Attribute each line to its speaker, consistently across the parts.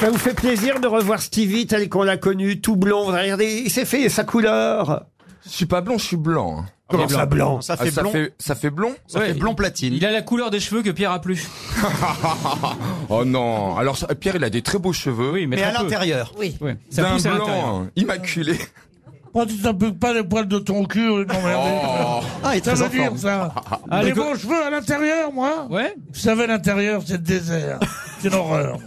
Speaker 1: Ça vous fait plaisir de revoir Stevie tel qu'on l'a connu, tout blond. Regardez, il s'est fait sa couleur.
Speaker 2: Je suis pas blond, je suis blanc. hein.
Speaker 1: Comment ça blanc
Speaker 3: Ça
Speaker 2: Ah,
Speaker 3: fait blond.
Speaker 2: fait, ça fait blond
Speaker 3: Ça fait blond platine.
Speaker 4: Il a la couleur des cheveux que Pierre a plus.
Speaker 2: Oh non. Alors ça- Pierre, il a des très beaux cheveux.
Speaker 4: Oui, mais,
Speaker 3: Mais
Speaker 4: très
Speaker 3: à
Speaker 4: peu.
Speaker 3: l'intérieur.
Speaker 5: Oui.
Speaker 4: Ouais, ça
Speaker 2: D'un
Speaker 4: pousse à l'intérieur.
Speaker 2: blanc immaculé.
Speaker 6: Pourquoi tu t'appliques pas les poils de ton cul au lieu de m'emmerder
Speaker 2: Oh.
Speaker 3: Ah, il est
Speaker 6: Ça
Speaker 3: très
Speaker 6: veut
Speaker 3: en
Speaker 6: dire
Speaker 3: forme.
Speaker 6: ça.
Speaker 4: Ah,
Speaker 6: les
Speaker 4: les
Speaker 6: beaux cheveux à l'intérieur, moi.
Speaker 4: Ouais.
Speaker 6: Vous savez, l'intérieur, c'est le désert. C'est une horreur.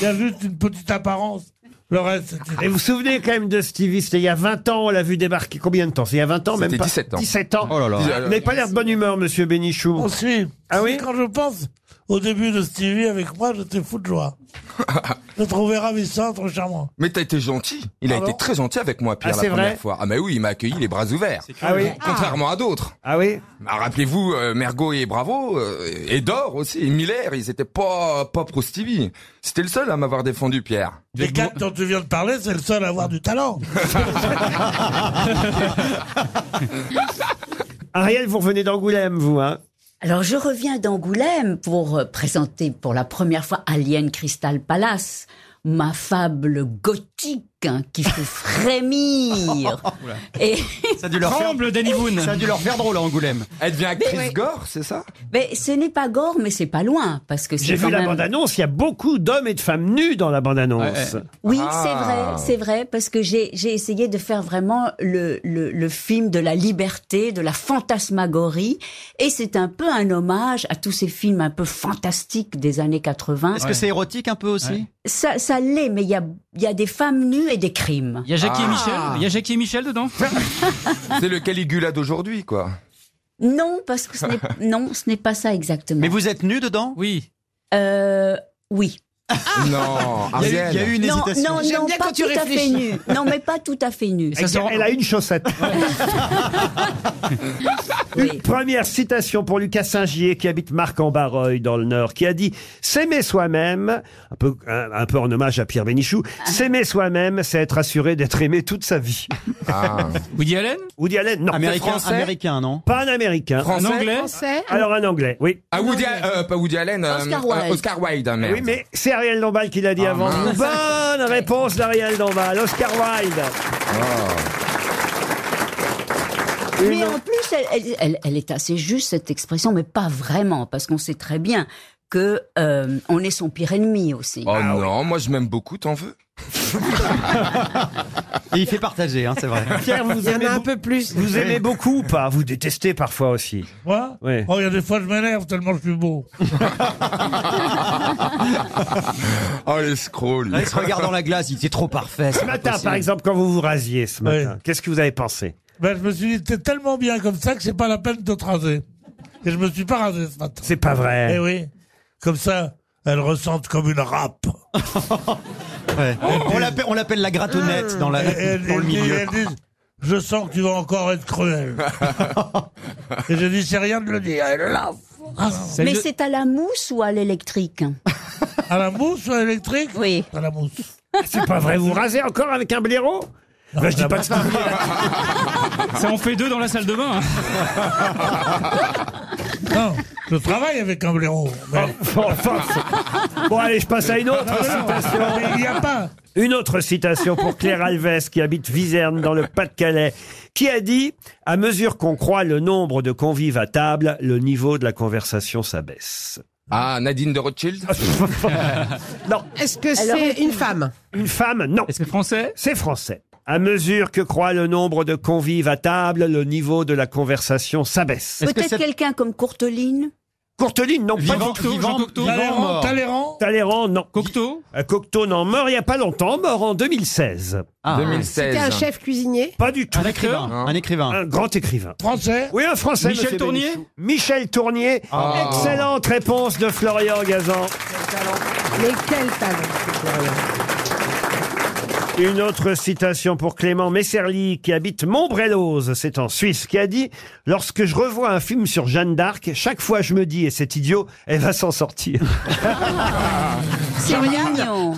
Speaker 6: Il y a juste une petite apparence. Le reste, c'est une
Speaker 1: Et vous vous souvenez quand même de Stevie, c'était il y a 20 ans, on l'a vu débarquer combien de temps C'est il y a 20 ans, même
Speaker 2: C'était
Speaker 1: pas
Speaker 2: 17 ans.
Speaker 1: 17 ans.
Speaker 3: Oh là là.
Speaker 1: Vous n'avez pas l'air de bonne humeur, monsieur Bénichou.
Speaker 6: Aussi.
Speaker 1: Ah oui
Speaker 6: Quand je pense au début de Stevie avec moi, j'étais fou de joie. je le trouvais ravissant, trop charmant.
Speaker 2: Mais t'as été gentil. Il a
Speaker 6: Ah bon
Speaker 2: été très gentil avec moi, Pierre,
Speaker 1: Ah,
Speaker 2: la
Speaker 1: c'est
Speaker 2: première
Speaker 1: vrai
Speaker 2: fois. Ah mais oui, il m'a accueilli les bras ouverts.
Speaker 1: Ah oui
Speaker 2: Contrairement à d'autres.
Speaker 1: Ah oui
Speaker 2: Bah, Rappelez-vous, euh, Mergot et Bravo, euh, et Dor aussi, et Miller, ils étaient pas, pas pro Stevie. C'était le seul à m'avoir défendu, Pierre.
Speaker 6: Les quatre dont tu viens de parler, c'est le seul à avoir du talent.
Speaker 1: Ariel, vous revenez d'Angoulême, vous, hein
Speaker 5: Alors je reviens d'Angoulême pour euh, présenter pour la première fois Alien Crystal Palace, ma fable gothique hein, qui fait frémir. Et
Speaker 3: Ça a dû leur faire.
Speaker 4: Tremble, Danny Boone.
Speaker 3: Ça a dû leur faire drôle à Angoulême.
Speaker 2: Elle devient actrice
Speaker 5: oui.
Speaker 2: gore, c'est ça
Speaker 5: mais ce n'est pas gore, mais c'est pas loin parce que
Speaker 1: J'ai
Speaker 5: c'est
Speaker 1: vu
Speaker 5: quand
Speaker 1: la
Speaker 5: même.
Speaker 1: bande-annonce, il y a beaucoup d'hommes et de femmes nus dans la bande-annonce.
Speaker 5: Oui,
Speaker 2: Ah.
Speaker 5: c'est vrai, c'est vrai, parce que j'ai j'ai essayé de faire vraiment le, le, le film de la liberté, de la fantasmagorie, et c'est un peu un hommage à tous ces films un peu fantastiques des années 80.
Speaker 3: Est-ce
Speaker 4: Ouais.
Speaker 3: que c'est érotique un peu aussi
Speaker 4: Ouais.
Speaker 5: Ça, ça l'est, mais il y a, il y a des femmes nues et des crimes.
Speaker 4: Il y a Jackie
Speaker 2: Ah.
Speaker 4: et Michel. Il y a Jackie et Michel dedans.
Speaker 2: C'est le Caligula d'aujourd'hui, quoi.
Speaker 5: Non, parce que ce n'est non, ce n'est pas ça exactement.
Speaker 3: Mais vous êtes nu dedans
Speaker 4: Oui.
Speaker 5: Euh, oui.
Speaker 1: Ah.
Speaker 2: Non,
Speaker 3: Ah. Il y a eu-
Speaker 2: Ariel.
Speaker 3: il y a eu une
Speaker 5: Non,
Speaker 3: hésitation.
Speaker 5: non, non, pas tout à fait nu. Non, mais pas tout à fait nu.
Speaker 4: Ça
Speaker 1: Elle-
Speaker 4: se rend-
Speaker 1: Elle a une chaussette.
Speaker 5: Oui.
Speaker 1: Première citation pour Lucas Singier qui habite Marc-en-Barreuil dans le Nord, qui a dit S'aimer soi-même, un peu, un, un peu en hommage à Pierre Bénichou, s'aimer soi-même, c'est être assuré d'être aimé toute sa vie.
Speaker 2: Ah.
Speaker 4: Woody Allen.
Speaker 1: Woody Allen, non,
Speaker 3: Américain,
Speaker 2: Français
Speaker 3: américain, non
Speaker 1: pas un Américain.
Speaker 4: En
Speaker 2: Français
Speaker 4: anglais.
Speaker 1: Alors un Anglais, oui.
Speaker 2: Ah, Woody, euh, pas Woody Allen, euh,
Speaker 5: Oscar
Speaker 2: euh,
Speaker 5: Wilde.
Speaker 2: Oscar Wilde, hein, merde.
Speaker 1: Oui, mais c'est Ariel Dombal qui l'a dit
Speaker 2: Ah,
Speaker 1: avant.
Speaker 2: mince.
Speaker 1: Bonne réponse d'Ariel Dombal. Oscar Wilde.
Speaker 2: Oh.
Speaker 5: Mais en plus, elle, elle, elle- elle est assez juste cette expression, mais pas vraiment, parce qu'on sait très bien que euh, on est son pire ennemi aussi.
Speaker 4: Ah
Speaker 2: Oh non, moi je m'aime beaucoup, t'en veux
Speaker 3: Et il fait partager, hein, c'est vrai.
Speaker 1: Pierre, vous aimez, be-
Speaker 7: peu plus.
Speaker 1: vous aimez beaucoup ou pas Vous détestez parfois aussi.
Speaker 6: Moi
Speaker 1: Oui.
Speaker 6: Oh, il y a des fois, je m'énerve tellement je suis beau.
Speaker 2: Oh les scrolls
Speaker 3: Là, Ah, il se regarde dans la glace, il dit c'est trop parfait.
Speaker 1: Ce matin, par exemple, quand vous vous rasiez ce matin,
Speaker 6: Oui.
Speaker 1: qu'est-ce que vous avez pensé
Speaker 6: Ben, je me suis dit, t'es tellement bien comme ça que c'est pas la peine de te raser. Et je me suis pas rasé ce matin.
Speaker 1: C'est pas vrai.
Speaker 6: Eh oui. Comme ça, elles ressentent comme une râpe.
Speaker 3: On l'appelle, on l'appelle la gratonnette dans, la,
Speaker 6: Et elles,
Speaker 3: dans le
Speaker 6: elles disent-
Speaker 3: milieu.
Speaker 6: elles disent, je sens que tu vas encore être cruel. Et je dis, c'est rien de le dire. Elle lave. Ah,
Speaker 5: mais c'est à la mousse ou à l'électrique hein
Speaker 6: à la mousse ou à l'électrique
Speaker 5: Oui.
Speaker 6: À la mousse.
Speaker 1: Ah, C'est pas vrai, vous vous rasez encore avec un blaireau Ben, je dis pas de
Speaker 4: Ça en fait deux dans la salle de bain. hein.
Speaker 6: Non, je travaille avec un blaireau. mais-
Speaker 1: Enfin, c'est- bon, allez, je passe à une autre citation.
Speaker 6: Mais il n'y a pas.
Speaker 1: Une autre citation pour Claire Alves, qui habite Viserne, dans le Pas-de-Calais, qui a dit « À mesure qu'on croit le nombre de convives à table, le niveau de la conversation s'abaisse.
Speaker 2: Ah, Nadine de Rothschild »
Speaker 1: Non,
Speaker 7: Est-ce que c'est une femme
Speaker 1: une femme, non.
Speaker 4: Est-ce que français
Speaker 1: C'est français. À mesure que croît le nombre de convives à table, le niveau de la conversation s'abaisse.
Speaker 3: Est-ce que
Speaker 5: Peut-être
Speaker 3: c'est-
Speaker 5: quelqu'un comme Courteline.
Speaker 1: Courteline, non. Pas
Speaker 4: Vivant, Cocteau, Jean
Speaker 3: vivant,
Speaker 4: Cocteau.
Speaker 3: vivant,
Speaker 6: Talleyrand,
Speaker 3: mort.
Speaker 6: Talleyrand.
Speaker 1: Talleyrand, non.
Speaker 4: Cocteau.
Speaker 1: Euh, Cocteau n'en meurt il n'y a pas longtemps, mort en 2016.
Speaker 3: Ah,
Speaker 7: C'était
Speaker 2: 2016.
Speaker 7: un chef cuisinier
Speaker 1: Pas du tout.
Speaker 3: un écrivain,
Speaker 2: Hein.
Speaker 3: un écrivain.
Speaker 1: Un grand écrivain.
Speaker 6: Français.
Speaker 1: Oui, un français.
Speaker 4: Michel
Speaker 1: monsieur
Speaker 4: Tournier
Speaker 1: Bénichou. Michel Tournier.
Speaker 2: Ah.
Speaker 1: Excellente réponse de Florian Gazan.
Speaker 7: Mais quel talent
Speaker 1: Une autre citation pour Clément Messerly, qui habite Montbrelloz, c'est en Suisse, qui a dit « Lorsque je revois un film sur Jeanne d'Arc, chaque fois je me dis, et cet idiot, elle va s'en sortir.
Speaker 5: C'est mignon. »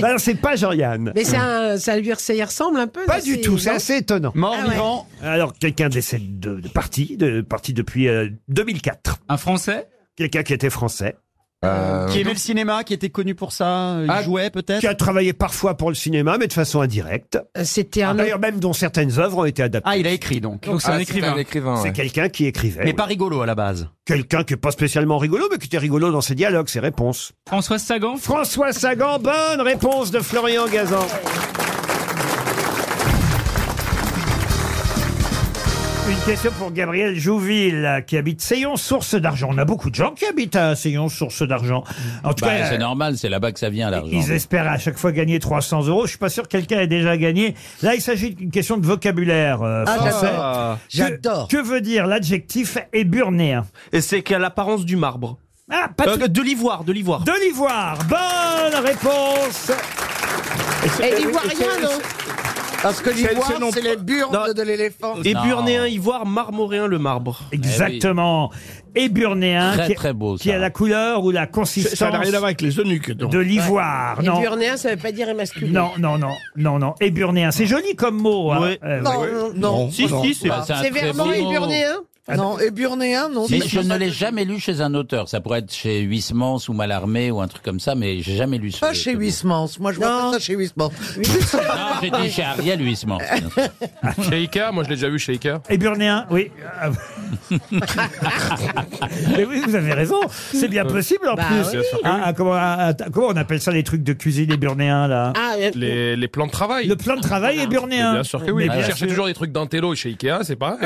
Speaker 1: Ben, c'est pas Jean-Yann.
Speaker 7: Mais c'est un, ça lui ça y ressemble un peu
Speaker 1: Pas
Speaker 7: là,
Speaker 1: du tout, c'est
Speaker 7: non
Speaker 1: assez étonnant.
Speaker 3: Mort,
Speaker 7: Ah ouais.
Speaker 3: vivant.
Speaker 1: Alors, quelqu'un de, ces- de, de parti, de parti depuis euh, 2004.
Speaker 4: Un français
Speaker 1: Quelqu'un qui était français.
Speaker 2: Euh,
Speaker 8: Qui aimait le cinéma, qui était connu pour ça, euh, il
Speaker 2: Ah,
Speaker 8: jouait peut-être
Speaker 1: qui a travaillé parfois pour le cinéma, mais de façon indirecte. Ah,
Speaker 7: Euh, C'était un
Speaker 1: D'ailleurs, même dont certaines œuvres ont été adaptées.
Speaker 8: Ah, il a écrit donc.
Speaker 3: Donc c'est
Speaker 2: ah,
Speaker 3: un
Speaker 2: c'était
Speaker 3: écrivain.
Speaker 1: C'est
Speaker 2: ouais.
Speaker 1: quelqu'un qui écrivait.
Speaker 8: Mais
Speaker 1: oui.
Speaker 8: pas rigolo à la base.
Speaker 1: Quelqu'un qui est pas spécialement rigolo, mais qui était rigolo dans ses dialogues, ses réponses.
Speaker 3: François Sagan
Speaker 1: François Sagan, bonne réponse de Florian Gazan. Une question pour Gabriel Jouville, qui habite Seyon, source d'argent. On a beaucoup de gens qui habitent à Seyon, source d'argent. En tout
Speaker 9: Bah,
Speaker 1: cas, euh,
Speaker 9: c'est normal, c'est là-bas que ça vient, l'argent.
Speaker 1: Ils espèrent à chaque fois gagner 300 euros. Je suis pas sûr que quelqu'un ait déjà gagné. Là, il s'agit d'une question de vocabulaire euh,
Speaker 7: Ah,
Speaker 1: français.
Speaker 10: Ah.
Speaker 1: Que- Que, veut dire l'adjectif éburnéen
Speaker 10: Et c'est qu'à l'apparence du marbre.
Speaker 1: Ah, pas
Speaker 10: Euh,
Speaker 1: de...
Speaker 10: de l'ivoire, de l'ivoire.
Speaker 1: de l'ivoire. Bonne réponse.
Speaker 11: Et
Speaker 7: Ivoirien, non
Speaker 11: Parce que l'ivoire,
Speaker 10: c'est non-
Speaker 11: c'est les burnes
Speaker 10: Non.
Speaker 11: de l'éléphant.
Speaker 10: Éburnéen, ivoire, marmoréen, Eh le marbre.
Speaker 1: Exactement. Éburnéen.
Speaker 9: Très,
Speaker 1: qui,
Speaker 9: très beau,
Speaker 1: Qui
Speaker 9: ça.
Speaker 1: a la couleur ou la consistance
Speaker 10: avec les eunuques, donc.
Speaker 1: de l'ivoire. Non.
Speaker 7: Éburnéen, ça veut pas dire émasculé.
Speaker 1: Non, non, non, non, non. Éburnéen. C'est joli comme mot. hein.
Speaker 10: Ouais.
Speaker 1: Euh,
Speaker 11: Non,
Speaker 1: oui.
Speaker 11: non, non.
Speaker 10: Si, si, c'est.
Speaker 1: Ah,
Speaker 9: Bah, un très
Speaker 7: C'est vraiment
Speaker 9: beau-
Speaker 7: éburnéen
Speaker 11: Non, éburnéen, hein, non.
Speaker 9: Si,
Speaker 11: c'est-
Speaker 9: je ne l'ai jamais lu chez un auteur. Ça pourrait être chez Huysmans ou Malarmé ou un truc comme ça, mais j'ai jamais lu ce
Speaker 12: Ah,
Speaker 11: Pas chez
Speaker 9: ce mot.
Speaker 11: Huysmans. Moi, je vois
Speaker 7: Non.
Speaker 11: pas ça chez Huysmans.
Speaker 1: Ah,
Speaker 9: Non, j'ai dit chez
Speaker 13: Ah,
Speaker 9: Ariel Huysmans.
Speaker 10: Chez Icar, moi je l'ai déjà vu chez Icar.
Speaker 1: Éburnéen, oui. Ah. Mais oui, vous avez raison. C'est bien possible en
Speaker 7: Bah
Speaker 1: plus.
Speaker 7: oui.
Speaker 1: Ah, ah, comment, ah, ah, comment on appelle ça les trucs de cuisine éburnéen là
Speaker 7: Ah, euh,
Speaker 10: Les, les plans de travail. Ah,
Speaker 1: Le plan de travail éburnéen.
Speaker 10: Bien sûr que oui.
Speaker 1: Mais
Speaker 10: Vous
Speaker 1: bien
Speaker 10: cherchez
Speaker 1: sûr. Euh,
Speaker 10: toujours des trucs d'Antello chez Ikea, c'est pas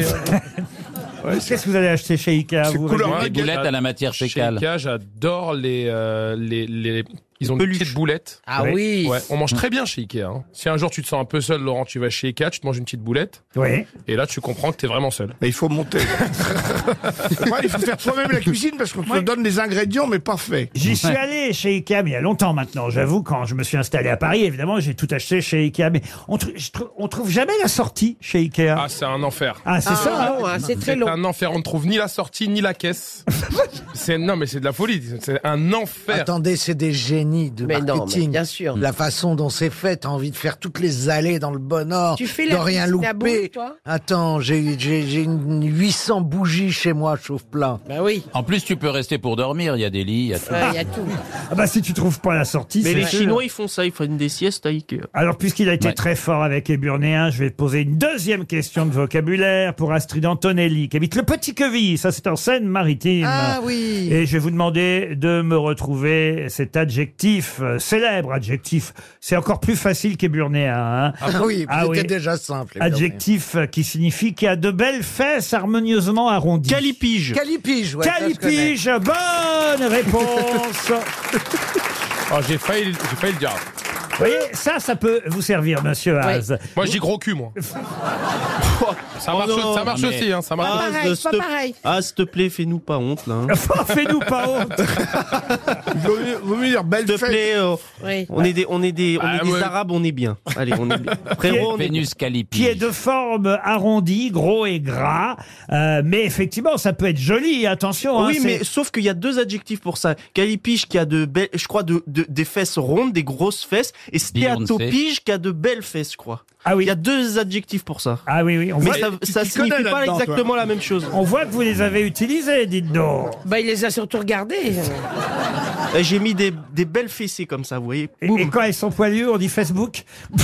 Speaker 1: Qu'est-ce que vous allez acheter chez Ikea vous,
Speaker 10: couleur
Speaker 1: Valérie
Speaker 9: Les boulettes à la matière
Speaker 10: Chez
Speaker 9: fécale.
Speaker 10: Ikea, j'adore les, euh, les, les- Ils ont des petites boulettes.
Speaker 11: Ah
Speaker 1: Ouais.
Speaker 11: oui.
Speaker 10: Ouais, on mange très bien chez Ikea. hein. Si un jour tu te sens un peu seul, Laurent, tu vas chez Ikea, tu te manges une petite boulette,
Speaker 1: Oui.
Speaker 10: et là tu comprends que t'es vraiment seul.
Speaker 14: Mais il faut monter. Ouais, il faut faire soi-même la cuisine parce qu'on te donne les ingrédients, mais pas faits.
Speaker 1: J'y suis allé chez Ikea, mais il y a longtemps maintenant, j'avoue, quand je me suis installé à Paris, évidemment, j'ai tout acheté chez Ikea, mais on, tr- je tr- on trouve jamais la sortie chez Ikea.
Speaker 10: Ah, c'est un enfer.
Speaker 1: Ah, c'est
Speaker 7: ah,
Speaker 1: ça hein
Speaker 7: non, hein, c'est très
Speaker 10: C'est
Speaker 7: long.
Speaker 10: un enfer, on ne trouve ni la sortie ni la caisse. c'est non mais c'est de la folie, c'est un enfer.
Speaker 11: Attendez, c'est des génies de
Speaker 7: Mais non, mais
Speaker 11: marketing.
Speaker 7: bien sûr.
Speaker 11: La façon dont c'est fait, t'as envie de faire toutes les allées dans le bon ordre,
Speaker 7: Tu fais
Speaker 11: de
Speaker 7: la
Speaker 11: rien
Speaker 7: cuisine à
Speaker 11: louper.
Speaker 7: boule, toi
Speaker 11: Attends, j'ai j'ai- j'ai une 800 bougies chez moi, chauffe-plein.
Speaker 7: Bah oui,
Speaker 9: En plus, tu peux rester pour dormir. Il y a des lits, il y a tout.
Speaker 7: il y a tout.
Speaker 1: Ah bah si tu trouves pas la sortie, c'est sûr.
Speaker 10: Eh ils font ça, ils font des siestes à Ikea.
Speaker 1: Alors, puisqu'il a été
Speaker 9: Ouais.
Speaker 1: très fort avec Éburnéen, je vais poser une deuxième question de vocabulaire pour Astrid Antonelli, qui habite le Petit Queville. Ça, c'est en Seine-Maritime.
Speaker 11: Ah oui.
Speaker 1: Et je vais vous demander de me retrouver cet adjectif, euh, célèbre adjectif. C'est encore plus facile qu'Éburnéen. hein.
Speaker 11: Ah oui,
Speaker 1: Ah
Speaker 11: c'était
Speaker 1: oui.
Speaker 11: déjà simple. évidemment.
Speaker 1: Adjectif euh, qui signifie qui a de belles fesses harmonieusement arrondies.
Speaker 10: Calipige.
Speaker 11: Calipige, ouais. ça, je connais.
Speaker 1: Calipige, bonne réponse.
Speaker 10: Oh, j'ai failli, j'ai failli le dire.
Speaker 1: vous voyez, ça, ça peut vous servir, monsieur Haas. Oh
Speaker 10: Moi je dis gros cul moi. ça marche, ça marche aussi hein, ça marche.
Speaker 7: Pas pareil, pas pareil.
Speaker 10: Ah, s'il te plaît, fais-nous pas honte, là. hein.
Speaker 1: Fais-nous pas honte.
Speaker 14: Vaut mieux, vaut mieux dire belle fête.
Speaker 1: euh,
Speaker 7: Oui.
Speaker 10: on est des, on est des, on
Speaker 15: Ah
Speaker 14: est des
Speaker 10: Arabes, on est bien. Allez, on est bien.
Speaker 1: Frérot,
Speaker 9: Vénus
Speaker 1: qui est
Speaker 9: Calipi.
Speaker 1: de forme arrondie, gros et gras. Euh, mais effectivement, ça peut être joli, attention. hein,
Speaker 10: Oui,
Speaker 1: c'est-
Speaker 10: mais sauf qu'il y a deux adjectifs pour ça. Calipige qui a de belles, je crois, de, de- des fesses rondes, des grosses fesses, et
Speaker 9: Beyoncé.
Speaker 10: stéatopige qui a de belles fesses, je crois.
Speaker 1: Ah oui.
Speaker 10: Il y a deux adjectifs pour ça.
Speaker 1: Ah oui, oui, on
Speaker 10: Mais
Speaker 1: voit,
Speaker 10: ça, ça
Speaker 14: tu connais
Speaker 10: signifie pas
Speaker 14: là-dedans, toi.
Speaker 10: exactement la même chose.
Speaker 1: on voit que vous les avez utilisés, dites donc.
Speaker 7: Bah, il les a surtout regardés.
Speaker 10: Euh, J'ai mis des, des belles fessées comme ça, vous voyez.
Speaker 1: Et,
Speaker 10: Boum.
Speaker 1: et quand elles sont poilues, on dit Facebook.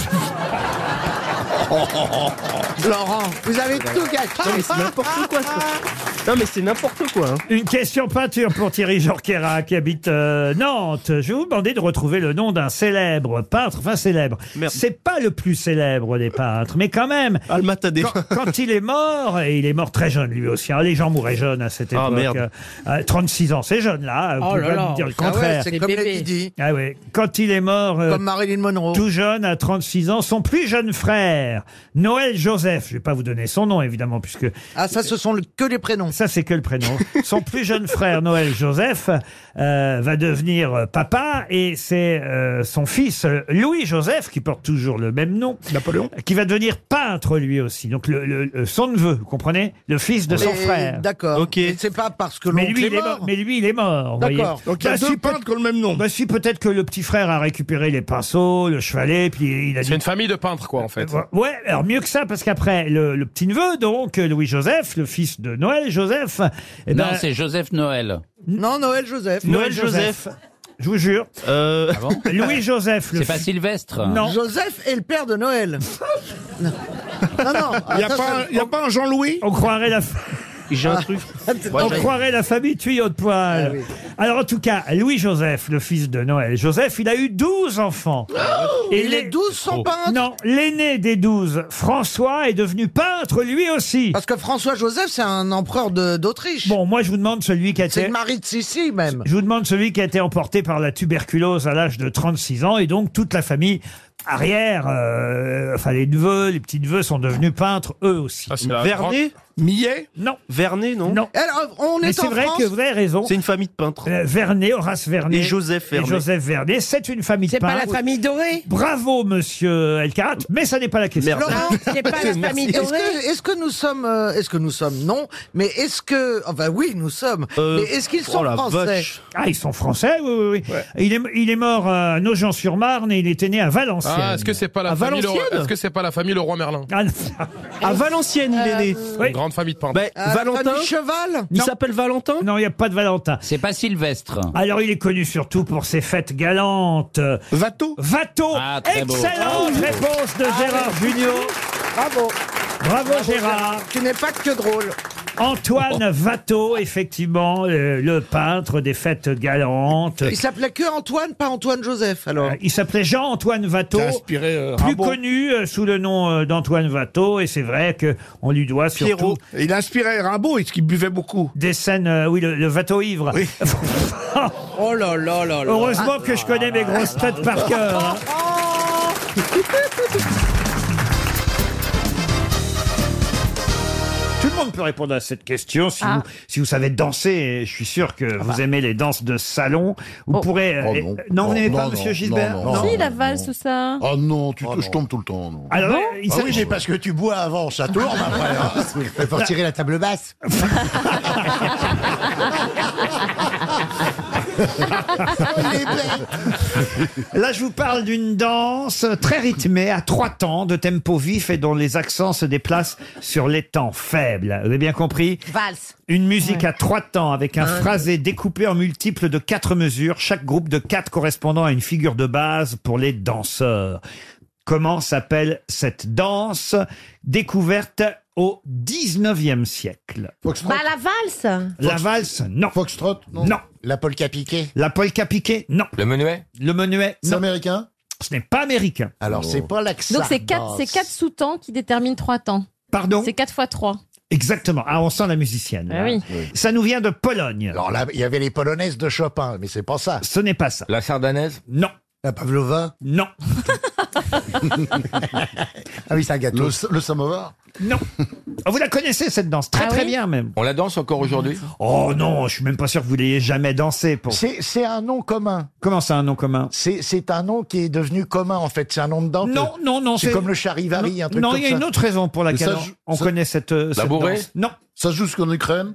Speaker 11: Laurent, vous avez tout gâché.
Speaker 10: N'importe quoi, ça. Non, mais c'est n'importe quoi. hein.
Speaker 1: Une question peinture pour Thierry Jorquera qui habite euh, Nantes. Je vais vous demander de retrouver le nom d'un célèbre peintre, enfin célèbre.
Speaker 10: Merde.
Speaker 1: C'est pas le plus célèbre des peintres, mais quand même,
Speaker 10: Alma Tadé.
Speaker 1: quand il est mort, et il est mort très jeune lui aussi, hein, les gens mouraient jeunes à cette époque.
Speaker 10: Ah, merde.
Speaker 1: euh, euh, 36 ans, c'est jeune là, vous
Speaker 7: Oh
Speaker 1: pouvez
Speaker 7: là
Speaker 1: pas
Speaker 7: là.
Speaker 1: me dire le
Speaker 11: Ah ouais,
Speaker 1: contraire.
Speaker 11: c'est
Speaker 7: Les
Speaker 11: comme
Speaker 7: bébés.
Speaker 11: les Didi,
Speaker 1: Ah ouais. Quand il est mort, euh,
Speaker 11: comme Marilyn Monroe.
Speaker 1: tout jeune, à 36 ans, son plus jeune frère, Noël Joseph, je vais pas vous donner son nom évidemment, puisque
Speaker 11: Ah, ça, ce sont le- que les prénoms.
Speaker 1: ça c'est que le prénom, son plus jeune frère, Noël Joseph, euh, va devenir euh, papa, et c'est euh, son fils, euh, Louis Joseph, qui porte toujours le même nom,
Speaker 14: Napoléon.
Speaker 1: qui va devenir peintre lui aussi. Donc le, le- le- son neveu, vous comprenez Le fils de son
Speaker 11: Et-
Speaker 1: frère.
Speaker 11: D'accord.
Speaker 10: Ok.
Speaker 11: Et C'est pas parce que
Speaker 1: Mais
Speaker 11: l'oncle
Speaker 1: lui,
Speaker 11: est
Speaker 1: il est mort.
Speaker 11: mort.
Speaker 1: mais lui, il est mort. vous voyez.
Speaker 11: D'accord.
Speaker 14: Donc il y a
Speaker 1: Bah, si,
Speaker 14: deux
Speaker 1: peut-
Speaker 14: peintres qui ont le même nom.
Speaker 1: bah, si, peut-être que le petit frère a récupéré les pinceaux, le chevalet, puis il a dit
Speaker 10: C'est une famille de peintres, quoi, en fait.
Speaker 1: Ouais, alors mieux que ça, parce qu'après, le, le petit-neveu, donc, euh, Louis-Joseph, le fils de Noël, Joseph. eh ben,
Speaker 16: Non, c'est Joseph Noël.
Speaker 1: Non, Noël Joseph.
Speaker 16: Noël Joseph. Euh,
Speaker 1: Je vous jure. Ah Louis-Joseph. le
Speaker 16: C'est pas
Speaker 1: fi-
Speaker 16: Sylvestre.
Speaker 1: Non.
Speaker 12: Joseph est le père de Noël. non. non, non.
Speaker 6: Il n'y a,
Speaker 12: ça,
Speaker 6: pas
Speaker 12: ça-
Speaker 6: un- y a pas un Jean-Louis
Speaker 1: On croirait la.
Speaker 6: J'ai
Speaker 1: un truc. On croirait la famille tuyau de poil. Alors, en tout cas, Louis-Joseph, le fils de Noël Joseph, il a eu 12 enfants.
Speaker 12: Et les 12 sont peintres
Speaker 1: Non, l'aîné des 12, François, est devenu peintre lui aussi.
Speaker 12: Parce que François-Joseph, c'est un empereur de- d'Autriche.
Speaker 1: Bon, moi, je vous demande celui qui a
Speaker 12: C'est
Speaker 1: été.
Speaker 12: le mari de Sissi, même.
Speaker 1: Je vous demande celui qui a été emporté par la tuberculose à l'âge de 36 ans et donc toute la famille arrière, euh, enfin les neveux, les petits neveux sont devenus peintres eux aussi.
Speaker 4: la Vernet
Speaker 6: Millet
Speaker 1: Non.
Speaker 4: Vernet, non
Speaker 1: Non.
Speaker 12: Alors, on
Speaker 1: Mais
Speaker 12: est en
Speaker 1: c'est vrai
Speaker 12: France.
Speaker 1: que vous avez raison.
Speaker 4: C'est une famille de peintres.
Speaker 1: Euh, Vernet, Horace Vernet.
Speaker 4: Et Joseph
Speaker 1: Et
Speaker 4: Vernet.
Speaker 1: Joseph Vernet, c'est une famille de
Speaker 7: C'est pas
Speaker 1: peintres.
Speaker 7: la famille dorée
Speaker 1: Bravo, monsieur Elkarat, mais ça n'est pas la question.
Speaker 4: Merde.
Speaker 12: Laurent,
Speaker 7: C'est pas la famille
Speaker 12: Est-ce
Speaker 7: dorée
Speaker 12: que, est-ce que nous sommes, euh, est-ce que nous sommes, non, mais est-ce que, enfin oui, nous sommes,
Speaker 4: Euh,
Speaker 12: mais est-ce qu'ils sont
Speaker 4: oh la
Speaker 12: français
Speaker 4: vache.
Speaker 1: Ah, ils sont français, oui, oui, oui. Il, est, il est mort à Nogent-sur-Marne et il était né à Valenciennes.
Speaker 10: Ah, est-ce que c'est pas la
Speaker 4: À
Speaker 10: famille Leroy-
Speaker 4: Valenciennes
Speaker 10: Est-ce que c'est pas la famille Leroy Merlin
Speaker 1: Ah, non.
Speaker 4: À Valenciennes, il est né.
Speaker 1: Oui.
Speaker 10: Une grande famille de peintres.
Speaker 1: Bah,
Speaker 4: Ben,
Speaker 1: Euh,
Speaker 12: Ah, la
Speaker 4: Valentin
Speaker 12: famille cheval
Speaker 4: Il
Speaker 1: Non.
Speaker 4: s'appelle Valentin
Speaker 1: Non, il n'y a pas de Valentin.
Speaker 16: C'est pas Sylvestre.
Speaker 1: Alors, il est connu surtout pour ses fêtes galantes.
Speaker 6: Vato
Speaker 1: Vato.
Speaker 16: Ah, très beau.
Speaker 1: Excellente
Speaker 4: Oh.
Speaker 1: réponse de Gérard Junior.
Speaker 12: Bravo,
Speaker 1: Bravo, Gérard.
Speaker 12: tu n'es pas que drôle.
Speaker 1: Antoine
Speaker 4: Oh.
Speaker 1: Watteau, effectivement, euh, le peintre des fêtes galantes.
Speaker 12: Il s'appelait que Antoine, pas Antoine Joseph, alors.
Speaker 1: Il s'appelait Jean-Antoine Watteau.
Speaker 6: T'as inspiré euh,
Speaker 1: Plus
Speaker 6: Rimbaud.
Speaker 1: connu euh, sous le nom euh, d'Antoine Watteau, et c'est vrai que on lui doit surtout
Speaker 4: Pierrot.
Speaker 6: Il a inspiré Rimbaud, est-ce qu'il buvait beaucoup
Speaker 1: des scènes, euh, oui, le, le Watteau ivre.
Speaker 7: Oh là là là
Speaker 1: Heureusement que je connais mes grosses têtes par cœur. hein. Tout le monde peut répondre à cette question. Si, vous, si vous savez danser, et je suis sûr que vous aimez les danses de salon. Vous pourrez.
Speaker 11: Oh
Speaker 1: euh, non,
Speaker 11: non. Oh,
Speaker 1: vous n'aimez pas,
Speaker 11: non,
Speaker 1: monsieur
Speaker 11: non,
Speaker 1: Gisbert
Speaker 11: non, non,
Speaker 7: Si, la valse, tout ça
Speaker 11: Ah non, tu
Speaker 4: Oh
Speaker 11: te- je tombe tout le temps. Non.
Speaker 1: Alors, euh, il
Speaker 11: Ah
Speaker 1: s'agit-
Speaker 11: oui, mais parce que tu bois avant, ça tourne après. Il faut tirer la table basse.
Speaker 1: Là, je vous parle d'une danse très rythmée, à trois temps, de tempo vif et dont les accents se déplacent sur les temps faibles. Vous avez bien compris
Speaker 7: Valse
Speaker 1: Une musique à trois temps avec un phrasé découpé en multiples de quatre mesures, chaque groupe de quatre correspondant à une figure de base pour les danseurs. Comment s'appelle cette danse découverte au 19e siècle
Speaker 11: Foxtrot
Speaker 7: Bah la valse
Speaker 1: La valse, non.
Speaker 11: Foxtrot Non.
Speaker 1: Non.
Speaker 11: La polka piquée
Speaker 1: La polka piquée, non.
Speaker 15: Le menuet
Speaker 1: Le menuet,
Speaker 11: C'est
Speaker 1: non.
Speaker 11: américain
Speaker 1: Ce n'est pas américain.
Speaker 11: Alors, c'est pas l'accent.
Speaker 17: Donc c'est quatre, c'est quatre sous-temps qui déterminent trois temps.
Speaker 1: Pardon
Speaker 17: C'est quatre fois trois.
Speaker 1: Exactement. Ah, on sent la musicienne.
Speaker 17: Ah oui.
Speaker 1: Ça nous vient de Pologne.
Speaker 11: Alors là, il y avait les polonaises de Chopin, mais c'est pas ça.
Speaker 1: Ce n'est pas ça.
Speaker 15: La sardanaise
Speaker 1: Non.
Speaker 11: La pavlova
Speaker 1: Non.
Speaker 11: Ah oui, c'est un gâteau. Le, le samovar
Speaker 1: Non. Ah, Vous la connaissez, cette danse. Très,
Speaker 17: Ah
Speaker 1: très
Speaker 17: oui
Speaker 1: bien, même.
Speaker 15: On la danse encore aujourd'hui
Speaker 1: Oh non, je suis même pas sûr que vous l'ayez jamais dansé. Pour...
Speaker 11: C'est c'est un nom commun.
Speaker 1: Comment ça, un nom commun
Speaker 11: C'est c'est un nom qui est devenu commun, en fait. C'est un nom de danse.
Speaker 1: Non, non, non.
Speaker 11: C'est comme le charivari,
Speaker 1: non,
Speaker 11: un truc
Speaker 1: Non,
Speaker 11: comme
Speaker 1: il y a
Speaker 11: ça.
Speaker 1: une autre raison pour laquelle
Speaker 11: ça, je-
Speaker 1: on, on
Speaker 11: ça-
Speaker 1: connaît cette, euh, cette
Speaker 15: bourrée
Speaker 1: danse. Non.
Speaker 11: Ça se joue ce qu'on Ukraine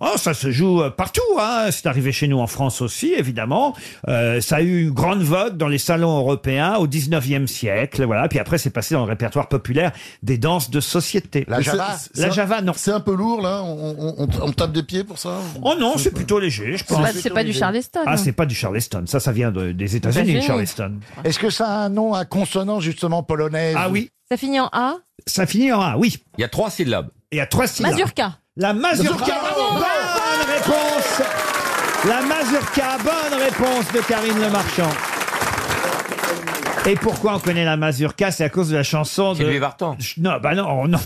Speaker 1: Oh, ça se joue euh, partout. Hein. C'est arrivé chez nous en France aussi, évidemment. Euh, ça a eu une grande vogue dans les salons européens au 19e siècle. Voilà. Puis après, c'est passé dans le répertoire populaire des danses de société.
Speaker 11: La
Speaker 1: Mais
Speaker 11: Java
Speaker 1: c'est- La Java, non.
Speaker 11: C'est un peu lourd, là on, on- on- on tape des pieds pour ça
Speaker 1: Oh non, c'est plutôt léger, je
Speaker 17: C'est
Speaker 1: pense.
Speaker 17: pas, Bah, c'est pas du Charleston.
Speaker 1: Ah, c'est pas du Charleston. Ça, ça vient de- des États-Unis, le
Speaker 17: États-Unis.
Speaker 1: Charleston.
Speaker 11: Est-ce que ça a un nom à consonance, justement, polonaise
Speaker 1: Ah oui.
Speaker 17: Ça finit en A.
Speaker 1: Ça finit en A, oui.
Speaker 15: Il y a trois syllabes.
Speaker 1: Et à trois syllabes.
Speaker 17: Mazurka.
Speaker 1: La mazurka.
Speaker 11: Bravo
Speaker 1: bonne réponse. La mazurka, bonne réponse de Karine Le Marchand. Et pourquoi on connaît la mazurka C'est à cause de la chanson de.
Speaker 15: Sylvie Vartan.
Speaker 1: Ch- Non, bah non, oh non.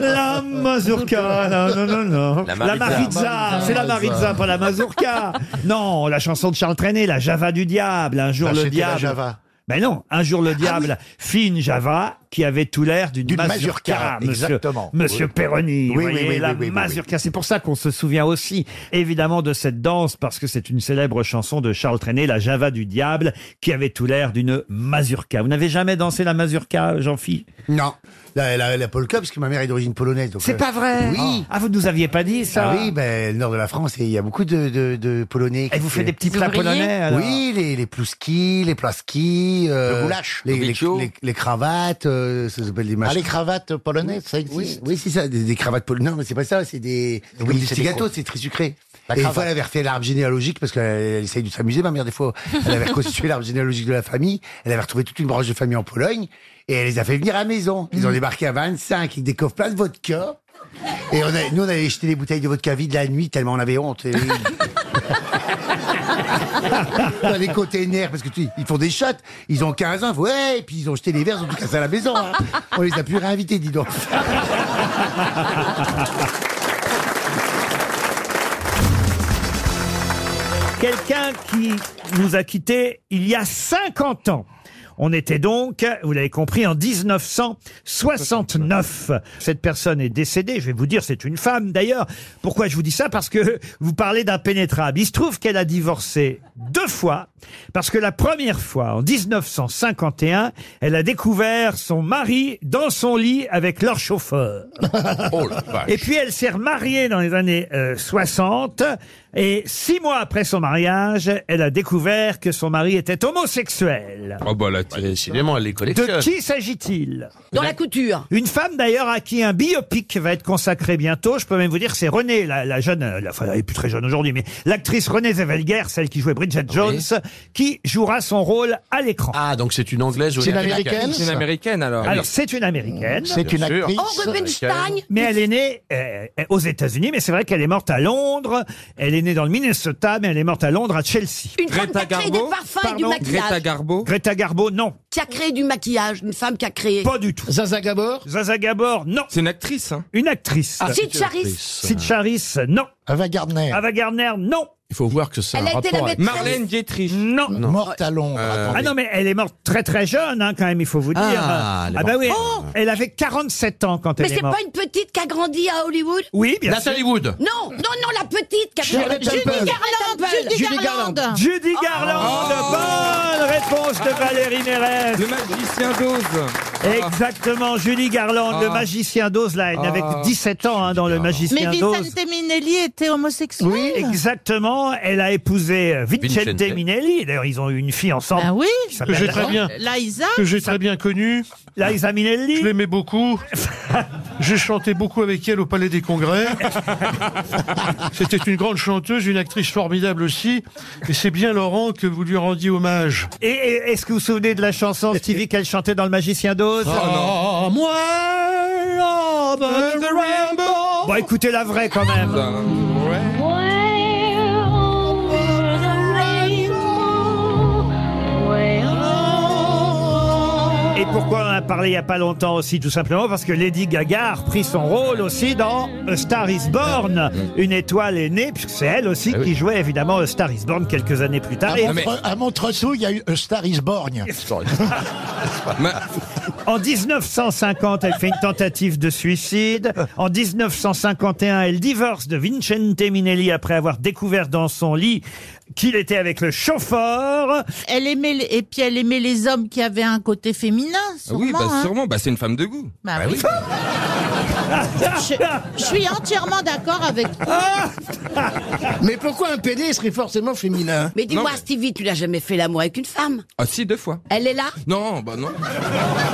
Speaker 1: la mazurka, non, non, non, non.
Speaker 15: La
Speaker 1: La
Speaker 15: Maritza.
Speaker 1: maritza, c'est la maritza, pas la mazurka. Non, la chanson de Charles Trenet, la Java du diable, un jour
Speaker 11: Bah,
Speaker 1: le
Speaker 11: c'était la
Speaker 1: diable.
Speaker 11: Java. Ah
Speaker 1: Ben non, un jour le diable, fine Java, qui avait tout l'air d'une
Speaker 11: D'une
Speaker 1: mazurka,
Speaker 11: mazurka,
Speaker 1: monsieur,
Speaker 11: exactement.
Speaker 1: monsieur
Speaker 11: Oui.
Speaker 1: Perroni.
Speaker 11: Oui,
Speaker 1: vous
Speaker 11: oui,
Speaker 1: voyez,
Speaker 11: oui,
Speaker 1: la
Speaker 11: oui, oui, oui,
Speaker 1: mazurka. C'est pour ça qu'on se souvient aussi, évidemment, de cette danse, parce que c'est une célèbre chanson de Charles Trenet, la Java du diable, qui avait tout l'air d'une mazurka. Vous n'avez jamais dansé la mazurka, Jean-Phi
Speaker 11: Non. La, la, la polka, parce que ma mère est d'origine polonaise. donc, euh,
Speaker 1: vrai
Speaker 11: Oui.
Speaker 1: Ah, vous ne nous aviez pas dit ça
Speaker 11: Ah oui, ben, le nord de la France, et il y a beaucoup de, de, de Polonais.
Speaker 1: Elle vous fait des petits plats
Speaker 17: ouvriers
Speaker 1: polonais alors
Speaker 11: Oui, les, les plouskis, les plaskis, euh,
Speaker 15: Le goulash,
Speaker 11: les,
Speaker 15: le
Speaker 11: les,
Speaker 15: bichot.
Speaker 11: les- les cravates, euh, euh, ça s'appelle des
Speaker 4: Ah,
Speaker 11: machins.
Speaker 4: les cravates polonaises, ça
Speaker 11: Oui,
Speaker 4: existe
Speaker 11: oui c'est ça, des, des cravates polonaises. Non, mais c'est pas ça, c'est des, c'est
Speaker 4: Oui,
Speaker 11: comme des
Speaker 4: c'est
Speaker 11: petits
Speaker 4: des
Speaker 11: gâteaux,
Speaker 4: crocs.
Speaker 11: c'est très sucré.
Speaker 4: La
Speaker 11: et une
Speaker 4: cravate.
Speaker 11: fois, elle avait refait l'arbre généalogique parce qu'elle elle essayait de s'amuser, ma mère, des fois. Elle avait reconstitué l'arbre généalogique de la famille. Elle avait retrouvé toute une branche de famille en Pologne et elle les a fait venir à la maison. Ils ont débarqué à 25 avec des coffres pleins de vodka. Et on a- nous, on avait jeté des bouteilles de vodka vide la nuit tellement on avait honte. Et- dans les containers, parce que tu, ils font des shots, ils ont 15 ans, ouais, et puis ils ont jeté les verres, ils ont tout cassé à la maison. hein. On les a plus réinvités, dis donc.
Speaker 1: Quelqu'un qui nous a quittés il y a 50 ans. On était donc, vous l'avez compris, en 1969. Cette personne est décédée, je vais vous dire, c'est une femme d'ailleurs. Pourquoi je vous dis ça Parce que vous parlez d'impénétrable. Il se trouve qu'elle a divorcé deux fois, parce que la première fois, en 1951, elle a découvert son mari dans son lit avec leur chauffeur. Et puis elle s'est remariée dans les années euh, 60. Et six mois après son mariage, elle a découvert que son mari était homosexuel.
Speaker 4: Oh bah là, décidément, elle les
Speaker 1: De qui s'agit-il
Speaker 18: Dans la couture.
Speaker 1: Une femme d'ailleurs à qui un biopic va être consacré bientôt. Je peux même vous dire que c'est Renée, la, la jeune, euh, la, enfin, elle est plus très jeune aujourd'hui, mais l'actrice Renée Zellweger, celle qui jouait Bridget Jones, qui jouera son rôle à l'écran.
Speaker 4: Ah, donc c'est une anglaise ou
Speaker 1: C'est une Américaine C'est une
Speaker 4: américaine alors.
Speaker 1: Alors c'est une américaine.
Speaker 4: Ah C'est une Bien sûr. actrice.
Speaker 18: Oh, Rubenstein.
Speaker 1: Mais elle est née euh, aux États-Unis, mais c'est vrai qu'elle est morte à Londres. Elle est née dans le Minnesota, mais elle est morte à Londres, à Chelsea.
Speaker 18: Une femme Greta qui a créé Garbo des parfums et du maquillage. Greta
Speaker 1: Garbo. Greta Garbo, non.
Speaker 18: Qui a créé du maquillage, une femme qui a créé.
Speaker 1: Pas du tout. Zaza Gabor Zaza Gabor, non. C'est une actrice. Une actrice.
Speaker 18: Ah, Sid Charisse.
Speaker 1: Sid Charisse, non. Ava Gardner. Ava Gardner, non.
Speaker 4: Il faut voir que ça
Speaker 1: Elle a été la maîtresse. Marlène
Speaker 4: Dietrich.
Speaker 1: Non.
Speaker 4: Morte à Londres.
Speaker 1: Ah non, mais elle est morte très très jeune, hein, quand même, il faut vous dire.
Speaker 4: Euh, Ah, elle est
Speaker 1: bah
Speaker 4: morte.
Speaker 1: oui.
Speaker 18: Oh
Speaker 1: elle avait 47 ans quand
Speaker 18: Mais
Speaker 1: elle est
Speaker 18: c'est
Speaker 1: morte.
Speaker 18: pas une petite qui a grandi à Hollywood
Speaker 1: Oui, bien sûr.
Speaker 18: Non, non, non, la petite qui a
Speaker 1: Shirley
Speaker 18: grandi.
Speaker 1: Temple.
Speaker 18: Judy Garland. Oh.
Speaker 1: Judy Garland. Bonne réponse de Valérie Mérez.
Speaker 2: Oh. Le magicien d'Oz.
Speaker 1: Exactement, Julie Garland, le
Speaker 2: Ah.
Speaker 1: magicien d'Oz, là, elle
Speaker 2: Ah.
Speaker 1: avait 17 ans hein, dans le magicien d'Oz.
Speaker 7: Minelli était homosexuel.
Speaker 1: Oui, exactement. Elle a épousé euh, Vincente,
Speaker 7: Vincente.
Speaker 1: Minelli. D'ailleurs, ils ont eu une fille ensemble.
Speaker 7: Ah oui.
Speaker 1: qui s'appelle-
Speaker 7: Que j'ai très bien- Liza. Que j'ai très
Speaker 1: bien connue. Liza Minelli.
Speaker 4: Je l'aimais beaucoup. J'ai chanté beaucoup avec elle au Palais des Congrès. C'était une grande chanteuse, une actrice formidable aussi. Et c'est bien, Laurent, que vous lui rendiez hommage.
Speaker 1: Et, et- est-ce que vous vous souvenez de la chanson Stevie qu'elle chantait dans le magicien d'Oz
Speaker 4: Oh, moi, oh, but the rainbow.
Speaker 1: Bon, écoutez la vraie quand même. Et pourquoi on en a parlé il n'y a pas longtemps aussi Tout simplement parce que Lady Gaga a repris son rôle aussi dans A Star is
Speaker 4: Ah,
Speaker 1: Born. Une étoile est née, puisque c'est elle aussi qui jouait évidemment A Star is Born quelques années plus
Speaker 4: Ah,
Speaker 1: tard. Et-
Speaker 11: À, Montre- à Montretout, il y a eu A Star is Born.
Speaker 1: En 1950, elle fait une tentative de suicide. En 1951, elle divorce de Vincente Minelli après avoir découvert dans son lit qu'il était avec le chauffeur.
Speaker 7: Elle aimait les- et puis elle aimait les hommes qui avaient un côté féminin. Sûrement,
Speaker 2: oui, bah
Speaker 7: hein.
Speaker 2: sûrement, bah c'est une femme de goût.
Speaker 7: Bah oui. Je, je suis entièrement d'accord avec
Speaker 1: Ah.
Speaker 7: toi.
Speaker 18: Mais pourquoi un PD serait forcément féminin Mais dis-moi, Eh.
Speaker 2: Non, mais-
Speaker 18: Stevie, tu l'as jamais fait l'amour avec une femme
Speaker 2: Ah si, deux fois.
Speaker 18: Elle est là
Speaker 2: Non, bah non.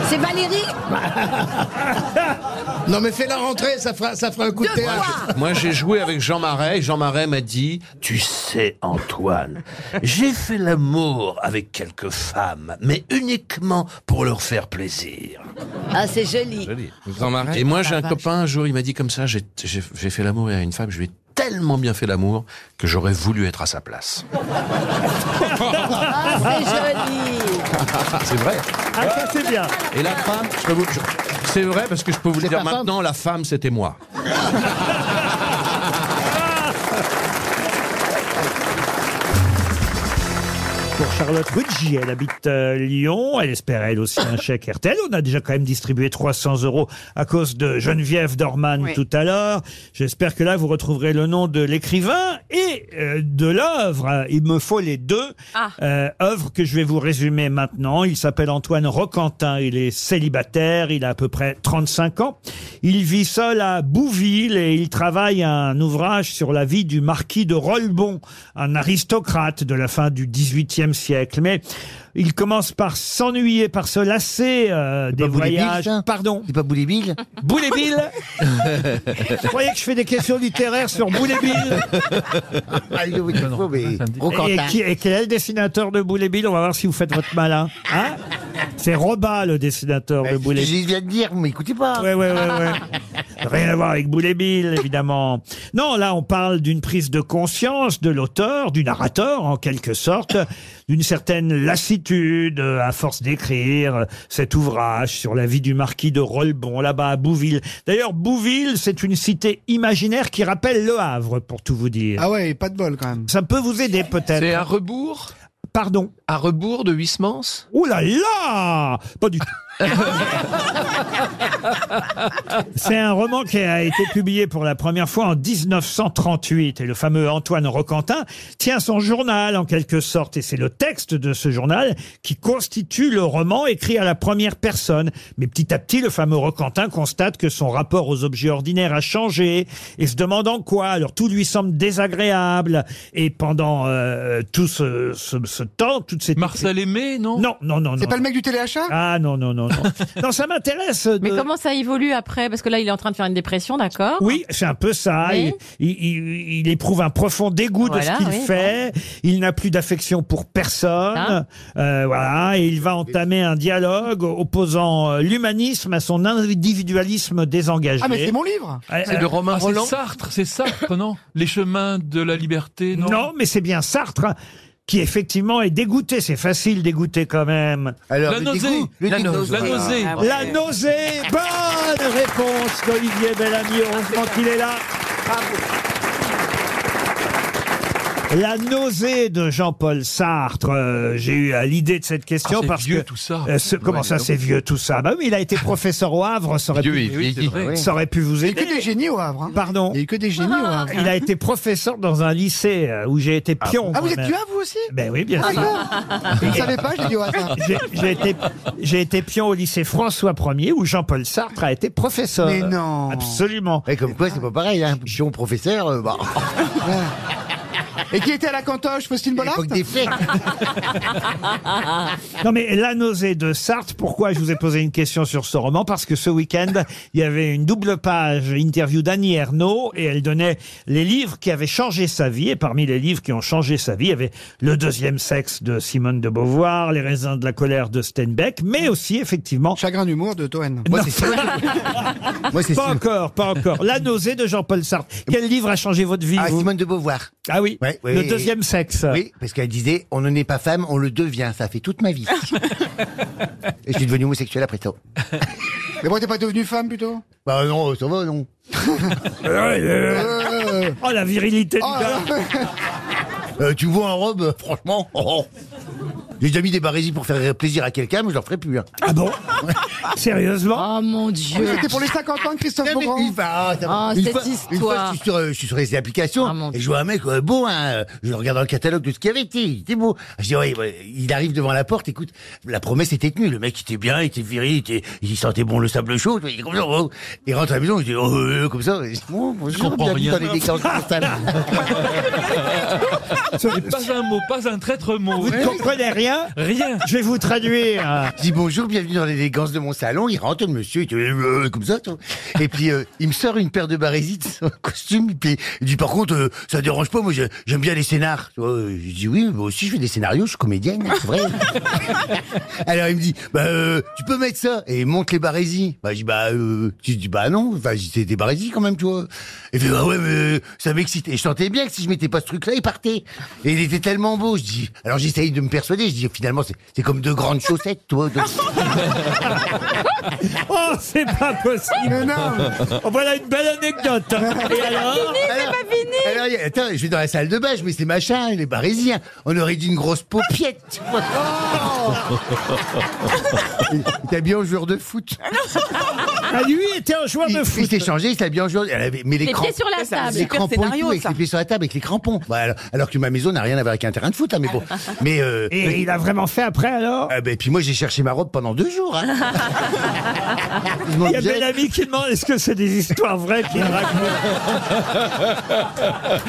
Speaker 18: C'est Valérie
Speaker 11: Non, mais fais-la rentrer, ça fera, ça fera un coup de, théâtre.
Speaker 4: Moi, j'ai joué avec Jean Marais. et Jean Marais m'a dit Tu sais, Antoine, j'ai fait l'amour avec quelques femmes, mais uniquement pour leur faire plaisir.
Speaker 18: Ah, c'est joli.
Speaker 4: Et moi, j'ai un copain, un jour, il m'a dit comme ça J'ai j'ai- j'ai fait l'amour à une femme, je lui ai tellement bien fait l'amour que j'aurais voulu être à sa place.
Speaker 18: Ah, c'est joli
Speaker 4: c'est vrai.
Speaker 1: Ah, ça c'est bien.
Speaker 4: Et la femme, je peux vous- je- c'est vrai parce que je peux vous le dire maintenant, la femme, c'était moi.
Speaker 1: Pour Charlotte Ruggie, elle habite euh, Lyon. Elle espère elle aussi un chèque RTL. On a déjà quand même distribué 300 euros à cause de Geneviève Dorman
Speaker 19: Oui.
Speaker 1: tout à l'heure. J'espère que là vous retrouverez le nom de l'écrivain et euh, de l'œuvre. Il me faut les deux
Speaker 19: Ah.
Speaker 1: euh, œuvres que je vais vous résumer maintenant. Il s'appelle Antoine Roquentin. Il est célibataire. Il a à peu près 35 ans. Il vit seul à Bouville et il travaille un ouvrage sur la vie du marquis de Rolbon, un aristocrate de la fin du XVIIIe XVIIe siècle. Mais il commence par s'ennuyer, par se lasser euh, des voyages. Pardon.
Speaker 11: C'est pas Boulébile
Speaker 1: Bouléville Vous croyez que je fais des questions littéraires sur Bouléville
Speaker 11: Ah, il est oui, il faut, mais-
Speaker 1: et, qui- et quel est le dessinateur de Boule et Bill On va voir si vous faites votre malin. Hein c'est Roba, le dessinateur de Boule et
Speaker 11: Je viens de dire, mais écoutez pas.
Speaker 1: Ouais, ouais, ouais, ouais. Rien à voir avec Boule et Bill, évidemment. Non, là, on parle d'une prise de conscience de l'auteur, du narrateur, en quelque sorte, d'une certaine lassitude euh, à force d'écrire euh, cet ouvrage sur la vie du marquis de Rolbon, là-bas à Bouville. D'ailleurs, Bouville, c'est une cité imaginaire qui rappelle Le Havre, pour tout vous dire.
Speaker 16: Ah ouais, pas de bol quand même.
Speaker 1: Ça peut vous aider peut-être.
Speaker 16: C'est à rebours
Speaker 1: Pardon
Speaker 16: À rebours de Huysmans
Speaker 1: Ouh là là Pas du tout. C'est un roman qui a été publié pour la première fois en 1938 et le fameux Antoine Roquentin tient son journal en quelque sorte et c'est le texte de ce journal qui constitue le roman écrit à la première personne. Mais petit à petit, le fameux Roquentin constate que son rapport aux objets ordinaires a changé et se demande en quoi. Alors tout lui semble désagréable et pendant euh, tout ce, ce- ce temps, toute cette... Marcel Aimé, non Non, non, non.
Speaker 16: C'est
Speaker 1: non.
Speaker 16: pas le
Speaker 1: mec
Speaker 16: du téléachat
Speaker 1: Ah non, non, non, non. non, ça m'intéresse.
Speaker 17: Mais
Speaker 1: de-
Speaker 17: comment ça évolue après Parce que là, il est en train de faire une dépression, d'accord
Speaker 1: Oui, c'est un peu ça.
Speaker 17: Mais
Speaker 1: Il, il- il- il éprouve un profond dégoût
Speaker 17: Voilà, Ah.
Speaker 1: de ce qu'il
Speaker 17: oui,
Speaker 1: fait. Il n'a plus d'affection pour personne. Euh, voilà, et il va entamer un dialogue opposant euh, l'humanisme à son individualisme désengagé.
Speaker 16: Ah, mais c'est mon livre
Speaker 1: euh,
Speaker 16: Ah, c'est
Speaker 1: Roland.
Speaker 16: Sartre, c'est Sartre, non Les chemins de la liberté, non
Speaker 1: Non, mais c'est bien Sartre qui effectivement est dégoûté. C'est facile dégoûter quand même.
Speaker 16: Alors, La le nausée, dégoût, le la dégoût, nausée, la voilà. nausée. Ah, ouais.
Speaker 1: La nausée. Bonne réponse d'Olivier Bellamy.
Speaker 17: Ah,
Speaker 1: Heureusement qu'il est là. La nausée de Jean-Paul Sartre. euh, J'ai eu euh, l'idée de cette question
Speaker 16: Ah, c'est
Speaker 1: parce
Speaker 16: vieux,
Speaker 1: que
Speaker 16: tout ça.
Speaker 1: Euh, ce- comment
Speaker 16: Ouais,
Speaker 1: ça,
Speaker 16: dis
Speaker 1: c'est
Speaker 16: donc.
Speaker 1: vieux tout ça Bah oui, il a été professeur au Havre. Ça aurait,
Speaker 16: Vieux
Speaker 1: pu,
Speaker 16: et vieilli. Oui, c'est vrai.
Speaker 1: ça aurait pu vous
Speaker 16: Il y a
Speaker 1: aider.
Speaker 16: que des
Speaker 1: génies au Havre. Pardon. Il n'y a eu que des génies au Havre. Il a été professeur dans un lycée euh, où j'ai été pion.
Speaker 16: Ah, vous êtes
Speaker 1: moi-même.
Speaker 16: du Havre, vous aussi
Speaker 1: Ben oui, bien
Speaker 16: Ah,
Speaker 1: sûr.
Speaker 16: d'accord. Je ne savais pas, j'ai dit au hasard.
Speaker 1: J'ai- J'ai été, j'ai été pion au lycée François 1er où Jean-Paul Sartre a été professeur.
Speaker 11: Mais non.
Speaker 1: Absolument.
Speaker 11: Et comme quoi, c'est pas pareil, hein. Pion professeur, euh, bah.
Speaker 16: Et qui était à la cantoche Faustine Bollard
Speaker 11: des faits.
Speaker 1: Non mais la nausée de Sartre, pourquoi je vous ai posé une question sur ce roman Parce que ce week-end, il y avait une double page interview d'Annie Ernaux et elle donnait les livres qui avaient changé sa vie. Et parmi les livres qui ont changé sa vie, il y avait Le deuxième sexe de Simone de Beauvoir, Les raisins de la colère de Steinbeck, mais aussi effectivement... Chagrin d'humour de Toen.
Speaker 11: Moi, c'est
Speaker 1: pas encore, pas encore. La nausée de Jean-Paul Sartre. Quel livre a changé votre vie
Speaker 11: Ah,
Speaker 1: vous
Speaker 11: Simone de Beauvoir.
Speaker 1: Ah oui.
Speaker 11: oui,
Speaker 1: le
Speaker 11: oui.
Speaker 1: deuxième sexe.
Speaker 11: Oui, parce qu'elle disait, on ne n'est pas femme, on le devient. Ça fait toute ma vie. Et je suis devenu homosexuel après ça.
Speaker 16: Mais moi, t'es pas devenue femme plutôt
Speaker 11: Bah non, ça va, non.
Speaker 4: Euh.
Speaker 16: Euh.
Speaker 1: Oh, la virilité du gars.
Speaker 11: Euh, tu vois en robe, euh, franchement. oh, oh. J'ai déjà mis des barésies pour faire plaisir à quelqu'un, mais je leur ferai plus. hein.
Speaker 1: Ah bon Sérieusement
Speaker 11: Oh mon
Speaker 16: Mais C'était pour les 50 ans de Christophe Beaugrand.
Speaker 11: Ah, une fois, une fois, je suis sur, euh, je suis sur les applications et je vois un mec euh, beau. Hein, euh, je regarde dans le catalogue de ce qu'il y avait. tu sais, Il était beau. Je dis, ouais, ouais, il arrive devant la porte. Écoute, la promesse était tenue. Le mec il était bien, il était viril, il, était- il sentait bon le sable chaud. tu vois, Il, est comme ça, oh. Il rentre à la maison. Je dis, oh, euh, comme ça. et je- oh, bonjour,
Speaker 16: comprends
Speaker 11: bienvenue
Speaker 16: rien.
Speaker 11: dans les décors constants.
Speaker 16: Pas un mot, pas un traître mot.
Speaker 1: Vous ne comprenez rien
Speaker 16: Rien.
Speaker 1: Je vais vous traduire.
Speaker 11: Je dis bonjour, bienvenue dans l'élégance de mon salon. Il rentre, le monsieur, il était euh, comme ça. tu vois. Et puis, euh, il me sort une paire de barésies de son costume. Et puis, il dit, par contre, euh, ça te dérange pas, moi, je- j'aime bien les scénars. Tu vois, euh, Je dis, oui, moi aussi, je fais des scénarios, je suis comédienne, c'est vrai. Alors, il me dit, bah, euh, tu peux mettre ça. Et il monte les barésies. Bah, je dis, bah, euh, tu dis, bah non, enfin, j'ai- c'est des barésies quand même, tu vois. Et puis, bah ouais, mais euh, ça m'excite. Et je sentais bien que si je mettais pas ce truc-là, il partait. Et il était tellement beau, je dis. Alors, j'essaye de me persuader, je dis, finalement, c'est- c'est comme deux grandes chaussettes, toi.
Speaker 1: Oh, c'est pas possible. Oh, voilà une belle anecdote.
Speaker 11: Et alors Alors- alors, il y a- attends, je vais dans la salle de bain, je mets ces machins, les barésiens. On aurait dit une grosse paupiette. tu vois.
Speaker 1: Oh
Speaker 11: Il il t'habille en joueur de foot.
Speaker 1: Ah, lui était un joueur
Speaker 11: de foot. Il s'est changé, il s'habillait en joueur. Elle avait, mais les,
Speaker 7: Les
Speaker 11: crampons-
Speaker 7: pieds sur la Ça, table.
Speaker 11: Les
Speaker 7: super
Speaker 11: crampons et
Speaker 7: scénario,
Speaker 11: tout, avec
Speaker 7: ça.
Speaker 11: les pieds sur la table, avec les crampons. Bah, alors, alors que ma maison n'a rien à voir avec un terrain de foot, hein, mais bon. Mais,
Speaker 1: Et il a vraiment fait après alors
Speaker 11: Et puis moi, j'ai cherché ma robe pendant deux jours. hein.
Speaker 1: Il y a Bellamy qui demande est-ce que c'est des histoires vraies qu'il raconte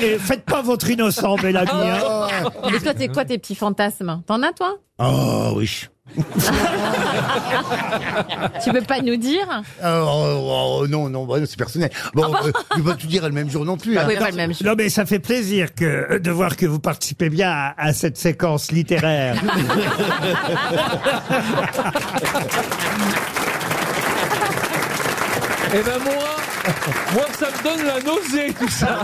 Speaker 1: Et faites pas votre innocent, Bellamy.
Speaker 20: Ah,
Speaker 1: hein.
Speaker 20: Et toi, t'es quoi tes petits fantasmes T'en as, toi
Speaker 14: Oh oui.
Speaker 20: Tu peux pas nous dire
Speaker 6: Euh, oh, oh, non, non, bah, non, c'est personnel. Bon,
Speaker 20: Ah bon
Speaker 6: euh, je peux pas tout dire le même jour non plus.
Speaker 20: Ah
Speaker 6: hein.
Speaker 20: oui, pas le même jour.
Speaker 1: Non, mais ça fait plaisir que, de voir que vous participez bien à, à cette séquence littéraire.
Speaker 19: Eh ben moi, moi ça me donne la nausée tout ça.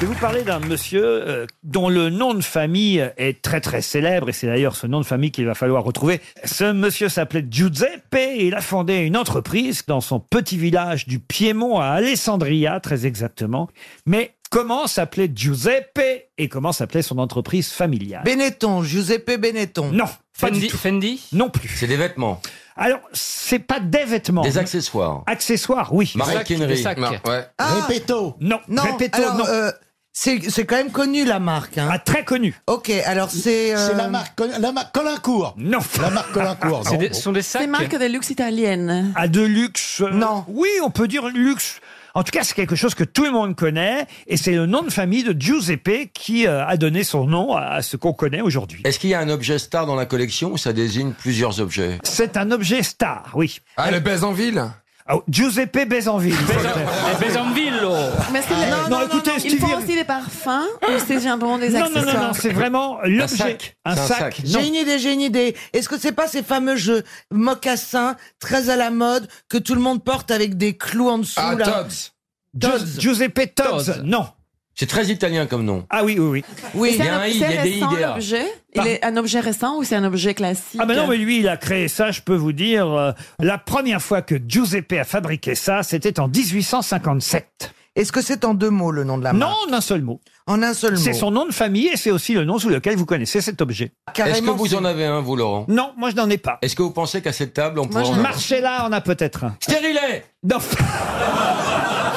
Speaker 1: Je vais vous parler d'un monsieur euh, dont le nom de famille est très très célèbre et c'est d'ailleurs ce nom de famille qu'il va falloir retrouver. Ce monsieur s'appelait Giuseppe et il a fondé une entreprise dans son petit village du Piémont à Alessandria très exactement. Mais comment s'appelait Giuseppe et comment s'appelait son entreprise familiale
Speaker 12: Benetton, Giuseppe Benetton.
Speaker 1: Non, pas
Speaker 12: Fendi-
Speaker 1: du tout. Non plus.
Speaker 12: C'est des vêtements.
Speaker 1: Alors, c'est pas des vêtements.
Speaker 12: Des accessoires.
Speaker 1: Accessoires, oui.
Speaker 12: Maroquinerie. Non, ouais. Ah
Speaker 1: Répéto. Non,
Speaker 12: Non,
Speaker 1: Repetto,
Speaker 12: alors,
Speaker 1: non. Ah,
Speaker 12: euh, c'est c'est quand même connu la marque. Hein.
Speaker 1: très connu.
Speaker 12: Ok, alors c'est. euh,
Speaker 18: C'est la marque, la marque Colincourt.
Speaker 1: Non.
Speaker 18: La marque Colincourt.
Speaker 12: C'est des- ce sont des sacs.
Speaker 18: C'est marque
Speaker 1: de luxe italienne. À de luxe. Non. Oui, on peut dire luxe. En tout cas, c'est quelque chose que tout le monde connaît et c'est le nom de famille de Giuseppe qui euh, a donné son nom à, à ce qu'on connaît aujourd'hui.
Speaker 12: Est-ce qu'il y a un objet star dans la collection ou ça désigne plusieurs objets
Speaker 1: C'est un objet star, oui.
Speaker 2: Ah, le Bézanville
Speaker 1: Ah, Giuseppe Bézanville.
Speaker 18: Mais c'est la-
Speaker 1: Ah, non, écoutez,
Speaker 18: ils
Speaker 1: Stevie-
Speaker 18: font aussi des parfums ou c'est simplement des
Speaker 1: Non, non,
Speaker 18: accessoires
Speaker 1: non, non, c'est vraiment l'objet. Un sac. Un C'est un sac, sac. non.
Speaker 12: J'ai une idée, j'ai une idée. Est-ce que c'est pas ces fameux jeux mocassins très à la mode que tout le monde porte avec des clous en dessous
Speaker 1: Ah,
Speaker 12: là
Speaker 1: Tod's. Gius- Giuseppe Tod's. Non.
Speaker 12: C'est très italien comme nom.
Speaker 1: Ah oui, oui, oui.
Speaker 18: Et
Speaker 12: il
Speaker 18: c'est
Speaker 12: y a
Speaker 18: un-
Speaker 12: un I, il y
Speaker 18: c'est
Speaker 12: a des
Speaker 18: récent
Speaker 12: IDA.
Speaker 18: l'objet Il est un objet récent ou c'est un objet classique
Speaker 1: Ah ben non, mais lui, il a créé ça, je peux vous dire. euh, la première fois que Giuseppe a fabriqué ça, c'était en 1857.
Speaker 12: Est-ce que c'est en deux mots le nom de la marque
Speaker 1: Non, en un seul mot.
Speaker 12: En un seul mot.
Speaker 1: C'est son nom de famille et c'est aussi le nom sous lequel vous connaissez cet objet.
Speaker 12: Est-ce que vous en avez un, vous, Laurent
Speaker 1: Non, moi je n'en ai pas.
Speaker 12: Est-ce que vous pensez qu'à cette table, on pourrait en avoir
Speaker 1: Marcella en a peut-être un.
Speaker 12: Stérilet
Speaker 1: Non.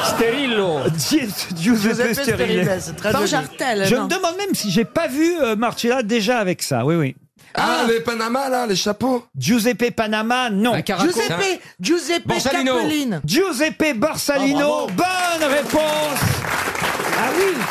Speaker 19: Stérillo.
Speaker 1: Gi- Giuseppe
Speaker 19: Giuseppe
Speaker 1: Stérillet.
Speaker 19: Stérillet, c'est très joli. Banjartel,
Speaker 1: Je
Speaker 19: non.
Speaker 1: me demande même si j'ai pas vu euh, Marcella déjà avec ça. Oui, oui.
Speaker 2: Ah, les Panama, là, les chapeaux
Speaker 1: Giuseppe Panama, non.
Speaker 12: Giuseppe, Giuseppe
Speaker 1: Borsalino.
Speaker 12: Capelline.
Speaker 1: Giuseppe
Speaker 18: Oh,
Speaker 1: Borsalino, bonne réponse Ah oui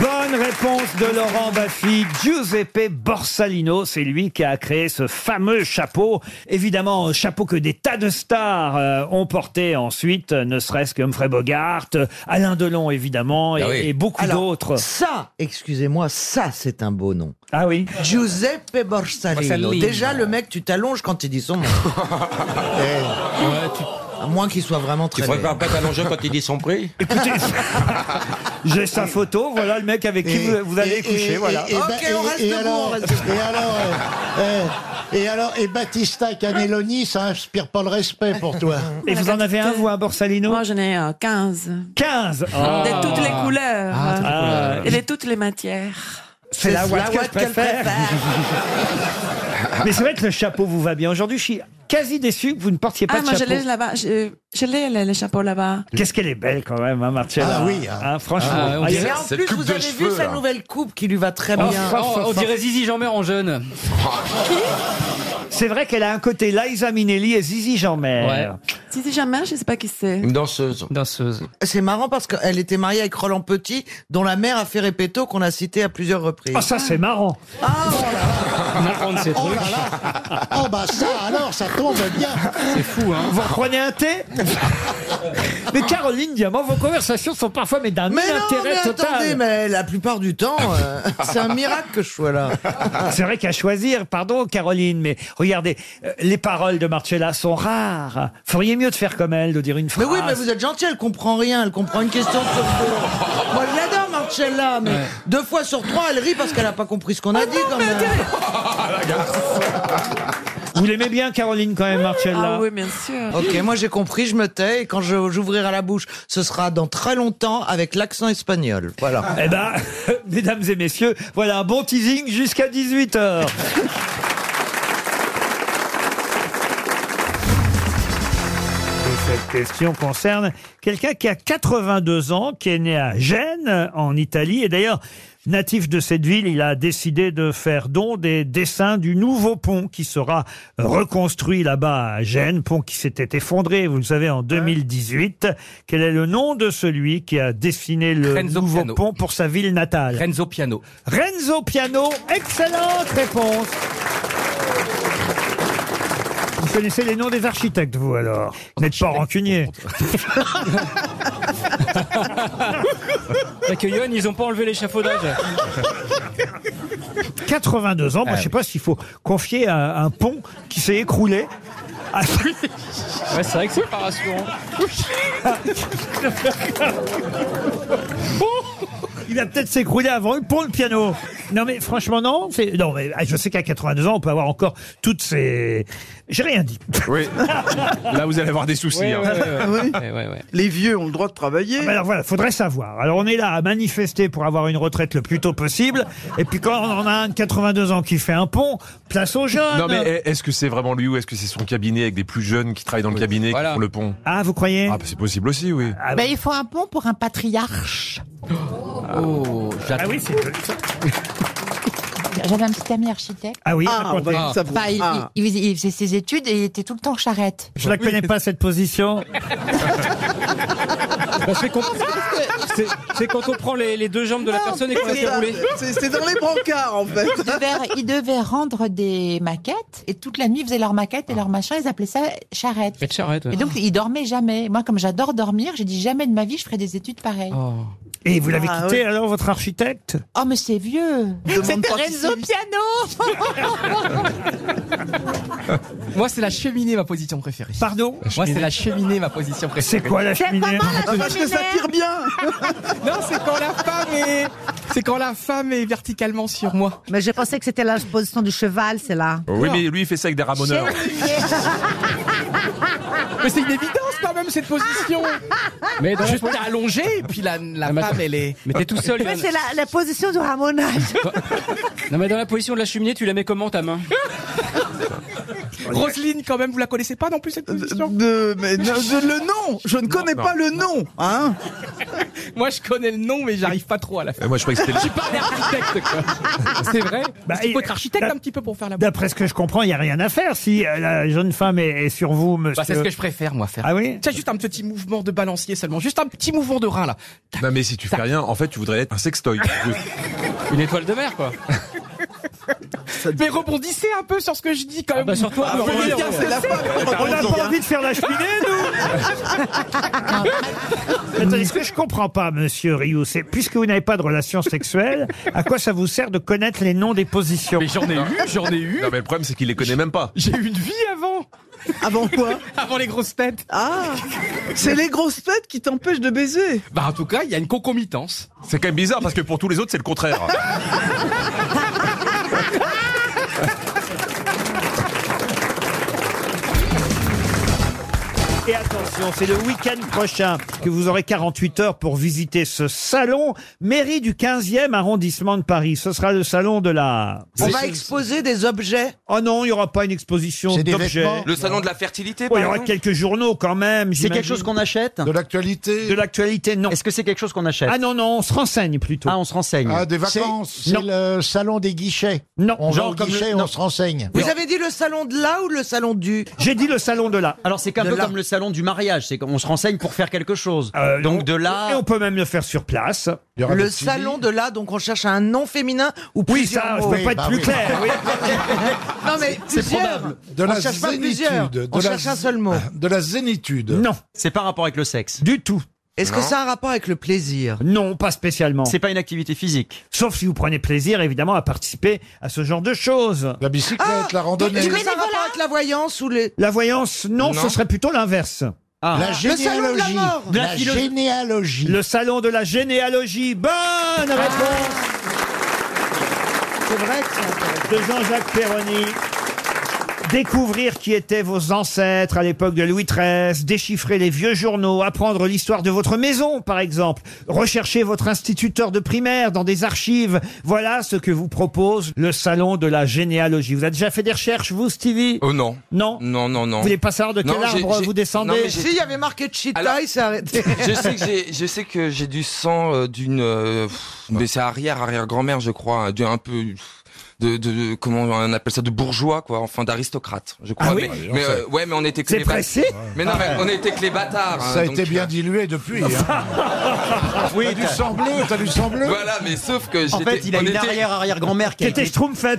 Speaker 1: Bonne réponse de Laurent Baffy. Giuseppe Borsalino, c'est lui qui a créé ce fameux chapeau. Évidemment, un chapeau que des tas de stars euh, ont porté ensuite, euh, ne serait-ce que Humphrey Bogart, euh, Alain Delon évidemment, et,
Speaker 12: Ah oui.
Speaker 1: et beaucoup
Speaker 12: Alors,
Speaker 1: d'autres.
Speaker 12: Ça, excusez-moi, ça c'est un beau nom.
Speaker 1: Ah oui
Speaker 12: Giuseppe Borsalino.
Speaker 1: Borsalino.
Speaker 12: Déjà, le mec, tu t'allonges quand il dit son nom. Eh, À moins qu'il soit vraiment très. Tu préfères pas t'allonger quand il dit son prix
Speaker 1: Écoutez, j'ai sa photo, voilà le mec avec qui vous, vous allez coucher, voilà.
Speaker 18: et-
Speaker 1: Ah,
Speaker 11: bah,
Speaker 18: Ok, on reste debout,
Speaker 16: alors,
Speaker 18: on reste debout.
Speaker 16: Et alors, euh, euh, et alors, et Batista Caneloni, ça inspire pas le respect pour toi.
Speaker 1: Et vous en avez un, vous, un Borsalino Oh.
Speaker 18: Moi, j'en ai euh, 15.
Speaker 1: 15
Speaker 18: De toutes les couleurs.
Speaker 1: Ah, toutes les
Speaker 18: euh,
Speaker 1: couleurs.
Speaker 18: Et de toutes les matières. Ah,
Speaker 1: C'est la ouate que je préfère. Mais c'est vrai que le chapeau vous va bien. Aujourd'hui, je suis quasi déçu que vous ne portiez pas
Speaker 18: Ah,
Speaker 1: de
Speaker 18: moi, je
Speaker 1: chapeau.
Speaker 18: l'ai là-bas. Je, je l'ai, le, le chapeau là-bas.
Speaker 1: Qu'est-ce qu'elle est belle quand même, hein, Marcella.
Speaker 18: Ah oui, hein.
Speaker 1: Hein, franchement.
Speaker 18: Ah, on
Speaker 1: Ah, il y a-
Speaker 18: dirait-
Speaker 12: En plus, vous avez vu sa nouvelle coupe qui lui va très
Speaker 1: Oh,
Speaker 12: bien.
Speaker 1: oh, oh,
Speaker 3: On dirait Zizi Jean-Mère en jeune.
Speaker 1: C'est vrai qu'elle a un côté Liza Minnelli et Zizi Jeanmer.
Speaker 18: Si c'est jamais, je sais pas qui c'est.
Speaker 12: Une danseuse.
Speaker 3: Danseuse.
Speaker 12: C'est marrant parce qu'elle était mariée avec Roland Petit, dont la mère a fait répéto qu'on a cité à plusieurs reprises.
Speaker 1: Ah, ça, c'est marrant.
Speaker 16: Oh là là Oh bah ça alors, ça tombe bien
Speaker 1: C'est fou, hein. Oh, bah, Vous reprenez un thé Mais Caroline Diamant, vos conversations sont parfois mais d'un
Speaker 12: Mais non, mais
Speaker 1: intérêt total. Ah,
Speaker 12: attendez, mais la plupart du temps, euh, c'est un miracle que je sois là.
Speaker 1: C'est vrai qu'à choisir, pardon Caroline, mais regardez, euh, les paroles de Marcella sont rares. Feriez mieux de faire comme elle, de dire une
Speaker 12: Mais
Speaker 1: phrase.
Speaker 12: oui, mais vous êtes gentil, elle comprend rien, elle comprend une question sur deux. Moi, je l'adore, Marcella, mais deux fois sur trois, elle rit parce qu'elle n'a pas compris ce qu'on
Speaker 1: Ah
Speaker 12: a dit, quand même.
Speaker 1: Vous l'aimez bien Caroline quand même, Marcella.
Speaker 12: Ah oui, bien sûr. Ok, moi j'ai compris, je me tais, et quand je- j'ouvrirai la bouche, ce sera dans très longtemps avec l'accent espagnol. Voilà.
Speaker 1: Eh ben, mesdames et messieurs, voilà un bon teasing jusqu'à 18h. Cette question concerne quelqu'un qui a 82 ans, qui est né à Gênes, en Italie. Et d'ailleurs, natif de cette ville, il a décidé de faire don des dessins du nouveau pont qui sera reconstruit là-bas à Gênes, pont qui s'était effondré, vous le savez, en 2018. Quel est le nom de celui qui a dessiné le
Speaker 4: Renzo
Speaker 1: nouveau
Speaker 4: Piano.
Speaker 1: pont pour sa ville natale
Speaker 4: Renzo Piano.
Speaker 1: Renzo Piano, excellente réponse. Vous connaissez les noms des architectes, vous alors Vous N'êtes pas rancunier.
Speaker 16: La cueillonne, ils ont pas enlevé l'échafaudage.
Speaker 1: 82 ans, moi
Speaker 16: Ah
Speaker 1: je sais
Speaker 16: oui.
Speaker 1: pas s'il faut confier à un pont qui s'est écroulé. Ah, à-
Speaker 16: Ouais, c'est vrai que c'est pas rassurant.
Speaker 1: Il va peut-être s'écrouler avant le pont, le piano. Non, mais franchement, non. c'est- Non, mais ah, je sais qu'à 82 ans, on peut avoir encore toutes ces. J'ai rien dit.
Speaker 21: Oui. Là, vous allez avoir des soucis.
Speaker 1: Ouais,
Speaker 21: hein.
Speaker 10: Eh,
Speaker 1: ouais,
Speaker 4: Eh,
Speaker 1: ouais.
Speaker 21: Les vieux ont le droit de travailler.
Speaker 1: Ah, alors voilà, faudrait savoir. Alors on est là à manifester pour avoir une retraite le plus tôt possible. Et puis quand on en a un de 82 ans qui fait un pont, place aux jeunes.
Speaker 10: Non
Speaker 4: eh.
Speaker 10: mais est- est-ce que c'est vraiment lui ou est-ce que c'est son cabinet avec des plus jeunes qui travaillent dans le cabinet qui font le pont
Speaker 1: Ah, vous croyez
Speaker 10: Ah, bah, c'est possible aussi, oui.
Speaker 16: Ah, bah.
Speaker 7: Ben, il faut un pont pour un patriarche.
Speaker 10: Oh,
Speaker 1: ah oui, c'est joli ça.
Speaker 7: J'avais un petit ami architecte.
Speaker 1: Ah oui, racontez.
Speaker 7: Enfin, il,
Speaker 1: Ah.
Speaker 7: il- il faisait- il faisait ses études et il était tout le temps en charrette.
Speaker 1: Je la connais pas cette position.
Speaker 16: C'est qu'on- c'est- c'est quand on prend les, les deux jambes de la personne et qu'on la fait rouler.
Speaker 7: brancards en fait. Ils devaient, ils devaient rendre des maquettes et toute la nuit ils faisaient leurs maquettes et leurs machins, ils appelaient ça charrette.
Speaker 16: Faites charrette, ouais.
Speaker 7: Et donc ils dormaient jamais. Moi comme j'adore dormir, j'ai dit jamais de ma vie je ferai des études pareilles.
Speaker 16: Oh.
Speaker 1: Oh. Et vous l'avez
Speaker 7: Ah,
Speaker 1: quitté
Speaker 7: ouais.
Speaker 1: alors, votre architecte
Speaker 7: Oh mais c'est vieux.
Speaker 1: Demande
Speaker 7: C'était
Speaker 1: pas si
Speaker 7: Renzo Piano.
Speaker 4: Moi, c'est la cheminée ma position préférée.
Speaker 1: Pardon
Speaker 4: Moi, c'est la cheminée ma position préférée.
Speaker 1: C'est quoi, la C'est cheminée
Speaker 16: Ah,
Speaker 1: comment, la
Speaker 4: Parce que ça
Speaker 1: cheminée
Speaker 4: tire bien. non, c'est quand la femme est, c'est quand la femme est verticalement sur moi.
Speaker 18: Mais je pensais que c'était la position du cheval, c'est là.
Speaker 10: Oh, Oui, mais lui, il fait ça avec des ramoneurs.
Speaker 4: Mais c'est une évidence quand même cette position.
Speaker 16: Mais
Speaker 4: Mais
Speaker 16: dans-
Speaker 4: juste t'es allongé et puis la, la
Speaker 16: mais
Speaker 4: femme
Speaker 16: attends.
Speaker 4: elle est.
Speaker 16: Mais t'es tout seul, Yann.
Speaker 18: C'est la, la position du ramonage.
Speaker 16: Non, mais dans la position de la cheminée, tu la mets comment ta main
Speaker 4: Roselyne quand même, vous la connaissez pas non plus cette position.
Speaker 22: Euh, le nom, je ne connais
Speaker 4: non.
Speaker 22: pas le nom, hein.
Speaker 4: Moi je connais le nom mais j'arrive pas trop à la faire.
Speaker 10: moi, je croyais que c'était le-
Speaker 4: Je suis pas un architecte quoi. Bah, C'est vrai. Parce qu'il faut être architecte un petit peu pour faire la.
Speaker 1: D'après ce que je comprends, il n'y a rien à faire si euh, la jeune femme est, est sur vous, monsieur.
Speaker 4: Bah, c'est ce que je préfère moi faire.
Speaker 1: Ah oui
Speaker 4: Tiens juste un petit mouvement de balancier seulement, juste un petit mouvement de rein là.
Speaker 10: Non, mais si tu fais rien, en fait, tu voudrais être un sextoy.
Speaker 16: Une étoile de mer, quoi.
Speaker 4: Mais rebondissez un peu sur ce que je dis quand même. Ah,
Speaker 16: bah, sur toi,
Speaker 4: Vous
Speaker 16: on va
Speaker 4: voyez
Speaker 16: rebondir,
Speaker 4: bien
Speaker 16: ouais.
Speaker 4: ce que
Speaker 16: On
Speaker 4: c'est.
Speaker 1: On n'a pas envie de faire la cheminée, nous Attendez, ce que je comprends pas, monsieur Rioux, c'est puisque vous n'avez pas de relation sexuelle, à quoi ça vous sert de connaître les noms des positions Mais
Speaker 10: j'en ai eu,
Speaker 4: j'en ai eu.
Speaker 10: Non, mais le problème, c'est qu'il les connaît même pas.
Speaker 4: J'ai eu une vie avant.
Speaker 22: Avant quoi
Speaker 4: Avant les grosses têtes.
Speaker 22: Ah, c'est les grosses têtes qui t'empêchent de baiser.
Speaker 4: Bah en tout cas, il y a une concomitance.
Speaker 10: C'est quand même bizarre parce que pour tous les autres, c'est le contraire.
Speaker 1: Et attention, c'est le week-end prochain que vous aurez 48 heures pour visiter ce salon, mairie du 15e arrondissement de Paris. Ce sera le salon de la...
Speaker 12: On va exposer des objets.
Speaker 1: Oh non, il n'y aura pas une exposition d'objets.
Speaker 23: Le salon de la fertilité,
Speaker 1: Ouais,
Speaker 23: par
Speaker 1: il y aura
Speaker 23: exemple.
Speaker 1: quelques journaux quand même.
Speaker 23: C'est quelque chose
Speaker 1: qu'on achète De l'actualité De l'actualité, non. Est-ce que c'est quelque chose qu'on achète Ah non, non, on se renseigne plutôt. Ah, on se renseigne.
Speaker 11: Ah, des vacances. C'est le salon des guichets.
Speaker 1: Non.
Speaker 11: On
Speaker 3: Genre
Speaker 11: va au
Speaker 3: comme le-
Speaker 11: guichet,
Speaker 3: non.
Speaker 11: on se renseigne.
Speaker 12: Vous avez dit le salon de là ou le salon du
Speaker 1: J'ai dit le salon de là.
Speaker 3: Alors c'est un
Speaker 12: De
Speaker 3: peu
Speaker 12: là.
Speaker 3: comme le salon du mariage, c'est qu'on se renseigne pour faire quelque chose.
Speaker 1: Euh,
Speaker 3: Donc
Speaker 1: on-
Speaker 3: de là.
Speaker 1: Et on peut même le faire sur place.
Speaker 12: Le salon de là, donc on cherche un nom féminin ou plusieurs
Speaker 1: ça, je
Speaker 12: mots.
Speaker 1: peux pas être plus clair, oui.
Speaker 12: non mais
Speaker 3: bah C'est- c'est
Speaker 12: plusieurs.
Speaker 3: probable.
Speaker 12: on cherche pas plusieurs. on cherche un seul mot.
Speaker 3: De la zénitude.
Speaker 1: Non.
Speaker 3: C'est pas rapport avec le sexe.
Speaker 1: Du tout.
Speaker 12: Est-ce que ça a un rapport avec le plaisir
Speaker 1: Non, pas spécialement.
Speaker 3: C'est pas une activité physique.
Speaker 1: Sauf si vous prenez plaisir, évidemment, à participer à ce genre de choses. La bicyclette, la
Speaker 12: Est-ce que ça a rapport avec la voyance ou les...
Speaker 1: La voyance, non,
Speaker 12: Non.
Speaker 1: ce serait plutôt l'inverse.
Speaker 12: La Ah. Le salon de la généalogie. mort. La
Speaker 1: philo-
Speaker 11: généalogie.
Speaker 1: Le salon de la généalogie. Bonne
Speaker 12: Ah.
Speaker 1: réponse
Speaker 12: C'est vrai que
Speaker 1: de Jean-Jacques Perroni. Découvrir qui étaient vos ancêtres à l'époque de Louis XIII, déchiffrer les vieux journaux, apprendre l'histoire de votre maison, par exemple, rechercher votre instituteur de primaire dans des archives. Voilà ce que vous propose le salon de la généalogie. Vous avez déjà fait des recherches, vous, Stevie
Speaker 2: Oh non.
Speaker 1: Non
Speaker 2: Non, non, non.
Speaker 1: Vous voulez pas savoir de
Speaker 2: Non,
Speaker 1: quel
Speaker 2: j'ai-
Speaker 1: arbre
Speaker 2: j'ai-
Speaker 1: vous descendez
Speaker 2: non, mais j'ai-
Speaker 12: Si, il y avait marqué Chita,
Speaker 2: Alors-
Speaker 12: il s'est arrêté.
Speaker 2: je sais que j'ai, je sais que j'ai du sang euh, d'une, euh, pff, mais c'est arrière arrière grand-mère, je crois, hein, d'un peu. pff, De, de- de- comment on appelle ça de bourgeois quoi enfin d'aristocrate je crois
Speaker 4: Ah oui
Speaker 2: mais, mais, euh, ouais mais on était que
Speaker 4: C'est
Speaker 2: les bat-
Speaker 4: pressé
Speaker 2: mais non mais on était que les bâtards hein,
Speaker 4: Ça a été bien hein.
Speaker 2: dilué depuis oui
Speaker 4: T'as du sang bleu, t'as du sang bleu.
Speaker 2: hein. voilà mais sauf que
Speaker 3: En
Speaker 2: j'étais
Speaker 3: fait, il a
Speaker 2: on
Speaker 3: une
Speaker 2: était-
Speaker 3: arrière-arrière-grand-mère qui a été...
Speaker 2: non mais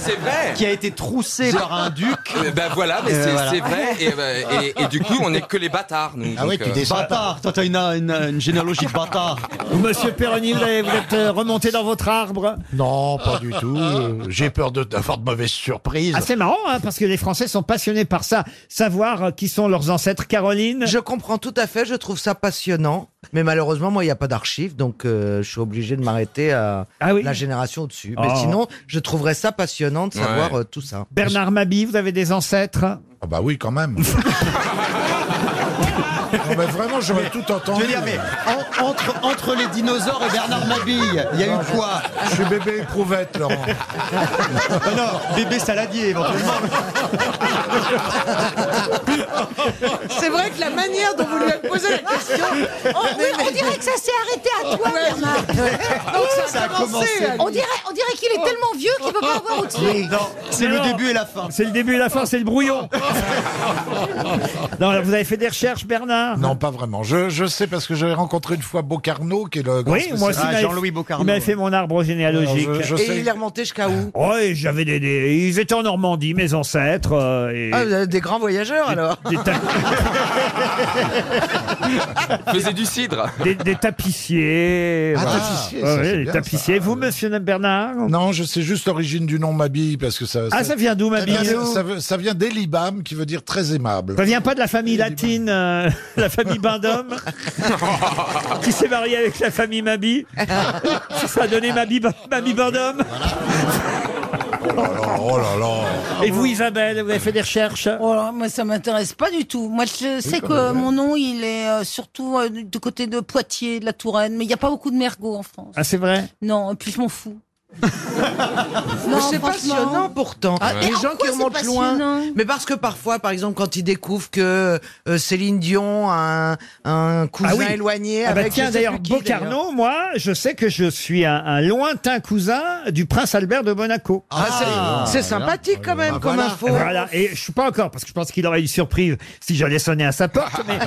Speaker 2: c'est vrai
Speaker 3: Qui a été troussée par un duc.
Speaker 2: Eh ben voilà, mais
Speaker 3: Euh,
Speaker 2: c'est
Speaker 3: voilà.
Speaker 2: c'est vrai. Et, euh, et- et du coup, on n'est que les bâtards, nous. euh,
Speaker 3: Ah ouais, tu
Speaker 2: des
Speaker 3: des bâtards. Toi, t'as une, une, une généalogie de bâtards.
Speaker 1: Monsieur Perroni, vous, avez- vous êtes euh, remonté dans votre arbre
Speaker 24: Non, pas du tout. Euh, J'ai peur de- d'avoir de mauvaises surprises.
Speaker 1: Ah, c'est marrant, hein, parce que les Français sont passionnés par ça. Savoir euh, qui sont leurs ancêtres. Caroline
Speaker 12: Je comprends tout à fait, je trouve ça passionnant. Mais malheureusement, moi, il n'y a pas d'archives, donc euh, je suis obligé de m'arrêter à la génération au-dessus. Mais
Speaker 1: Ah Oh.
Speaker 12: sinon, je trouverais ça passionnant de savoir
Speaker 1: Ouais.
Speaker 12: euh, tout ça.
Speaker 1: Bernard Mabi, vous avez des ancêtres
Speaker 4: Ah bah oui, quand même. Non, mais vraiment, j'aurais tout entendu.
Speaker 3: Je veux dire, mais en- entre, entre les dinosaures et Bernard Mabille, il y a eu quoi
Speaker 4: Ah, Je suis bébé éprouvette, Laurent.
Speaker 1: Bah
Speaker 3: Non, non, bébé saladier, éventuellement.
Speaker 12: C'est vrai que la manière dont vous lui avez posé la question.
Speaker 16: On, on dirait que ça s'est arrêté à toi, Bernard.
Speaker 12: Donc ça a Ça a commencé, commencé. Ali.
Speaker 16: On dirait, on dirait qu'il
Speaker 7: Oh.
Speaker 16: est tellement vieux qu'il ne peut pas avoir au-dessus.
Speaker 3: c'est le début et la fin.
Speaker 1: C'est le début et la fin, c'est le brouillon. non, alors, vous avez fait des recherches, Bernard
Speaker 4: Non, pas vraiment. Je, je sais parce que j'avais rencontré une fois Bocarno, qui est le. grand
Speaker 1: Oui, moi aussi,
Speaker 4: spécialiste.
Speaker 1: il m'avait- Il m'avait fait mon arbre généalogique.
Speaker 4: Alors, je- je Et sais- Ah.
Speaker 12: Il est remonté jusqu'à où
Speaker 1: Oh, et j'avais des, des- Ils étaient en Normandie, mes ancêtres. euh, et-
Speaker 12: Ah, vous avez des grands voyageurs alors
Speaker 1: des, ta-
Speaker 2: Faisait du cidre.
Speaker 1: des- des tapissiers.
Speaker 4: Ah,
Speaker 1: voilà.
Speaker 4: tapissier,
Speaker 1: Ouais,
Speaker 4: ça,
Speaker 1: ouais,
Speaker 4: c'est
Speaker 1: des
Speaker 4: bien,
Speaker 1: tapissiers. Vous, monsieur Bernard
Speaker 4: Non, je sais juste l'origine du nom Mabi parce que ça.
Speaker 1: Ah, ça vient d'où, Mabi
Speaker 4: Ça, vient- ça veut- ça vient d'Elibam, qui veut dire très aimable.
Speaker 1: Ça vient pas de la famille latine, euh, la famille Bindom, qui s'est mariée avec la famille Mabi. Ça a donné Mabi, Ba- Mabi Bindom.
Speaker 4: Oh là là.
Speaker 1: Et vous, Isabelle, vous avez fait des recherches
Speaker 7: Oh là, moi, ça m'intéresse pas du tout. Moi, je sais
Speaker 1: quand
Speaker 7: que
Speaker 1: même.
Speaker 7: mon nom, il est euh, surtout euh, du côté de Poitiers, de la Touraine, mais il n'y a pas beaucoup de mergots en France.
Speaker 1: Ah, c'est vrai
Speaker 7: Non, et puis je m'en fous.
Speaker 12: Mais
Speaker 7: Non,
Speaker 12: c'est
Speaker 7: franchement.
Speaker 12: passionnant pourtant.
Speaker 7: Ah, mais
Speaker 12: les
Speaker 7: en
Speaker 12: gens
Speaker 7: quoi
Speaker 12: qui
Speaker 7: c'est
Speaker 12: remontent loin.
Speaker 7: passionnant
Speaker 12: Mais parce que parfois, par exemple, quand ils découvrent que euh, Céline Dion a un, un cousin
Speaker 1: Ah oui.
Speaker 12: éloigné
Speaker 1: Ah bah
Speaker 12: avec.
Speaker 1: tiens,
Speaker 12: je sais
Speaker 1: d'ailleurs,
Speaker 12: plus qui,
Speaker 1: Bocarno, moi, je sais que je suis un, un lointain cousin du prince Albert de Monaco.
Speaker 12: Ah, c'est- Ah, c'est voilà. sympathique quand même, Ah, comme voilà. info.
Speaker 1: Voilà, et je suis pas encore, parce que je pense qu'il aurait une surprise si j'allais sonner à sa porte, mais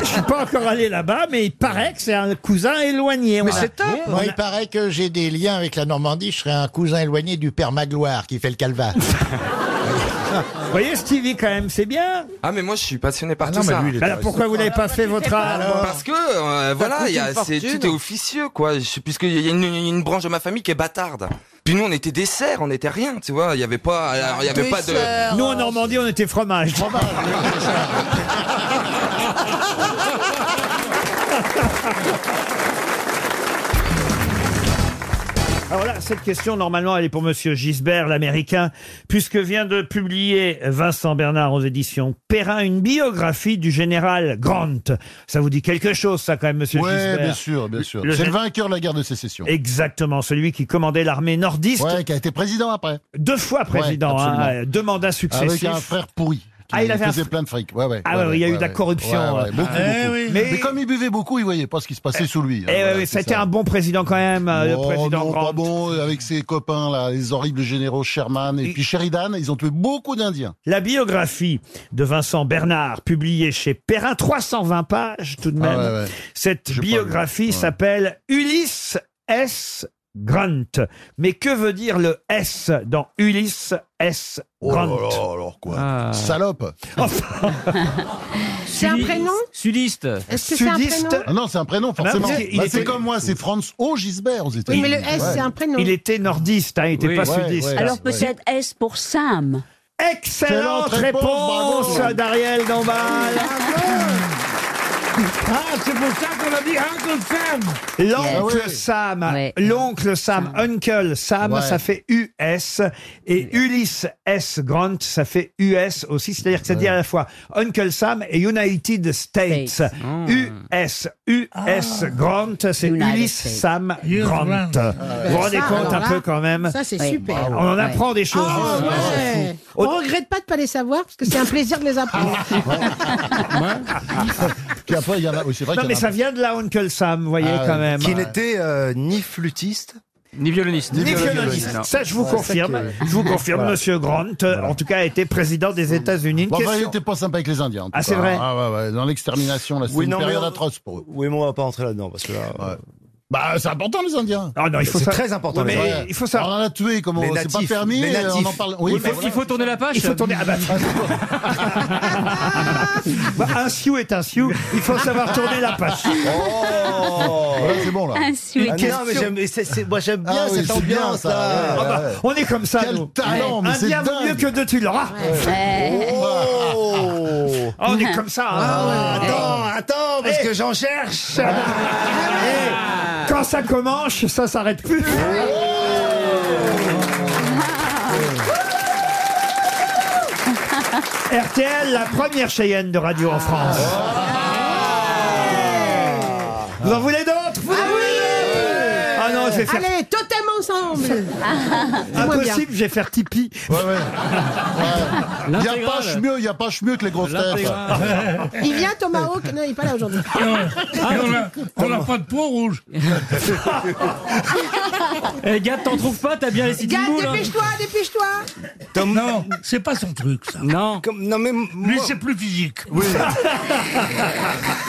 Speaker 1: je suis pas encore allé là-bas, mais il paraît que c'est un cousin éloigné.
Speaker 11: Mais
Speaker 1: On a-
Speaker 11: c'est top.
Speaker 1: on
Speaker 11: Moi,
Speaker 1: a-
Speaker 11: il paraît que j'ai des liens avec la Normandie. Je serais un cousin éloigné du père Magloire qui fait le calva.
Speaker 1: Vous voyez, Stevie, quand même, c'est bien.
Speaker 2: Ah mais moi je suis passionné par
Speaker 1: Ah
Speaker 2: tout
Speaker 1: non, mais
Speaker 2: ça.
Speaker 1: lui, il est Alors, intéressant. pourquoi vous n'avez pas fait votre arbre
Speaker 2: Parce que euh, voilà,
Speaker 1: coûte
Speaker 2: il y a-
Speaker 1: une
Speaker 2: c'est
Speaker 1: fortune.
Speaker 2: tout est officieux quoi. Je- Puisque il y a une, une branche de ma famille qui est bâtarde. Puis nous on était des serfs, on était rien, tu vois. Il y avait pas, alors, il y avait
Speaker 1: Des
Speaker 2: pas de.
Speaker 1: sœurs. Nous, en Normandie, on était fromage. Alors là, cette question, normalement, elle est pour Monsieur Gisbert, l'Américain, puisque vient de publier Vincent Bernard aux éditions Perrin une biographie du général Grant. Ça vous dit quelque chose, ça, quand même, Monsieur
Speaker 15: Ouais,
Speaker 1: Gisbert
Speaker 15: bien sûr, bien sûr. C'est le vainqueur de la guerre de sécession.
Speaker 1: Exactement, celui qui commandait l'armée nordiste.
Speaker 15: Ouais, qui a été président après.
Speaker 1: Deux fois président,
Speaker 15: Ouais, absolument.
Speaker 1: hein, deux mandats
Speaker 15: Avec
Speaker 1: successifs.
Speaker 15: un frère pourri. qui
Speaker 1: Ah, il avait un
Speaker 15: faisait
Speaker 1: fr-
Speaker 15: plein de fric. Ouais, ouais,
Speaker 1: Ah ouais, il y a eu de la corruption.
Speaker 15: Ouais, ouais, beaucoup,
Speaker 1: Eh
Speaker 15: beaucoup.
Speaker 1: oui.
Speaker 15: Mais...
Speaker 1: Mais
Speaker 15: comme il buvait beaucoup, il voyait pas ce qui se passait sous lui. hein,
Speaker 1: Eh
Speaker 15: voilà,
Speaker 1: oui,
Speaker 15: c'est
Speaker 1: c'était
Speaker 15: ça.
Speaker 1: un bon président quand même, euh, le
Speaker 15: Oh,
Speaker 1: président
Speaker 15: non,
Speaker 1: Grant.
Speaker 15: pas bon, euh, avec ses copains, là, les horribles généraux Sherman et puis Sheridan, ils ont tué beaucoup d'Indiens.
Speaker 1: La biographie de Vincent Bernard, publiée chez Perrin, 320 pages tout de même.
Speaker 15: Ah ouais, ouais.
Speaker 1: Cette biographie s'appelle Ulysse S. Grant. Mais que veut dire le S dans Ulysse S. Grant
Speaker 15: Oh
Speaker 1: Ah.
Speaker 15: alors quoi Salope
Speaker 25: C'est un prénom
Speaker 15: Sudiste
Speaker 25: Est-ce que c'est un Sudiste prénom
Speaker 15: Ah Non, c'est un prénom,
Speaker 1: Ah bah,
Speaker 15: forcément.
Speaker 1: parce qu'il
Speaker 15: Bah,
Speaker 1: était-
Speaker 15: c'est comme moi, c'est Franz O. Gisbert aux
Speaker 1: Oui,
Speaker 15: États-Unis.
Speaker 1: mais le
Speaker 15: Ouais.
Speaker 1: S, c'est un
Speaker 5: prénom.
Speaker 1: Il était nordiste, hein, il n'était
Speaker 15: Oui,
Speaker 1: pas
Speaker 15: ouais,
Speaker 1: sudiste.
Speaker 15: ouais.
Speaker 5: Alors peut-être S pour Sam.
Speaker 1: Excellente
Speaker 5: réponse,
Speaker 1: réponse
Speaker 5: bravo.
Speaker 1: d'Ariel Dombal.
Speaker 6: Ah, c'est pour ça qu'on a dit Uncle Sam.
Speaker 15: ah
Speaker 1: L'oncle Sam, l'oncle Sam, Uncle Sam,
Speaker 6: Ouais.
Speaker 1: ça fait US. Et Ulysse S. Grant, ça fait US aussi. C'est-à-dire que ça dit à la fois Uncle Sam et United States. US. US Grant, c'est
Speaker 6: Ah. United
Speaker 1: Ulysse
Speaker 6: States.
Speaker 1: Sam
Speaker 6: US
Speaker 1: Grant.
Speaker 6: Grant. Ah,
Speaker 1: Vous vous
Speaker 6: ouais.
Speaker 1: rendez
Speaker 6: Ça,
Speaker 1: compte
Speaker 6: alors
Speaker 1: un
Speaker 6: là,
Speaker 1: peu quand même
Speaker 6: ça, c'est Oui. super.
Speaker 1: On en
Speaker 6: Ouais.
Speaker 1: apprend des choses.
Speaker 6: Ah,
Speaker 7: Ouais. On regrette pas de pas les savoir parce que c'est un plaisir de les apprendre.
Speaker 15: Puis après, il y en a. Oui, c'est vrai
Speaker 1: Non,
Speaker 15: qu'il
Speaker 1: mais
Speaker 15: y en a-
Speaker 1: ça vient de là, Uncle Sam, vous voyez,
Speaker 15: Ah ouais.
Speaker 1: quand même.
Speaker 15: Qui
Speaker 1: n'était
Speaker 26: euh,
Speaker 1: ni flûtiste.
Speaker 27: Ni violoniste.
Speaker 1: Ni violoniste. Ça, je vous confirme. Je vous confirme,
Speaker 15: Voilà.
Speaker 1: monsieur Grant, euh, en tout cas, a été président des États-Unis. Une
Speaker 15: Bon, enfin, il
Speaker 1: question-
Speaker 15: n'était pas sympa avec les Indiens. en tout
Speaker 1: Ah,
Speaker 15: cas.
Speaker 1: c'est vrai
Speaker 15: Ah, ouais, ouais. Dans l'extermination, là, c'était
Speaker 1: Oui,
Speaker 15: une
Speaker 1: non, mais
Speaker 15: période
Speaker 1: on-
Speaker 15: atroce pour eux.
Speaker 26: Oui, mais on va pas entrer là-dedans parce que là.
Speaker 15: Bah, c'est important, les Indiens.
Speaker 1: Ah non, il faut
Speaker 26: C'est
Speaker 1: ça-
Speaker 26: très important,
Speaker 1: Ouais,
Speaker 26: les
Speaker 1: mais
Speaker 26: Indiens.
Speaker 1: il faut ça.
Speaker 15: On en a tué, comme on-
Speaker 26: Les
Speaker 15: c'est pas
Speaker 26: natifs,
Speaker 15: permis,
Speaker 26: les
Speaker 15: euh, on en
Speaker 26: natifs.
Speaker 15: parle. Oui,
Speaker 26: Il
Speaker 15: bah,
Speaker 26: faut-
Speaker 15: voilà.
Speaker 26: il faut tourner la page.
Speaker 1: Il faut tourner. Ah bah, Bah, un sioux est un sioux. Il faut savoir tourner la page.
Speaker 26: Oh
Speaker 15: Ouais, c'est bon, là.
Speaker 26: Ah,
Speaker 15: Un
Speaker 26: non, mais j'aime, et c'est- c'est- moi j'aime bien
Speaker 15: Ah oui,
Speaker 26: cette
Speaker 15: c'est bien,
Speaker 26: ambiance
Speaker 15: ça.
Speaker 26: là.
Speaker 15: Ouais,
Speaker 26: Ah
Speaker 15: ouais,
Speaker 26: bah,
Speaker 15: ouais.
Speaker 1: On est comme ça.
Speaker 15: Quel
Speaker 1: nous.
Speaker 15: talent, mais
Speaker 1: un
Speaker 15: c'est
Speaker 1: dia vaut
Speaker 15: dingue.
Speaker 1: mieux que deux, tu l'auras.
Speaker 26: Oh.
Speaker 1: Ah, on est comme Ah. ça. hein.
Speaker 26: Ah, attends, attends, parce que j'en cherche.
Speaker 11: Eh,
Speaker 1: Quand ça commence, ça s'arrête plus. RTL, la première Cheyenne de radio en France.
Speaker 26: Ah.
Speaker 1: Vous en voulez d'autres Vous en voulez Ah non, je vais faire
Speaker 7: Allez, totem ensemble. Dis-moi bien.
Speaker 1: impossible, je vais faire Tipeee.
Speaker 15: Il n'y a pas mieux, il y a pas mieux que les grosses têtes.
Speaker 7: Il vient Tomahawk. Non, il est pas là aujourd'hui.
Speaker 15: ah
Speaker 6: on n'a pas de peau rouge.
Speaker 4: Eh, Gad, t'en trouves pas T'as bien les sites
Speaker 7: Gad,
Speaker 4: moules, hein.
Speaker 7: dépêche-toi, dépêche-toi.
Speaker 6: Non, c'est pas son truc, ça.
Speaker 4: Non.
Speaker 26: non mais
Speaker 6: Lui, c'est plus physique.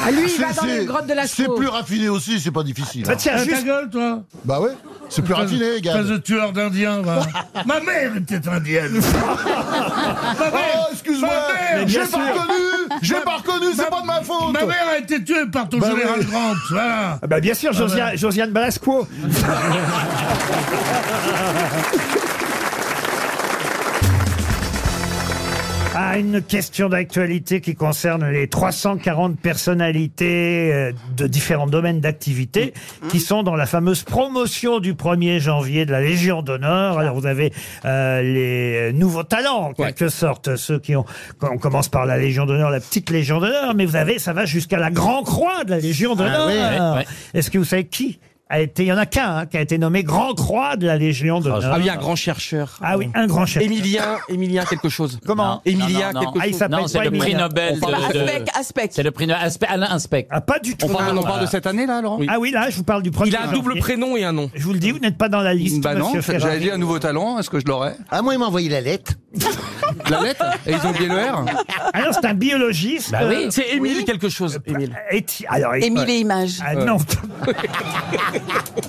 Speaker 7: Ah, lui, il va
Speaker 15: C'est-
Speaker 7: dans les
Speaker 15: c'est-
Speaker 7: grottes de la
Speaker 15: C'est plus raffiné aussi, c'est pas difficile.
Speaker 6: Bah,
Speaker 15: hein.
Speaker 6: tiens, ta gueule, toi
Speaker 15: Bah ouais, c'est plus raffiné, gars.
Speaker 6: Espèce de tueur d'Indien, va. Ma mère était indienne. Ma mère,
Speaker 15: Oh, excuse-moi,
Speaker 6: ma mère,
Speaker 15: j'ai pas reconnu, j'ai pas reconnu, c'est pas de ma faute.
Speaker 6: Ma mère a été tuée par ton
Speaker 15: Bah
Speaker 6: général
Speaker 15: oui.
Speaker 6: Grant, voilà.
Speaker 1: Ah bah bien sûr, Josiane, Josiane Balasco. Ah, une question d'actualité qui concerne les 340 personnalités euh, de différents domaines d'activité
Speaker 4: Hein
Speaker 1: qui sont dans la fameuse promotion du 1er janvier de la Légion
Speaker 4: Ah.
Speaker 1: d'honneur. Alors vous avez euh, les nouveaux talents en quelque sorte, ceux qui ont quand on commence par la Légion d'honneur, la petite Légion d'honneur, mais vous avez ça va jusqu'à la Grand Croix de la
Speaker 4: Ah
Speaker 1: Légion d'honneur.
Speaker 6: oui, ouais,
Speaker 1: Est-ce que vous savez qui a été, il y en a qu'un hein, qui a été nommé Grand Croix de la Légion d'honneur.
Speaker 4: Ah oui, un grand chercheur.
Speaker 1: Ah oui, un grand chercheur.
Speaker 4: Émilien, Émilien quelque chose.
Speaker 1: Comment
Speaker 4: Émilien
Speaker 13: Non, non, non.
Speaker 4: quelque
Speaker 1: Ah, il
Speaker 4: chose.
Speaker 1: s'appelle
Speaker 13: Non, c'est
Speaker 1: pas
Speaker 13: le prix
Speaker 1: Emilien.
Speaker 13: Nobel.
Speaker 1: On parle
Speaker 13: de- de- Aspect, Aspect. C'est le prix Nobel. Aspect, Alain Aspect.
Speaker 1: Ah, pas du tout.
Speaker 13: On parle- on parle de cette
Speaker 4: année là, Laurent
Speaker 1: Ah oui, là, je vous parle du premier.
Speaker 4: Il a un double prénom et un nom.
Speaker 1: Je vous le dis, vous n'êtes pas dans la liste.
Speaker 16: Bah non,
Speaker 1: monsieur Ferrari.
Speaker 16: j'avais dit un nouveau talent, est-ce que je l'aurais
Speaker 11: Ah, moi, il m'a envoyé la lettre.
Speaker 16: La lettre Et ils ont oublié le R
Speaker 1: Ah non, c'est un biologiste. euh,
Speaker 16: Bah oui.
Speaker 4: C'est Émile quelque chose. Émile.
Speaker 1: Éti- alors, il-
Speaker 13: Émile et Images.
Speaker 1: Ah non.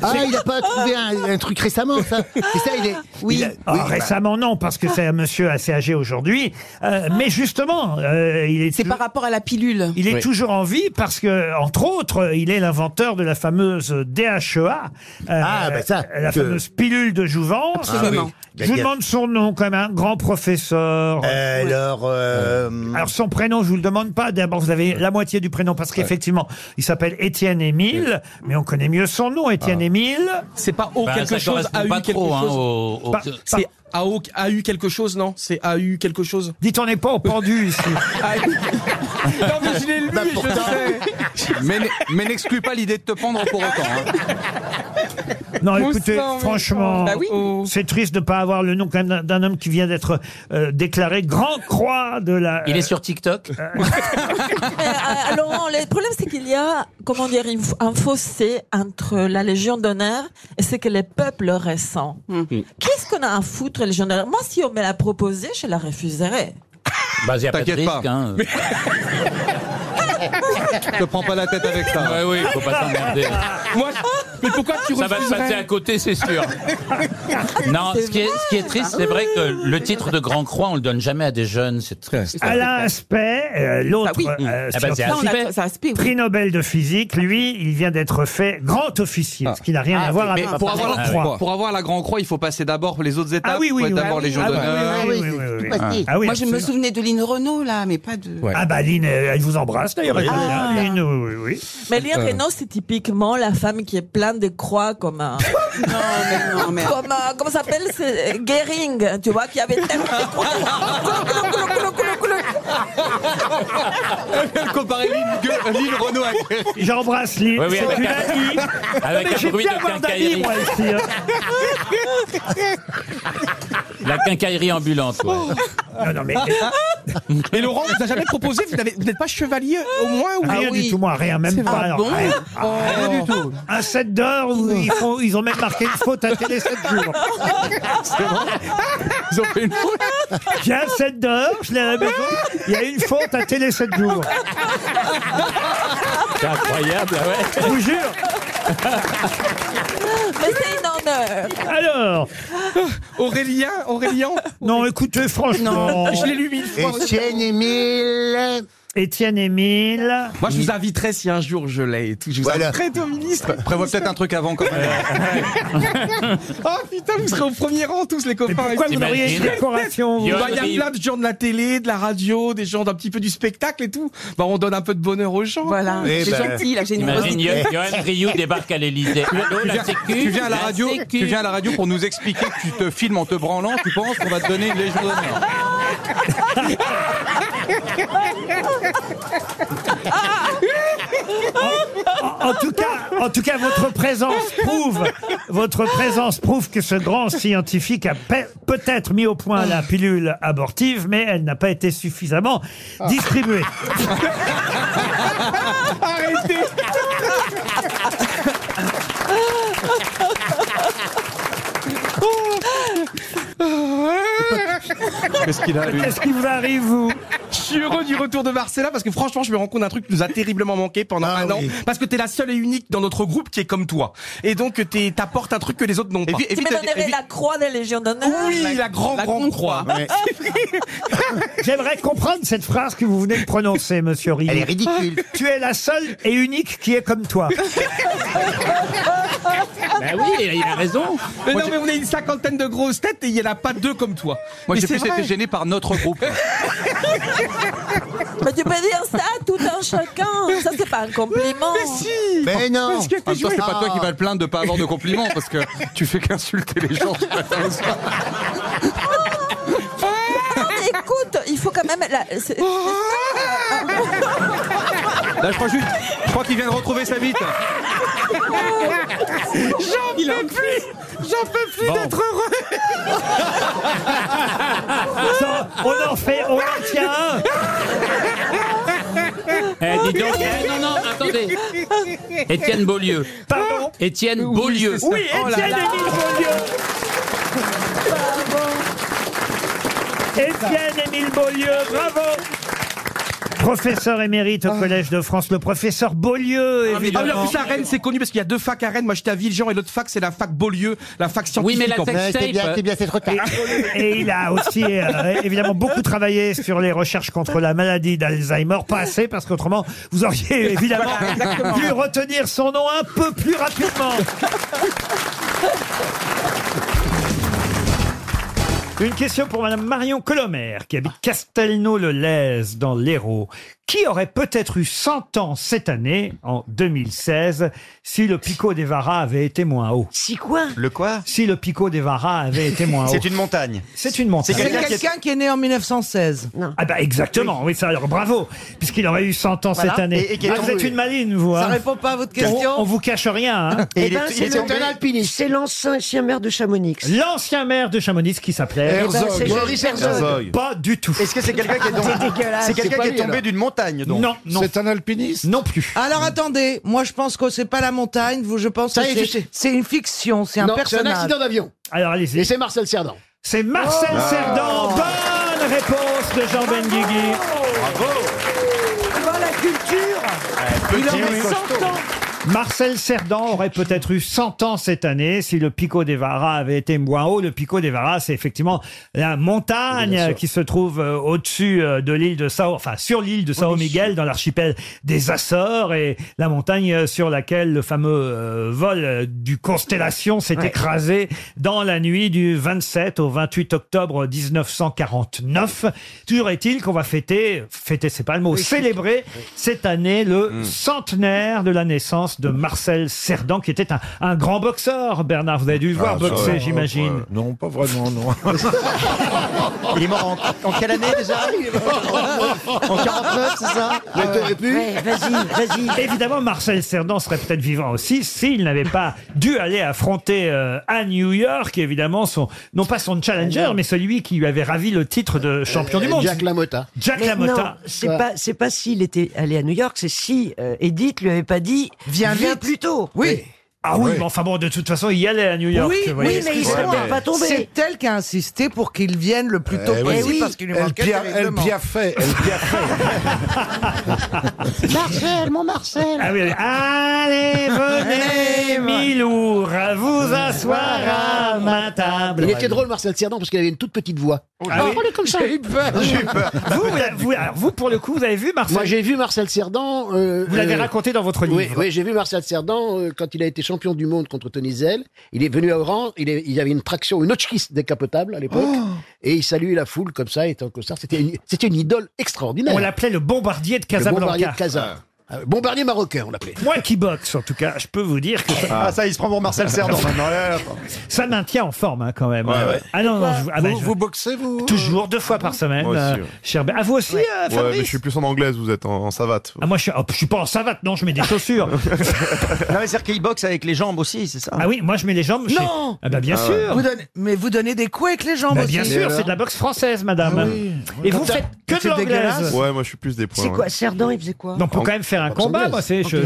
Speaker 11: Ah, il n'a pas trouvé un, un truc récemment, ça. C'est ça, il est.
Speaker 1: Il a- Ah, récemment, non, parce que c'est un monsieur assez âgé aujourd'hui. Euh, mais justement, euh, il est. C'est par
Speaker 13: rapport à la pilule.
Speaker 1: Il est
Speaker 13: Oui.
Speaker 1: toujours en vie parce que, entre autres, il est l'inventeur de la fameuse DHEA. ah,
Speaker 11: bah ça,
Speaker 1: La
Speaker 11: que-
Speaker 1: fameuse pilule de Jouvence. Ah
Speaker 11: Absolument.
Speaker 1: Je vous demande son nom, quand même, un grand professeur.
Speaker 11: Alors, euh,
Speaker 1: Alors son prénom, je vous le demande pas. D'abord, vous avez la moitié du prénom parce qu'effectivement, il s'appelle Étienne Émile, mais on connaît mieux son nom, Étienne Émile.
Speaker 4: C'est pas O
Speaker 13: Ah. Bah,
Speaker 4: quelque
Speaker 13: ça
Speaker 4: chose,
Speaker 13: correspond
Speaker 4: AU
Speaker 13: pas
Speaker 4: quelque
Speaker 13: trop, hein,
Speaker 4: chose.
Speaker 13: au- au-
Speaker 4: Pas-
Speaker 13: pas-
Speaker 4: C'est AO AU quelque chose, non C'est AU quelque chose Ah,
Speaker 1: Dites, on n'est pas au pendu ici.
Speaker 4: non, mais je l'ai lu et je sais.
Speaker 16: Mais, n- mais n'exclus pas l'idée de te pendre pour autant. hein.
Speaker 1: Non,
Speaker 16: Moussa,
Speaker 1: écoutez,
Speaker 16: oui.
Speaker 1: franchement,
Speaker 16: Bah oui.
Speaker 1: c'est triste de pas avoir le nom quand même d'un- d'un homme qui vient d'être euh, déclaré grand croix de la. euh,
Speaker 13: Il est sur TikTok.
Speaker 28: Euh, euh, Laurent, le problème, c'est qu'il y a, comment dire, une- un fossé entre la Légion d'honneur et ce que le peuple ressent.
Speaker 29: Mm.
Speaker 28: Qu'est-ce qu'on a à foutre, Légion d'honneur Moi, si on me l'a proposé, je la refuserais.
Speaker 13: Bah, y a pas de
Speaker 16: T'inquiète
Speaker 13: risque.
Speaker 16: pas.
Speaker 13: Hein.
Speaker 16: Te prends pas la tête avec ça.
Speaker 13: Ouais, oui, faut pas s'emmerder.
Speaker 4: Moi, mais pourquoi tu
Speaker 13: Ça va se
Speaker 4: refuserais
Speaker 13: passer à côté, c'est sûr. Non,
Speaker 28: C'est
Speaker 13: ce qui, est, ce qui est
Speaker 28: vrai,
Speaker 13: triste,
Speaker 28: ça.
Speaker 13: c'est vrai que le titre de Grand Croix, on le donne jamais à des jeunes, c'est triste.
Speaker 1: Alain Aspect, euh, l'autre euh,
Speaker 13: Ah bah, c'est
Speaker 1: scientifique,
Speaker 13: Aspect.
Speaker 1: prix Nobel de physique, lui, il vient d'être fait grand officier, ce qui n'a rien à voir
Speaker 4: Ah. Mais
Speaker 1: avec
Speaker 4: pour,
Speaker 1: Grand
Speaker 4: avoir la,
Speaker 1: Croix.
Speaker 4: Ah, pour avoir la Grand Croix, il faut passer d'abord les autres étapes.
Speaker 1: Ah oui, oui,
Speaker 4: faut être
Speaker 1: oui,
Speaker 4: d'abord
Speaker 1: ah
Speaker 4: les
Speaker 1: oui,
Speaker 4: gens
Speaker 1: ah
Speaker 4: d'honneur.
Speaker 1: oui, oui, oui, oui, oui.
Speaker 4: Ah,
Speaker 1: Ah oui,
Speaker 29: Moi, je me
Speaker 1: absolument.
Speaker 29: souvenais de Lynn Renault, là, mais pas de.
Speaker 1: Ah bah Lynn, euh, elle vous embrasse d'ailleurs. elle est
Speaker 28: Ah.
Speaker 1: là, Lynn, oui, oui, oui.
Speaker 28: Mais Lynn
Speaker 1: Euh.
Speaker 28: Renault, c'est typiquement la femme qui est pleine de croix comme un. non, mais non, mais. Comme, euh, comment ça s'appelle c'est, euh, Gehring, tu vois, qui avait tellement de croix.
Speaker 4: Elle vient de comparer l'île Gue- l'île Renault à
Speaker 1: J'embrasse Lynn,
Speaker 4: Oui, oui,
Speaker 1: c'est
Speaker 4: avec
Speaker 1: une
Speaker 4: un-
Speaker 1: amie.
Speaker 4: avec
Speaker 1: Non, mais
Speaker 4: un
Speaker 1: j'ai
Speaker 13: bruit
Speaker 1: bien
Speaker 13: de
Speaker 1: avoir
Speaker 13: quincaillerie.
Speaker 1: d'amis, moi, ici, hein.
Speaker 13: La quincaillerie ambulante,
Speaker 4: Oh.
Speaker 13: ouais.
Speaker 1: Non, non, mais...
Speaker 4: Et Laurent, on vous a jamais proposé, vous n'avez- vous n'êtes pas chevalier au moins ou
Speaker 1: rien du tout, moi, rien, même pas. alors, rien.
Speaker 4: Rien du tout.
Speaker 1: Un set d'or où ils, font- ils ont même marqué une faute à télé 7 jours.
Speaker 4: Ils ont fait une faute
Speaker 1: J'ai un set d'or, je l'ai à la maison, il y a une faute à télé 7 jours.
Speaker 13: C'est incroyable, ah ouais.
Speaker 1: Je vous jure.
Speaker 28: Mais c'est une honneur.
Speaker 1: Alors
Speaker 4: Aurélien, Aurélien
Speaker 1: Non, écoutez, franchement...
Speaker 4: Non, je l'ai lu mille fois. Étienne
Speaker 1: Émile Étienne Émile
Speaker 4: Moi, je vous inviterai si un jour je l'ai et tout. Je vous
Speaker 1: Voilà.
Speaker 4: inviterai au ministre. Prévois peut-être un truc avant quand même. oh putain, vous serez au premier rang tous les copains.
Speaker 1: pourquoi vous n'auriez T'imagines une décoration, vous
Speaker 4: Il bah, il y
Speaker 1: Yoann
Speaker 4: a plein de gens de la télé, de la radio, des gens d'un petit peu du spectacle et tout. Bah, on donne un peu de bonheur aux gens. Voilà,
Speaker 13: Eh ben. Imagine, Yo- Johan Rioux débarque à l'Elysée. Allô,
Speaker 4: Tu
Speaker 13: la
Speaker 4: viens,
Speaker 13: sécu,
Speaker 4: tu viens à la radio,
Speaker 13: sécu.
Speaker 4: tu viens à la radio pour nous expliquer que tu te filmes en te branlant. Tu penses qu'on va te donner une légion d'honneur
Speaker 1: En tout cas, en tout cas, votre présence prouve, votre présence prouve que ce grand scientifique a pe- peut-être mis au point la pilule abortive, mais elle n'a pas été suffisamment distribuée.
Speaker 4: Arrêtez Qu'est-ce qu'il a, lui
Speaker 1: Qu'est-ce qui vous arrive, vous
Speaker 4: Je suis heureux du retour de Marcella parce que franchement, je me rends compte d'un truc qui nous a terriblement manqué pendant
Speaker 1: Ah
Speaker 4: un an. Parce que t'es la seule et unique dans notre groupe qui est comme toi. Et donc, t'es- t'apportes un truc que les autres n'ont pas.
Speaker 28: tu me donnerais la croix des Légions d'honneur
Speaker 4: Oui, la grand, grand croix. Ouais.
Speaker 1: J'aimerais comprendre cette phrase que vous venez de prononcer, monsieur Rio.
Speaker 6: Elle est ridicule.
Speaker 1: Tu es la seule et unique qui est comme toi.
Speaker 4: Bah
Speaker 16: Ben
Speaker 13: oui, il a raison.
Speaker 4: Mais non, mais on est une cinquantaine de grosses têtes et il n'y en a pas deux comme toi.
Speaker 15: Moi,
Speaker 4: Mais
Speaker 15: j'ai
Speaker 4: c'est
Speaker 15: plus
Speaker 4: vrai.
Speaker 15: été gêné par notre groupe.
Speaker 28: Mais tu peux dire ça à tout un chacun. Ça, c'est pas un compliment. Mais
Speaker 4: si Parce que t'es En même temps, joué. c'est pas toi qui Ah. vas
Speaker 15: le plaindre de pas avoir de compliments parce que tu fais qu'insulter les gens.
Speaker 28: Ah, Écoute, il faut quand même. la- c'est-
Speaker 13: Ah.
Speaker 4: Là, je crois juste, je crois qu'il vient de retrouver sa bite.
Speaker 15: J'en peux plus J'en peux plus d'être heureux
Speaker 1: Ça, on en fait, on en tient un.
Speaker 13: Eh, dis donc, eh, non, non, attendez. Étienne Beaulieu.
Speaker 1: Pardon
Speaker 13: Étienne Beaulieu.
Speaker 15: c'est ça. Oui,
Speaker 13: Oh là
Speaker 15: Étienne
Speaker 13: là.
Speaker 15: Émile
Speaker 1: Étienne Émile Beaulieu, bravo Professeur émérite au Collège de France, le professeur Beaulieu,
Speaker 4: Ah oui, en
Speaker 1: évidemment.
Speaker 4: plus, à Rennes, c'est connu parce qu'il y a deux facs à Rennes. Moi, j'étais à Villejean et l'autre fac, c'est la fac Beaulieu, la fac scientifique.
Speaker 13: mais la
Speaker 4: en fait.
Speaker 13: sextape, Ouais, c'est bien, c'est bien,
Speaker 6: c'est trop tard.
Speaker 1: Et il a aussi euh, évidemment beaucoup travaillé sur les recherches contre la maladie d'Alzheimer, pas assez parce qu'autrement vous auriez évidemment
Speaker 15: Voilà, exactement.
Speaker 1: dû retenir son nom un peu plus rapidement. Une question pour Madame Marion Colomer, qui habite Castelnau-le-Lez, dans l'Hérault, qui aurait peut-être eu 100 ans cette année, en 2016, si le Pico des Varas avait été moins haut. Si quoi
Speaker 10: Le quoi
Speaker 1: Si le Pico des Varas avait été moins haut.
Speaker 10: C'est une montagne.
Speaker 1: C'est une montagne.
Speaker 12: C'est quelqu'un qui, est né en 1916.
Speaker 1: Ah bah exactement, oui, ça alors bravo, puisqu'il aurait eu 100 ans
Speaker 12: Voilà.
Speaker 1: cette année.
Speaker 12: Et- et qui est
Speaker 1: Ah, vous
Speaker 12: tombé.
Speaker 1: êtes une maline, vous.
Speaker 12: Ça
Speaker 1: hein.
Speaker 12: répond pas à votre
Speaker 1: On-
Speaker 12: question.
Speaker 1: On, vous cache rien. Hein.
Speaker 19: Eh ben, c'est le- un alpiniste, c'est l'ancien maire de Chamonix.
Speaker 1: L'ancien maire de Chamonix qui s'appelait
Speaker 19: Eh ben,
Speaker 3: bah,
Speaker 19: Herzog. c'est Maurice Herzog. Herzog.
Speaker 1: Pas du tout.
Speaker 19: Est-ce que c'est quelqu'un qui est tombé- C'est dégueulasse. c'est quelqu'un
Speaker 1: C'est pas
Speaker 19: qui est
Speaker 1: lui,
Speaker 19: tombé
Speaker 1: alors.
Speaker 19: d'une montagne, donc
Speaker 1: Non, non.
Speaker 19: C'est
Speaker 1: un alpiniste Non plus.
Speaker 12: Alors attendez, moi je pense que c'est pas la montagne, vous- je pense
Speaker 19: Ça
Speaker 12: que
Speaker 19: y est,
Speaker 12: c'est-
Speaker 19: je sais.
Speaker 12: c'est une fiction, c'est un
Speaker 19: Non,
Speaker 12: personnage.
Speaker 19: c'est un accident d'avion.
Speaker 1: Alors allez-y.
Speaker 19: Et c'est Marcel Cerdan.
Speaker 1: C'est Marcel
Speaker 19: Oh.
Speaker 1: Cerdan. Bonne réponse de Jean Benguigui.
Speaker 19: Bravo
Speaker 12: Dans la culture
Speaker 19: petit,
Speaker 12: Il aurait
Speaker 19: oui.
Speaker 12: 100 ans
Speaker 1: Marcel Cerdan aurait peut-être eu 100 ans cette année si le Pico des Varas avait été moins haut. Le Pico des Varas, c'est effectivement la montagne euh, qui se trouve euh, au-dessus euh, de l'île de Sao, enfin sur l'île de Sao Miguel dans l'archipel des Açores et la montagne euh, sur laquelle le fameux euh, vol euh, du Constellation s'est écrasé dans la nuit du 27 au 28 octobre 1949. Toujours est-il qu'on va fêter, fêter c'est pas le mot, célébrer cette année le
Speaker 15: Mm.
Speaker 1: centenaire de la naissance de Marcel Cerdan qui était un, un grand boxeur. Bernard, vous avez dû le voir
Speaker 15: Ah, ça,
Speaker 1: boxer,
Speaker 15: euh,
Speaker 1: j'imagine.
Speaker 15: euh, Non, pas vraiment, non.
Speaker 3: Il est mort en, en quelle année déjà Il est mort en, en 49, c'est ça
Speaker 1: Ah ouais. Ouais, vas-y, vas-y. Évidemment, Marcel Cerdan serait peut-être vivant aussi s'il n'avait pas dû aller affronter euh, à New York, évidemment, son, non pas son challenger, mais celui qui lui avait ravi le titre
Speaker 3: Euh,
Speaker 1: de champion du monde.
Speaker 18: Euh, Jack
Speaker 1: Lamotta. Jack
Speaker 18: Mais non,
Speaker 1: Lamotta.
Speaker 18: c'est pas, c'est pas s'il était allé à New York, c'est si euh, Edith lui avait pas dit viens, viens plus tôt. Oui.
Speaker 1: Ah oui, mais enfin bon, de toute façon, il y allait à New York.
Speaker 18: Oui,
Speaker 1: vous
Speaker 18: oui,
Speaker 1: voyez.
Speaker 18: mais il serait
Speaker 1: Ouais,
Speaker 18: peut-être pas tombé.
Speaker 12: C'est elle qui a insisté pour qu'il vienne le plus tôt
Speaker 15: Eh oui.
Speaker 12: possible
Speaker 15: Eh oui.
Speaker 12: parce qu'il lui
Speaker 15: Elle
Speaker 12: manquait
Speaker 15: pia-
Speaker 12: terriblement.
Speaker 15: elle piaffait, elle
Speaker 16: Marcel, mon Marcel.
Speaker 1: Ah oui, oui. Allez, venez, Milour, vous asseoir à ma table.
Speaker 11: Il était drôle, Marcel Cerdan, parce qu'il avait une toute petite voix.
Speaker 1: Ah oui.
Speaker 11: Parlez comme ça.
Speaker 1: J'ai eu peur, j'ai eu peur. Vous, vous, vous, alors, vous, pour le coup, vous avez vu Marcel
Speaker 11: Moi, j'ai vu Marcel Cerdan. euh,
Speaker 1: Vous l'avez
Speaker 11: euh,
Speaker 1: raconté dans votre
Speaker 11: Oui,
Speaker 1: livre.
Speaker 11: oui, j'ai vu Marcel Cerdan euh, quand il a été champion du monde contre Tony Zell. Il est venu à Oran, il, est- il y avait une traction, une Hotchkiss décapotable à l'époque,
Speaker 1: Oh.
Speaker 11: et il saluait la foule comme ça, étant comme ça. C'était une, c'était une idole extraordinaire.
Speaker 1: On l'appelait le bombardier de
Speaker 11: Le
Speaker 1: Casablanca. Ah.
Speaker 11: bombardier de Casa. Euh, Bombardier marocain, on l'appelait.
Speaker 1: Moi qui boxe, en tout cas, je peux vous dire que ça...
Speaker 11: Ah, ça, il se prend pour Marcel Cerdan, maintenant.
Speaker 1: ça maintient en forme, hein, quand même.
Speaker 15: Ouais,
Speaker 1: Euh,
Speaker 15: ouais.
Speaker 1: Ah non, non, je- ah ben,
Speaker 15: Vous-
Speaker 1: je-
Speaker 15: vous boxez, vous
Speaker 1: Toujours, deux fois par semaine.
Speaker 15: Moi aussi,
Speaker 1: euh,
Speaker 15: ouais.
Speaker 1: cher Ben. Ah, vous aussi, euh,
Speaker 15: Ouais,
Speaker 1: Fabrice
Speaker 15: mais je suis plus en anglaise, vous êtes en, en savate.
Speaker 1: Ah, moi, je suis, oh, je suis pas en savate, non, je mets des chaussures.
Speaker 3: Non, mais c'est-à-dire qu'il boxe avec les jambes aussi, c'est ça
Speaker 1: ah oui, moi, je mets les jambes. chez-
Speaker 3: Non
Speaker 1: Ah, bah, bien
Speaker 3: Ah ouais.
Speaker 1: sûr
Speaker 12: Vous donnez- mais vous donnez des coups avec les jambes
Speaker 1: Bah,
Speaker 12: aussi. Ah
Speaker 1: Bien sûr, c'est de la boxe française, madame. Et vous
Speaker 12: Quand
Speaker 1: faites
Speaker 12: t'as-
Speaker 1: que de l'anglaise.
Speaker 15: Ouais, moi je suis plus des points.
Speaker 18: C'est quoi
Speaker 15: ouais.
Speaker 18: Cerdan, il faisait quoi
Speaker 12: Ah,
Speaker 1: Donc, on peut quand même faire un combat,
Speaker 15: anglaise.
Speaker 1: moi, c'est. je-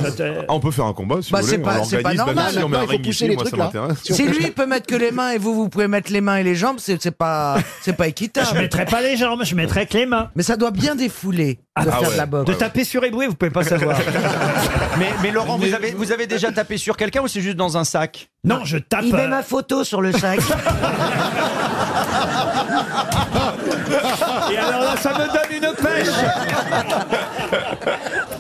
Speaker 15: Ah, on peut faire un combat si
Speaker 12: Bah,
Speaker 15: vous
Speaker 12: c'est
Speaker 15: voulez.
Speaker 12: pas-
Speaker 15: on
Speaker 12: c'est pas
Speaker 15: l'organise, même
Speaker 12: normal.
Speaker 15: si on met un
Speaker 12: Maintenant, il faut
Speaker 15: ring
Speaker 12: pousser
Speaker 15: ici,
Speaker 12: les
Speaker 15: moi ça
Speaker 12: trucs, là.
Speaker 15: m'intéresse.
Speaker 12: Si lui il peut mettre que les mains et vous vous pouvez mettre les mains et les jambes, c'est c'est pas c'est pas équitable.
Speaker 1: Je mettrais pas les jambes, je mettrais que les mains.
Speaker 12: Mais ça doit bien défouler de
Speaker 1: Ah,
Speaker 12: faire
Speaker 1: ouais.
Speaker 12: de la boxe.
Speaker 1: De taper sur Éboué, vous pouvez pas savoir.
Speaker 3: mais, mais Laurent, vous avez, vous avez déjà tapé sur quelqu'un ou c'est juste dans un sac
Speaker 1: Non, je tape.
Speaker 18: Il met
Speaker 1: euh, Ah
Speaker 18: ma photo sur le sac.
Speaker 1: Et alors là, ça me donne une pêche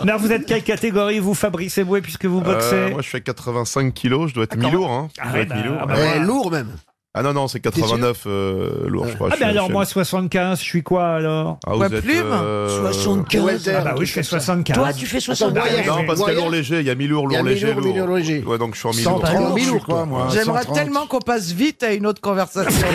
Speaker 1: Non, vous êtes quelle catégorie, vous, Fabrice Eboué, puisque vous boxez
Speaker 15: Euh, moi je fais 85 kilos, je dois être mi-lourd. Hein. Je
Speaker 1: Ah,
Speaker 15: dois
Speaker 1: ouais,
Speaker 15: être
Speaker 1: bah,
Speaker 15: mi-lourd,
Speaker 1: ah,
Speaker 15: ouais.
Speaker 1: bah, voilà.
Speaker 11: Lourd même.
Speaker 15: Ah non, non, c'est 89 euh, lourd, je crois.
Speaker 1: Ah,
Speaker 15: je
Speaker 1: ben
Speaker 15: suis-
Speaker 1: alors,
Speaker 15: je
Speaker 1: moi,
Speaker 15: suis-
Speaker 1: 75, je suis quoi alors
Speaker 15: Ah, vous êtes, euh,
Speaker 1: Ah, bah oui, je fais 75.
Speaker 18: Toi, tu fais 75.
Speaker 15: Ah, Non, parce qu'il y a lourd léger, il y a mi-lourd,
Speaker 11: Il y a
Speaker 15: lourd léger,
Speaker 11: mi-lourd, mi-lourd, léger.
Speaker 15: Ouais, donc je suis en mi-lourd.
Speaker 11: 130,
Speaker 15: lourd
Speaker 11: je suis quoi, moi
Speaker 15: hein,
Speaker 12: J'aimerais
Speaker 11: 130.
Speaker 12: tellement qu'on passe vite à une autre conversation.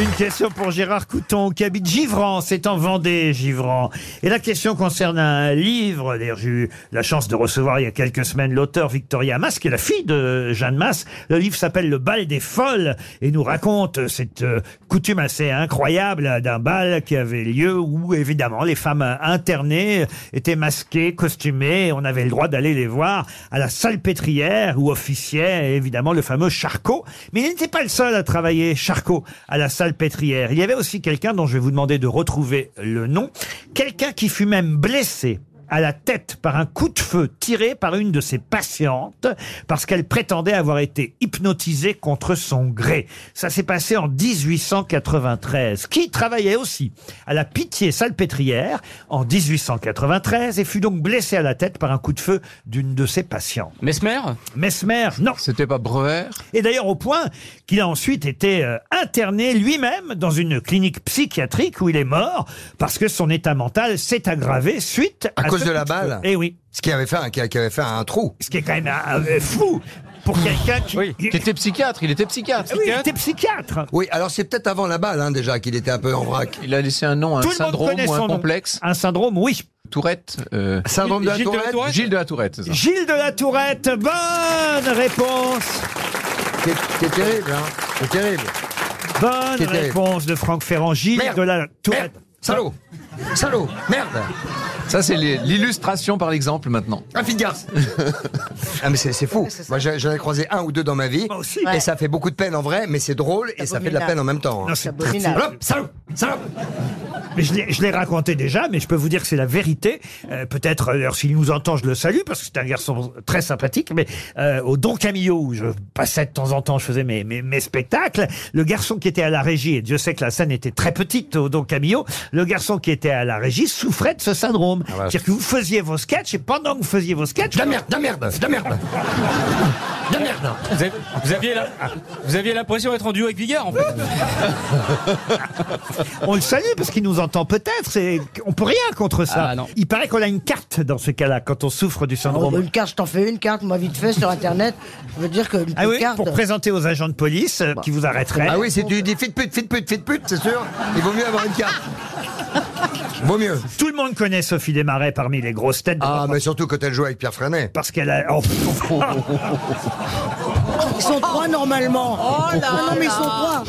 Speaker 1: Une question pour Gérard Couton, qui habite Givran, c'est en Vendée, Givran. Et la question concerne un livre, d'ailleurs j'ai eu la chance de recevoir il y a quelques semaines l'auteur Victoria Mas, qui est la fille de Jeanne Mas. Le livre s'appelle Le bal des folles et nous raconte euh, cette euh, coutume assez incroyable euh, d'un bal qui avait lieu où évidemment les femmes euh, internées euh, étaient masquées, costumées, et on avait le droit d'aller les voir à la salpêtrière où officiait évidemment le fameux Charcot. Mais il n'était pas le seul à travailler Charcot à la salpêtrière. Il y avait aussi quelqu'un dont je vais vous demander de retrouver le nom. Quelqu'un qui fut même blessé à la tête par un coup de feu tiré par une de ses patientes parce qu'elle prétendait avoir été hypnotisée contre son gré. Ça s'est passé en 1893. Qui travaillait aussi à la pitié salpêtrière en 1893 et fut donc blessé à la tête par un coup de feu d'une de ses patientes.
Speaker 30: Mesmer
Speaker 1: Mesmer, non.
Speaker 30: C'était pas Breuer
Speaker 1: Et d'ailleurs au point qu'il a ensuite été euh, interné lui-même dans une clinique psychiatrique où il est mort parce que son état mental s'est aggravé suite
Speaker 4: À cause
Speaker 1: ce
Speaker 4: de la
Speaker 1: coup feu.
Speaker 4: balle
Speaker 1: Eh oui.
Speaker 4: Ce qui avait fait un, qui a- qui avait fait un trou.
Speaker 1: Ce qui est quand même un- un- fou pour quelqu'un qui...
Speaker 4: Qui était psychiatre, il était psychiatre.
Speaker 1: Oui, il était psychiatre.
Speaker 4: Oui, alors c'est peut-être avant la balle hein, déjà qu'il était un peu en vrac. Il a laissé un nom,
Speaker 1: un Tout le monde syndrome connaît ou un son nom. complexe. Un syndrome, oui.
Speaker 4: Tourette. syndrome de la,
Speaker 30: Gilles de la
Speaker 4: Tourette.
Speaker 30: Tourette
Speaker 4: Gilles de la Tourette, c'est ça.
Speaker 1: Gilles de la Tourette, bonne réponse
Speaker 4: C'est- C'est terrible, hein. C'est terrible.
Speaker 1: Bonne
Speaker 4: C'est terrible.
Speaker 1: réponse de Franck Ferrand. Gilles de la Tourette.
Speaker 4: Salaud Salaud Merde
Speaker 31: Ça, c'est les- l'illustration par l'exemple maintenant.
Speaker 4: Un Fitgas Ah mais c'est c'est fou. Moi j'en j'en ai croisé un ou deux dans ma vie. Et Ouais. ça fait beaucoup de peine en vrai, mais c'est drôle et ça fait de la Abominable. peine en même temps. hein. Non, c'est abominable. Salope, salope, salope.
Speaker 1: Mais je l'ai- je l'ai raconté déjà, mais je peux vous dire que c'est la vérité. Euh, Peut-être, d'ailleurs, s'il nous entend, je le salue, parce que c'est un garçon très sympathique. Mais euh, au Don Camillo, où je passais de temps en temps, je faisais mes, mes, mes spectacles, le garçon qui était à la régie, et Dieu sait que la scène était très petite au Don Camillo, le garçon qui était à la régie souffrait de ce syndrome. C'est-à-dire que vous faisiez vos sketchs, et pendant que vous faisiez vos sketchs... Ah De la merde, de la merde, de la merde De la merde
Speaker 16: Vous, avez- vous aviez la- vous aviez l'impression d'être en duo avec Bigard, en fait.
Speaker 1: On le salue parce qu'il nous entend peut-être. C'est... On peut rien contre ça.
Speaker 16: Ah, non.
Speaker 1: Il paraît qu'on a une carte dans ce cas-là quand on souffre du syndrome.
Speaker 18: Oh, Une carte, je t'en fais une carte, moi vite fait sur internet. Je veux dire que une
Speaker 1: ah oui,
Speaker 18: carte.
Speaker 1: pour présenter aux agents de police euh, qui vous arrêteraient.
Speaker 18: Ah
Speaker 12: oui, c'est du des fit pute, fit pute, fit pute, c'est sûr. Il vaut mieux avoir une carte.
Speaker 1: Vaut mieux. Tout le monde connaît Sophie Desmarais parmi les grosses têtes. Ah, mais surtout quand elle joue avec Pierre Freinet. Parce qu'elle a. oh.
Speaker 18: Ils sont trois normalement.
Speaker 1: Oh là
Speaker 18: non, non, mais ils
Speaker 1: là.
Speaker 18: sont trois.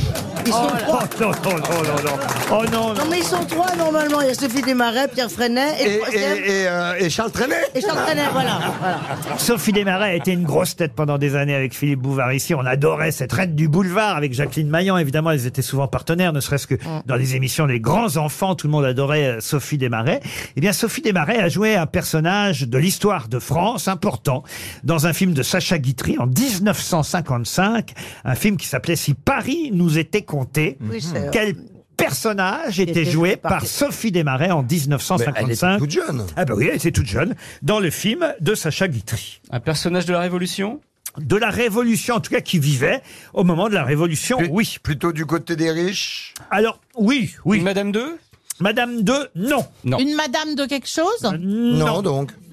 Speaker 18: Ils sont
Speaker 1: Oh là-
Speaker 18: trois.
Speaker 1: Oh non, non, non, non, non. Oh non,
Speaker 18: Non, mais ils sont trois normalement. Il y a Sophie Desmarais, Pierre Freinet et, le troisième.
Speaker 26: euh,
Speaker 1: Charles Trenet
Speaker 18: Et Charles Trenet, voilà. voilà.
Speaker 1: Sophie Desmarais a été une grosse tête pendant des années avec Philippe Bouvard ici. On adorait cette reine du boulevard avec Jacqueline Maillan. Évidemment, elles étaient souvent partenaires, ne serait-ce que dans les émissions Les Grands Enfants, tout le monde adorait euh, Sophie Desmarais. Eh bien, Sophie Desmarais a joué un personnage de l'histoire de France important dans un film de Sacha Guitry en 1955, un film qui s'appelait Si Paris nous était compté.
Speaker 18: Oui, c'est-
Speaker 1: Quel personnage
Speaker 18: Il
Speaker 1: était
Speaker 18: était
Speaker 1: joué
Speaker 18: joué par-
Speaker 1: par Sophie Desmarais en 1955.
Speaker 18: Mais elle était
Speaker 1: toute jeune. Ah bah oui, elle était toute jeune dans le film de Sacha Guitry. Un personnage de la Révolution De la Révolution, en tout cas, qui vivait au moment de la Révolution, oui. Plutôt du côté des riches Alors, oui, oui. Madame 2 Madame 2, non. Non.
Speaker 7: Une madame de quelque chose
Speaker 1: donc.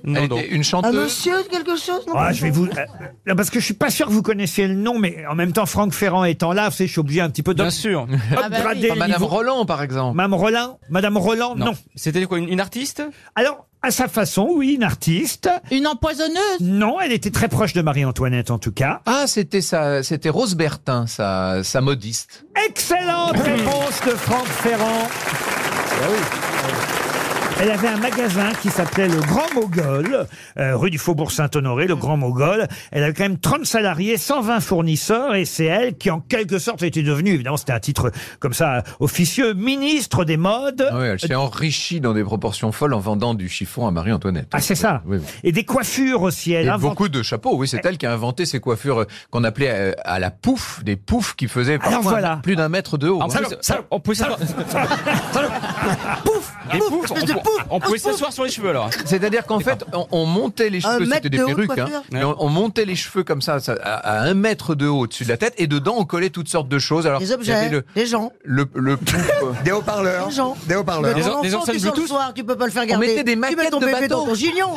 Speaker 1: Une
Speaker 18: Un monsieur de quelque chose non
Speaker 1: ah, je vais vous. euh, euh, parce que je suis pas sûr que vous connaissiez le nom, mais en même temps, Franck Ferrand étant là, vous savez, je suis obligé un petit peu de.
Speaker 16: Bien sûr. Ah bah oui. Enfin, Madame
Speaker 1: Roland, par exemple. Madame Roland Madame Roland, non. C'était quoi, une, artiste Alors, à sa façon, oui, une artiste. Une empoisonneuse Non, elle était très proche de Marie-Antoinette, en tout cas.
Speaker 4: Ah, c'était ça, c'était Rose Bertin, sa, sa modiste.
Speaker 1: Excellente réponse de Franck Ferrand.
Speaker 4: Ah
Speaker 1: Elle avait un magasin qui s'appelait le Grand Mogol, euh, rue du Faubourg Saint-Honoré, le Grand Mogol. Elle avait quand même 30 salariés, 120 fournisseurs, et c'est elle qui, en quelque sorte, était devenue, évidemment, c'était un titre comme ça euh, officieux, ministre des modes.
Speaker 4: Ah Oui, elle s'est enrichie dans des proportions folles en vendant du chiffon à Marie-Antoinette.
Speaker 1: Ah, c'est ça.
Speaker 4: Oui, oui.
Speaker 1: Et des coiffures aussi. Elle
Speaker 4: Et
Speaker 1: invente- Eh.
Speaker 4: beaucoup de chapeaux, oui, c'est elle qui a inventé ces coiffures euh, qu'on appelait euh, à la pouffe, des poufs qui faisaient parfois
Speaker 16: voilà.
Speaker 4: plus d'un mètre de haut. hein.
Speaker 16: En plus,
Speaker 4: Salope,
Speaker 16: on pouvait s'asseoir. Pouf Des
Speaker 4: Pouf,
Speaker 16: poufs, on,
Speaker 4: espèce de
Speaker 16: pou-
Speaker 4: pouf,
Speaker 16: on pouvait
Speaker 4: pouf, pouf.
Speaker 16: s'asseoir sur les cheveux alors.
Speaker 4: C'est-à-dire qu'en fait, on, on montait les
Speaker 16: Un
Speaker 4: cheveux,
Speaker 16: mètre
Speaker 4: c'était des
Speaker 16: de haut de
Speaker 4: perruques, hein,
Speaker 16: coiffure.
Speaker 4: mais on, on montait les cheveux comme ça, ça, à, à un mètre de haut au-dessus de la tête, et dedans on collait toutes sortes de choses. Alors,
Speaker 18: Des
Speaker 4: il y avait
Speaker 18: objets,
Speaker 4: le,
Speaker 18: des gens.
Speaker 4: le, le pouf, euh,
Speaker 12: Des haut-parleurs.
Speaker 18: Des gens.
Speaker 12: Des haut-parleurs.
Speaker 4: Des-
Speaker 18: Des,
Speaker 4: des
Speaker 18: enfants
Speaker 4: enceintes
Speaker 18: qui sortent le
Speaker 4: Bluetooth.
Speaker 18: soir, tu peux pas le faire garder.
Speaker 4: mettait des
Speaker 18: Tu mets
Speaker 4: maquettes
Speaker 18: ton
Speaker 4: de
Speaker 18: bébé dans
Speaker 4: bateaux.
Speaker 18: ton gignon.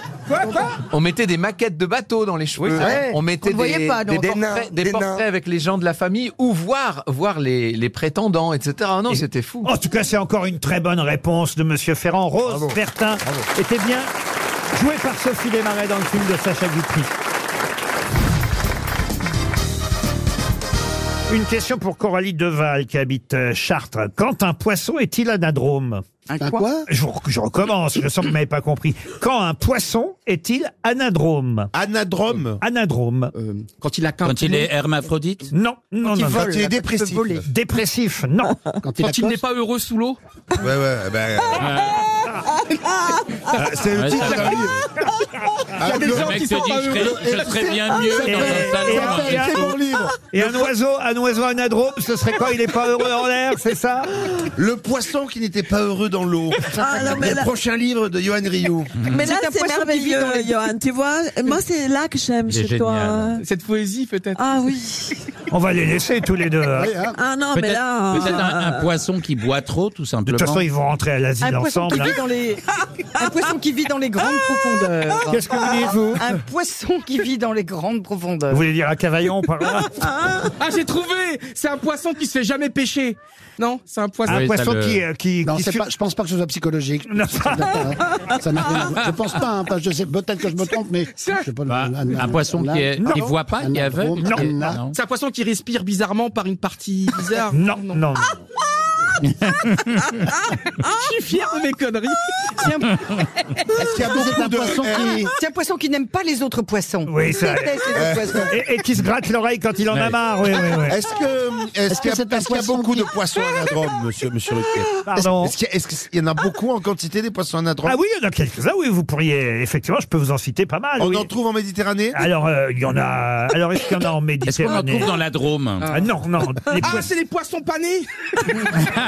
Speaker 4: On mettait des maquettes de bateaux dans les cheveux.
Speaker 18: c'est vrai.
Speaker 4: On
Speaker 18: Qu'on
Speaker 4: mettait
Speaker 18: ne voyait
Speaker 4: des,
Speaker 18: pas, nous,
Speaker 4: des,
Speaker 18: en tant que
Speaker 4: portraits-
Speaker 18: fait.
Speaker 4: des
Speaker 18: Des nains.
Speaker 4: portraits avec les gens de la famille ou voir, voir les, les prétendants, etc. Non, c'était fou.
Speaker 1: En tout cas, c'est encore une très bonne réponse de Monsieur Ferrand. Rose Bertin était bien jouée par Sophie Desmarais dans le film de Sacha Guitry. Une question pour Coralie Deval qui habite euh, Chartres. Quand un poisson est-il anadrome
Speaker 18: Un quoi
Speaker 1: je, vous- je recommence, je sens que vous n'avez pas compris. Quand un poisson est-il anadrome Anadrome Anadrome.
Speaker 13: Euh, Quand il a Quand il est hermaphrodite
Speaker 1: Non, non,
Speaker 13: il
Speaker 1: non.
Speaker 13: vole, Quand il est il peut dépressif. voler.
Speaker 1: Dépressif, non.
Speaker 13: Quand il Quand il accoste. n'est pas
Speaker 1: heureux sous l'eau
Speaker 13: Ouais,
Speaker 4: eh
Speaker 13: ouais,
Speaker 4: euh,
Speaker 13: ben.
Speaker 16: Euh,
Speaker 1: c'est le titre d'un livre.
Speaker 13: Ah, Il y a des gens qui sont pas heureux. Ah,
Speaker 1: Et- et- et- Et un oiseau, un oiseau anadrome, ce serait quoi Il est pas heureux en l'air, c'est ça
Speaker 11: Le poisson qui n'était pas heureux dans l'eau.
Speaker 13: Ah, non, mais
Speaker 11: le
Speaker 13: là-
Speaker 11: prochain livre de Johan Rioux.
Speaker 28: Mais là,
Speaker 13: C'est un
Speaker 28: c'est
Speaker 13: poisson qui vit dans
Speaker 28: merveilleux,
Speaker 13: les-
Speaker 28: Johan. Tu vois, moi, c'est là que j'aime
Speaker 1: C'est
Speaker 28: chez toi.
Speaker 1: génial.
Speaker 28: Cette poésie, peut-être. Ah oui.
Speaker 1: On va les laisser tous les deux. hein.
Speaker 28: Ah non, mais
Speaker 13: Peut-être-
Speaker 28: là.
Speaker 13: Peut-être
Speaker 32: hein.
Speaker 28: euh,
Speaker 13: un, un poisson qui boit trop, tout
Speaker 1: De
Speaker 13: simplement.
Speaker 1: toute façon, ils vont rentrer à l'asile
Speaker 13: Un poisson
Speaker 1: ensemble.
Speaker 13: qui
Speaker 1: hein.
Speaker 13: vit
Speaker 32: dans les- Un poisson qui vit dans les grandes profondeurs.
Speaker 1: Ah Qu'est-ce que vous dites, vous
Speaker 32: Un poisson qui vit dans les grandes profondeurs.
Speaker 1: Vous voulez dire à Cavaillon par là
Speaker 13: Ah, j'ai trouvé C'est un poisson qui se fait jamais pêcher. Non, c'est un poisson.
Speaker 11: Un poisson qui,
Speaker 1: euh, qui.
Speaker 11: Non,
Speaker 1: qui
Speaker 11: c'est
Speaker 1: su-
Speaker 11: pas, je pense pas que ce soit psychologique.
Speaker 1: Ça
Speaker 11: n'a pas- ça n'a rien à voir. Je pense pas. hein, parce que je sais, peut-être que je me trompe, mais je sais pas. un,
Speaker 13: Bah, poisson qui est- qui voit pas, qui est aveugle.
Speaker 11: Non.
Speaker 13: C'est un poisson qui respire bizarrement par une partie bizarre.
Speaker 1: Non, non.
Speaker 11: Ah,
Speaker 16: Je suis fier de mes conneries.
Speaker 32: Tiens,
Speaker 18: Tiens, vous êtes un poisson qui-
Speaker 32: Tiens, poisson qui n'aime pas les autres poissons.
Speaker 1: Oui,
Speaker 32: ça.
Speaker 1: ça. Et, et qui se gratte l'oreille quand il en a marre. Oui, oui, oui.
Speaker 26: Est-ce que Euh, est-ce qu'il y, a- est-ce qu'il y a beaucoup de poissons anadromes, monsieur monsieur Le Quai
Speaker 1: Pardon
Speaker 26: Est-ce est-ce qu'il y, a- est-ce qu'il y en a beaucoup en quantité des poissons anadromes
Speaker 1: Ah oui, il y en a quelques-uns, oui, vous pourriez, effectivement, je peux vous en citer pas mal.
Speaker 26: On
Speaker 1: oui.
Speaker 26: en trouve en Méditerranée
Speaker 1: Alors, euh, il y en a. Alors, est-ce qu'il y en a en
Speaker 13: Est-ce qu'on en
Speaker 1: Méditerranée
Speaker 13: trouve dans la Drôme
Speaker 1: Ah, Non, non. Les
Speaker 16: Ah,
Speaker 1: poissons-
Speaker 16: c'est les poissons panés
Speaker 11: Ah,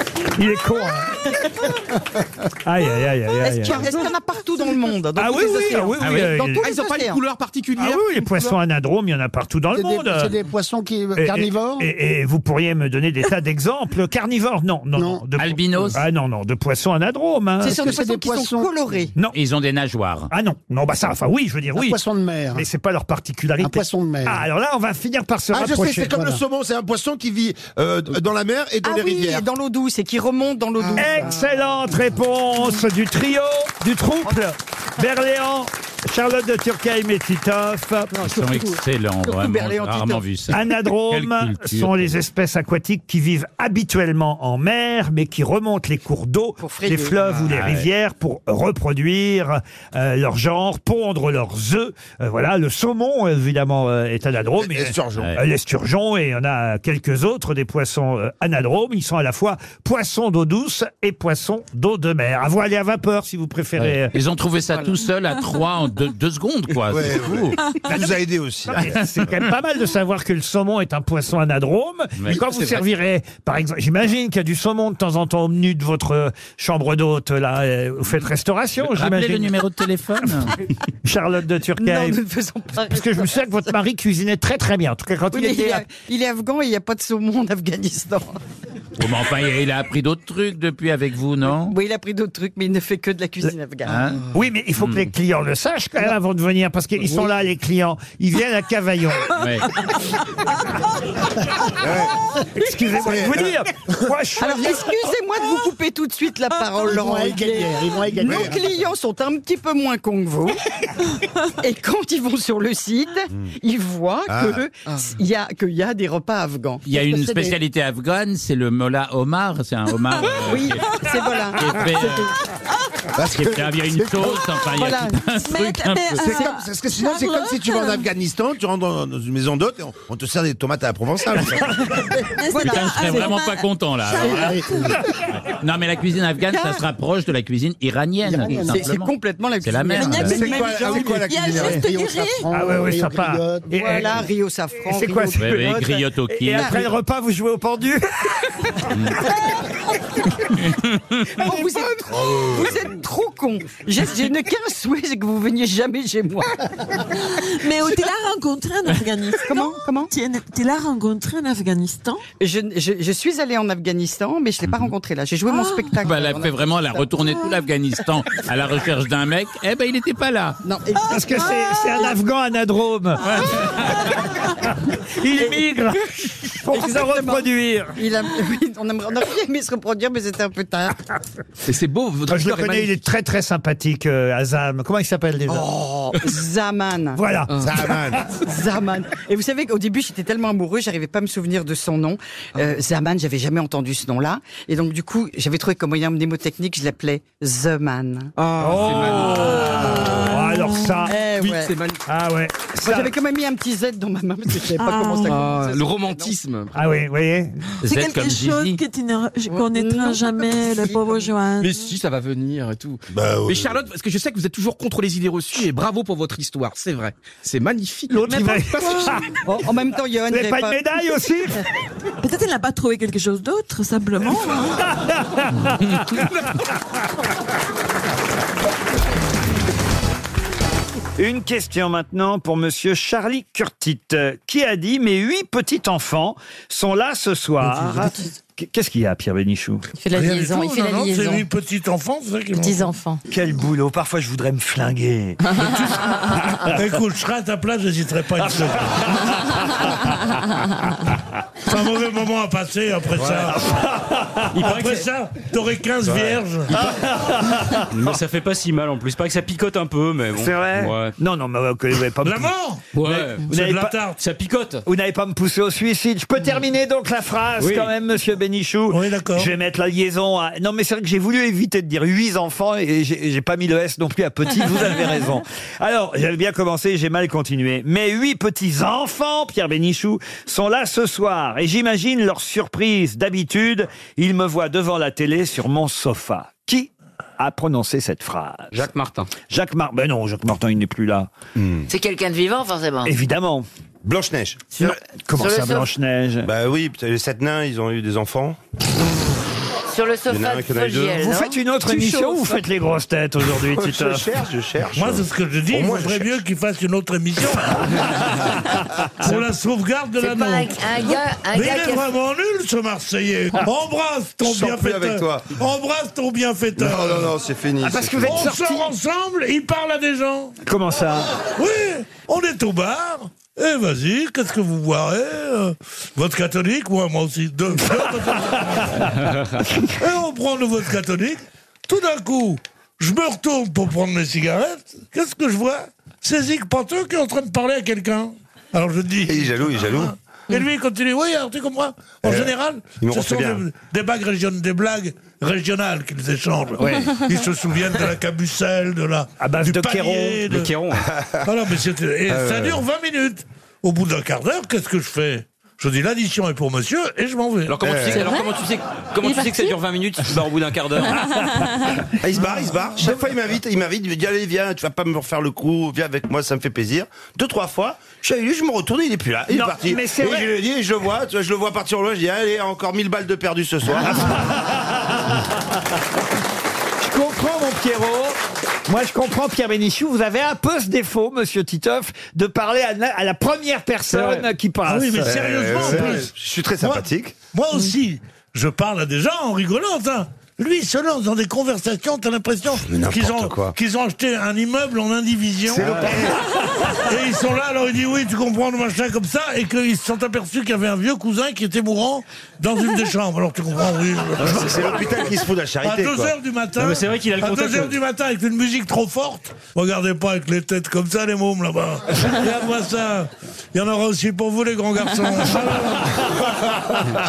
Speaker 1: Il est con. hein. Aïe, aïe, aïe, aïe, aïe.
Speaker 32: Est-ce qu'il y, a- est-ce qu'il y en a partout dans le monde dans
Speaker 1: Ah
Speaker 32: tous
Speaker 1: oui,
Speaker 32: les
Speaker 1: oui,
Speaker 32: océans
Speaker 1: ah oui, oui, euh,
Speaker 32: Dans tous
Speaker 1: ah,
Speaker 32: les
Speaker 16: ils ont pas une
Speaker 32: océans.
Speaker 16: couleur particulière.
Speaker 1: Ah oui, les poissons anadromes, il y en a partout dans le
Speaker 18: C'est des-
Speaker 1: monde.
Speaker 18: C'est des poissons qui,
Speaker 1: Et- et-
Speaker 18: carnivores
Speaker 1: et, et vous pourriez me donner des tas d'exemples. Carnivores, non, non, non. de-
Speaker 13: Albinos
Speaker 1: Ah non, non, de poissons anadromes. hein.
Speaker 32: C'est sur des
Speaker 18: que c'est
Speaker 32: poissons
Speaker 18: des
Speaker 32: qui sont colorés.
Speaker 1: Non.
Speaker 13: Ils ont des nageoires.
Speaker 1: Ah non, non, bah ça, enfin oui, je veux dire
Speaker 18: Un
Speaker 1: oui.
Speaker 18: poisson de mer.
Speaker 1: Mais c'est pas leur particularité.
Speaker 18: Un poisson de mer.
Speaker 1: Ah, alors là, on va finir par se
Speaker 26: Ah, je sais,
Speaker 1: rapprocher.
Speaker 26: c'est comme
Speaker 1: Voilà.
Speaker 26: le saumon, c'est un poisson qui vit euh, d- dans la mer et dans
Speaker 32: Ah
Speaker 26: les
Speaker 32: oui,
Speaker 26: rivières.
Speaker 32: et dans l'eau douce et qui remonte dans l'eau douce.
Speaker 1: Excellente réponse du trio, du trouble. Berléand, Charlotte de Turckheim et Titoff.
Speaker 13: Ils sont excellents, vraiment. J'ai rarement vu ça.
Speaker 1: Anadromes
Speaker 13: Quelle culture.
Speaker 1: sont les espèces aquatiques qui vivent habituellement en mer, mais qui remontent les cours d'eau,
Speaker 32: frayer.
Speaker 1: les fleuves ou les
Speaker 13: Ah ouais.
Speaker 1: rivières pour reproduire euh, leur genre, pondre leurs œufs. Euh, voilà, le saumon, évidemment, euh, est anadrome.
Speaker 26: Et-
Speaker 1: et-
Speaker 26: esturgeon.
Speaker 1: euh, L'esturgeon, et il y en a quelques autres des poissons euh, anadromes. Ils sont à la fois poissons d'eau douce et poissons d'eau de mer. À voile et à vapeur, si vous préférez. euh,
Speaker 13: Ils ont trouvé ça tout seul à trois en deux, deux secondes, quoi.
Speaker 26: Ouais,
Speaker 13: C'est fou.
Speaker 26: Il nous a aidé aussi.
Speaker 1: Ah. Mais C'est quand même pas mal de savoir que le saumon est un poisson anadrome.
Speaker 13: Ouais,
Speaker 1: et quand
Speaker 13: c'est
Speaker 1: vous
Speaker 13: vrai.
Speaker 1: servirez, par exemple, j'imagine qu'il y a du saumon de temps en temps au menu de votre euh, chambre d'hôte, là, euh, vous faites restauration,
Speaker 13: Rappelez le
Speaker 1: j'imagine.
Speaker 13: numéro de téléphone.
Speaker 1: Charlotte de
Speaker 32: Non,
Speaker 1: Turckheim.
Speaker 32: nous ne faisons pas.
Speaker 1: Parce que je me souviens que votre mari cuisinait très très bien. En tout cas, quand
Speaker 32: Oui,
Speaker 1: il
Speaker 32: mais il,
Speaker 1: était. à-
Speaker 32: est, il est afghan et il n'y a pas de saumon en Afghanistan.
Speaker 13: Oh, mais enfin, il a appris d'autres trucs depuis avec vous, non
Speaker 32: Oui, il a pris d'autres trucs, mais il ne fait que de la cuisine
Speaker 1: Euh,
Speaker 32: afghane.
Speaker 13: Hein
Speaker 1: Oui, mais il faut que les clients le sachent quand même avant de venir, parce qu'ils sont là, les clients. Ils viennent à Cavaillon.
Speaker 13: Ouais.
Speaker 1: Excusez-moi de vous dire. Moi, je suis- Ah.
Speaker 32: Alors, excusez-moi de vous couper tout de suite la parole, Laurent. Ruquier.
Speaker 18: Ils vont égaler.
Speaker 32: Nos clients sont un petit peu moins cons que vous. Et quand ils vont sur le site,
Speaker 1: Hmm.
Speaker 32: ils voient
Speaker 26: Ah.
Speaker 32: que il y a qu'il y a des repas afghans.
Speaker 13: Il y a une spécialité afghane, c'est le mola omar. C'est un homard euh,
Speaker 32: Oui,
Speaker 13: qui est-
Speaker 32: c'est voilà.
Speaker 13: qui est fait, euh,
Speaker 26: Parce
Speaker 13: qui est fait avec une sauce. Enfin, il y a
Speaker 32: Voilà.
Speaker 13: tout un
Speaker 28: Mais-
Speaker 13: truc un
Speaker 28: mais,
Speaker 13: peu.
Speaker 26: C'est comme, parce que sinon, c'est comme si tu vas en Afghanistan, tu rentres dans, dans une maison d'hôte et on, on te sert des tomates à la provençale.
Speaker 32: Voilà.
Speaker 13: Putain, je serais vraiment pas content là. Non, mais la cuisine afghane, ça se rapproche de la cuisine iranienne. tout
Speaker 32: C'est- C'est
Speaker 13: simplement.
Speaker 32: complètement la
Speaker 13: C'est la
Speaker 32: cuisine.
Speaker 13: même.
Speaker 26: C'est quoi,
Speaker 28: même
Speaker 26: ah, c'est quoi la
Speaker 28: Il y a
Speaker 26: cuisine
Speaker 28: juste
Speaker 18: Rio
Speaker 28: grillé.
Speaker 18: safran,
Speaker 1: Ah ouais, ouais,
Speaker 18: Rio
Speaker 1: safran.
Speaker 18: griotte.
Speaker 1: Et-
Speaker 32: Voilà,
Speaker 1: et-
Speaker 32: Rio
Speaker 1: et
Speaker 32: Safran.
Speaker 1: c'est quoi
Speaker 32: Rio
Speaker 1: c'est-
Speaker 13: Ouais, ouais, griotte au
Speaker 1: Et
Speaker 13: kid.
Speaker 1: après le repas, vous jouez au pendu
Speaker 32: Oh, vous, êtes trop, vous êtes trop con. J'ai- Je, n'ai qu'un souhait, c'est que vous veniez jamais chez moi.
Speaker 28: Mais oh, où tu l'as rencontré en Afghanistan
Speaker 32: Comment Comment
Speaker 28: Tu tu l'as rencontré en Afghanistan
Speaker 32: je, je, je suis allée en Afghanistan, mais je ne l'ai pas
Speaker 1: Mhm.
Speaker 32: rencontré là. J'ai joué
Speaker 28: Ah.
Speaker 32: mon spectacle.
Speaker 13: Bah, elle a
Speaker 32: en
Speaker 13: fait vraiment, elle a retourné tout l'Afghanistan à la recherche d'un mec. Eh ben, il n'était pas là.
Speaker 32: Non, et-
Speaker 1: Parce que c'est c'est un Afghan anadrome. Ah, Il migre pour se reproduire.
Speaker 32: il a- oui, on, aimerait, on aurait bien aimé se reproduire, mais c'était un peu tard.
Speaker 5: Et c'est beau, votre
Speaker 1: Je le
Speaker 5: acteur est
Speaker 1: connais, il est
Speaker 5: magnifique.
Speaker 1: très très sympathique, euh, Azam. Comment il s'appelle déjà
Speaker 32: Oh, Zaman. Oh.
Speaker 1: Voilà.
Speaker 26: Zaman.
Speaker 32: Zaman. Et vous savez qu'au début, j'étais tellement amoureux, j'arrivais pas à me souvenir de son nom.
Speaker 4: Ah.
Speaker 32: Euh, Zaman, j'avais jamais entendu ce nom-là. Et donc, du coup, j'avais trouvé comme moyen mnémotechnique, je l'appelais The Man.
Speaker 4: Ah,
Speaker 1: Oh. Oh, alors ça.
Speaker 32: Eh
Speaker 4: Oui,
Speaker 32: ouais.
Speaker 4: c'est magnifique.
Speaker 1: Ah ouais.
Speaker 32: Moi,
Speaker 1: Ça-
Speaker 32: j'avais quand même mis un petit Z dans ma main parce que je savais pas comment ça
Speaker 4: Ah,
Speaker 32: commençait.
Speaker 4: le romantisme.
Speaker 1: Ah oui, vous voyez
Speaker 28: C'est
Speaker 13: Z
Speaker 28: quelque
Speaker 13: comme
Speaker 28: chose
Speaker 13: Gigi.
Speaker 28: que tu ne je connaîtras
Speaker 32: Non.
Speaker 28: jamais, le pauvre Johan.
Speaker 4: Mais si, ça va venir et tout.
Speaker 26: Bah, ouais.
Speaker 4: Mais Charlotte, parce que je sais que vous êtes toujours contre les idées reçues et bravo pour votre histoire, c'est vrai. C'est magnifique.
Speaker 1: L'autre, il va.
Speaker 32: En, en même temps, Johan,
Speaker 1: Vous n'avez
Speaker 32: j'avais
Speaker 1: pas une
Speaker 32: pas-
Speaker 1: médaille aussi
Speaker 28: Peut-être elle n'a pas trouvé quelque chose d'autre, simplement. hein.
Speaker 1: Une question maintenant pour Monsieur Charlie Curtit, euh, qui a dit Mes huit petits-enfants sont là ce soir. Qu'est-ce qu'il y a, Pierre Bénichou
Speaker 7: Il fait la liaison, il fait la liaison.
Speaker 26: petits enfants, c'est ça qui
Speaker 7: Petits enfants.
Speaker 1: Quel boulot Parfois, je voudrais me flinguer.
Speaker 26: Bah, Écoute, je serai à ta place, j'hésiterai pas une seconde. C'est un mauvais moment à passer après ça.
Speaker 9: Il paraît
Speaker 6: Après
Speaker 9: que-
Speaker 6: ça, t'aurais 15
Speaker 9: Ouais.
Speaker 6: vierges.
Speaker 9: mais ça fait pas si mal en plus. Pas que ça picote un peu, mais bon.
Speaker 1: C'est vrai
Speaker 9: Ouais.
Speaker 1: Non, non, mais vous n'avez pas.
Speaker 6: Vraiment
Speaker 9: Ouais.
Speaker 1: Vous
Speaker 9: C'est
Speaker 1: n'avez
Speaker 9: de la
Speaker 1: pas-
Speaker 9: tarte, ça picote.
Speaker 1: Vous n'avez pas me pousser au suicide. Je peux terminer donc la phrase
Speaker 9: Oui.
Speaker 1: quand même, monsieur Bénichou. Oui, d'accord. Je vais mettre la liaison à. Non, mais c'est vrai que j'ai voulu éviter de dire huit enfants et j'ai j'ai pas mis le S non plus à petit. Vous avez raison. Alors, j'avais bien commencé, j'ai mal continué. Mais huit petits enfants, Pierre Bénichou, sont là ce soir et j'imagine leur surprise. D'habitude, ils me voient devant la télé sur mon sofa. Qui a prononcé cette phrase Jacques Martin. Jacques Martin. Ben non, Jacques Martin, il n'est plus là.
Speaker 29: C'est quelqu'un de vivant, forcément.
Speaker 1: Évidemment.
Speaker 17: Blanche-Neige.
Speaker 1: Sur- Comment sur ça, le sofa. Blanche-Neige
Speaker 17: Bah oui, putain, les sept nains, ils ont eu des enfants.
Speaker 29: Sur le
Speaker 17: Il y en a
Speaker 29: sofa
Speaker 17: un
Speaker 29: de
Speaker 17: qui en a eu deux.
Speaker 29: Fogiel.
Speaker 1: Vous
Speaker 29: non
Speaker 1: faites une autre
Speaker 17: Tu
Speaker 1: émission ou
Speaker 17: chauffes.
Speaker 1: vous faites les grosses têtes aujourd'hui,
Speaker 17: Je
Speaker 1: Titoff
Speaker 17: cherche, je cherche.
Speaker 6: Moi, c'est ce que je dis.
Speaker 1: Au
Speaker 6: Il
Speaker 1: moins, je
Speaker 6: faudrait mieux qu'ils fassent une autre émission. Pour la sauvegarde de
Speaker 29: C'est
Speaker 6: la
Speaker 29: pas
Speaker 6: nôtre.
Speaker 29: un- un gars- un
Speaker 6: Mais
Speaker 29: gars
Speaker 6: il
Speaker 29: qui
Speaker 6: est
Speaker 29: a-
Speaker 6: vraiment nul, ce Marseillais. Embrasse ton
Speaker 17: Je sors Ah. plus
Speaker 6: bienfaiteur.
Speaker 17: avec toi.
Speaker 6: Embrasse ton bienfaiteur.
Speaker 17: Non, non, non, c'est fini.
Speaker 6: Ah, parce
Speaker 17: c'est
Speaker 6: que vous
Speaker 17: fini.
Speaker 6: êtes sortis- On sort ensemble, il parle à des gens.
Speaker 1: Comment ça
Speaker 6: Oui, on est au bar. Eh, vas-y, qu'est-ce que vous boirez euh, Votre catholique Moi, moi aussi. Deux. deux catholiques. Et on prend le vote catholique. Tout d'un coup, je me retourne pour prendre mes cigarettes. Qu'est-ce que je vois C'est Zig Panteux qui est en train de parler à quelqu'un. Alors je dis... Ah,
Speaker 17: Il est jaloux, il est jaloux.
Speaker 6: Et lui, il continue. Oui, alors tu comprends. En
Speaker 17: Euh,
Speaker 6: général,
Speaker 17: il me
Speaker 6: ce
Speaker 17: reçoit
Speaker 6: sont
Speaker 17: bien.
Speaker 6: des, des blagues région- des blagues régionales qu'ils échangent.
Speaker 17: Ouais.
Speaker 6: Ils se souviennent de la cabucelle, de la.
Speaker 1: base
Speaker 6: du
Speaker 1: de
Speaker 6: panier,
Speaker 1: Kéron.
Speaker 6: de-
Speaker 1: De hein. Kéron.
Speaker 6: Ah non, mais c'était- Et
Speaker 17: Euh,
Speaker 1: Ah ouais,
Speaker 6: ça
Speaker 1: ouais.
Speaker 6: dure 20 minutes. Au bout d'un quart d'heure, qu'est-ce que je fais Je dis l'addition est pour monsieur et je m'en vais.
Speaker 9: Alors
Speaker 13: Euh,
Speaker 17: Euh,
Speaker 9: comment, tu sais, alors comment tu sais, comment
Speaker 6: Il est
Speaker 9: tu sais que ça
Speaker 6: parti
Speaker 9: dure 20 minutes si tu pars au bout d'un quart d'heure
Speaker 17: Ah, il se barre, il se barre. Chaque fois, il m'invite, il m'invite, il me dit Allez, viens, tu vas pas me refaire le coup, viens avec moi, ça me fait plaisir. Deux, trois fois, je suis avec lui, je me retourne, il est plus là, il
Speaker 1: Non,
Speaker 17: est parti.
Speaker 1: mais c'est
Speaker 17: et
Speaker 1: vrai.
Speaker 17: je le dis, et je le vois, tu vois, je le vois partir au loin, je dis Allez, encore 1000 balles de perdu ce soir.
Speaker 1: Je comprends, mon Pierrot. Moi, je comprends, Pierre Bénichou. Vous avez un peu ce défaut, monsieur Titoff, de parler à, na- à la première personne qui passe.
Speaker 6: Ah oui, mais sérieusement, en plus. Moi- Moi, aussi, je parle à des gens en rigolant. hein. Lui, il se lance dans des conversations, t'as l'impression qu'ils ont, qu'ils ont acheté un immeuble en indivision. Et ils sont là, alors il dit oui, tu comprends, le machin comme ça, et qu'ils se sont aperçus qu'il y avait un vieux cousin qui était mourant dans une des chambres. Alors tu comprends, oui.
Speaker 17: C'est- Ah, c'est l'hôpital qui se fout de la charité,
Speaker 6: À 2
Speaker 17: quoi.
Speaker 6: heures du matin.
Speaker 17: Non, mais c'est vrai qu'il a le
Speaker 6: à
Speaker 17: contact,
Speaker 6: 2 heures
Speaker 17: euh.
Speaker 6: du matin, avec une musique trop forte. Regardez pas avec les têtes comme ça, les mômes là-bas. Regarde-moi ça. Il y en aura aussi pour vous, les grands garçons.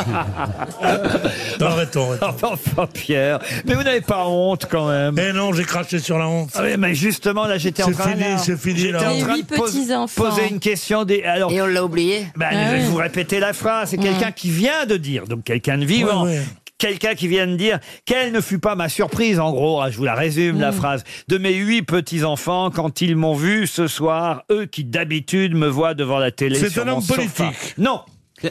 Speaker 6: Arrêtons,
Speaker 1: Enfin, Pierre. Mais vous n'avez pas honte quand même.
Speaker 6: Eh non, j'ai craché sur la honte.
Speaker 1: Ah oui, mais justement, là, j'étais en
Speaker 6: C'est
Speaker 1: train
Speaker 6: fini,
Speaker 1: Voilà.
Speaker 6: c'est fini,
Speaker 1: J'étais
Speaker 6: là.
Speaker 1: en
Speaker 6: Les
Speaker 1: train de
Speaker 6: huit
Speaker 1: poser,
Speaker 6: petits-enfants.
Speaker 1: poser une question. Des, alors,
Speaker 29: Et on l'a oublié.
Speaker 1: Bah,
Speaker 29: Ah
Speaker 1: je vais
Speaker 29: ouais.
Speaker 1: vous répéter la phrase. C'est quelqu'un qui vient de dire, donc quelqu'un de vivant.
Speaker 6: Ouais, ouais.
Speaker 1: Quelqu'un qui vient de dire quelle ne fut pas ma surprise, en gros, ah, je vous la résume
Speaker 6: Mm.
Speaker 1: la phrase, de mes huit petits-enfants quand ils m'ont vu ce soir, eux qui d'habitude me voient devant la télé.
Speaker 6: C'est
Speaker 1: sur
Speaker 6: un
Speaker 1: mon
Speaker 6: homme
Speaker 1: sofa.
Speaker 6: politique.
Speaker 1: Non.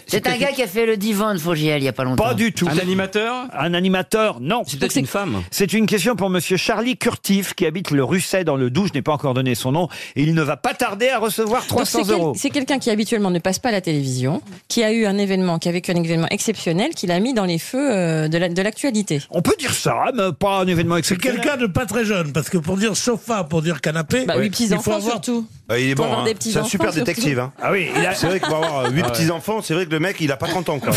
Speaker 29: C'est un gars qui a fait le divan de Fogiel il n'y a pas longtemps.
Speaker 1: Pas du tout. animateur Un animateur, non. C'est peut-être une femme C'est une question pour monsieur Charlie Curtif qui habite le Russet dans le Doubs. Je n'ai pas encore donné son nom. Et il ne va pas tarder à recevoir
Speaker 33: Donc, c'est
Speaker 1: 300
Speaker 33: quel-
Speaker 1: euros.
Speaker 33: C'est quelqu'un qui habituellement ne passe pas à la télévision, qui a eu un événement, qui a vécu un événement exceptionnel, qui l'a mis dans les feux euh, de la- de l'actualité.
Speaker 1: On peut dire ça, mais pas un événement
Speaker 6: C'est
Speaker 1: exceptionnel.
Speaker 6: quelqu'un de pas très jeune, parce que pour dire sofa, pour dire canapé,
Speaker 33: Bah, huit
Speaker 6: il faut
Speaker 33: petits-enfants
Speaker 6: avoir...
Speaker 33: surtout.
Speaker 17: Ah, il est
Speaker 33: Faut
Speaker 17: bon,
Speaker 33: avoir
Speaker 17: hein.
Speaker 33: des
Speaker 17: c'est un
Speaker 33: petits-enfants
Speaker 17: super
Speaker 33: surtout.
Speaker 17: détective. Hein.
Speaker 1: Ah oui, il a-
Speaker 17: c'est vrai que pour
Speaker 1: Ah
Speaker 17: avoir 8
Speaker 1: ouais.
Speaker 17: petits-enfants, c'est vrai que le mec, il a pas 30 ans. Quoi.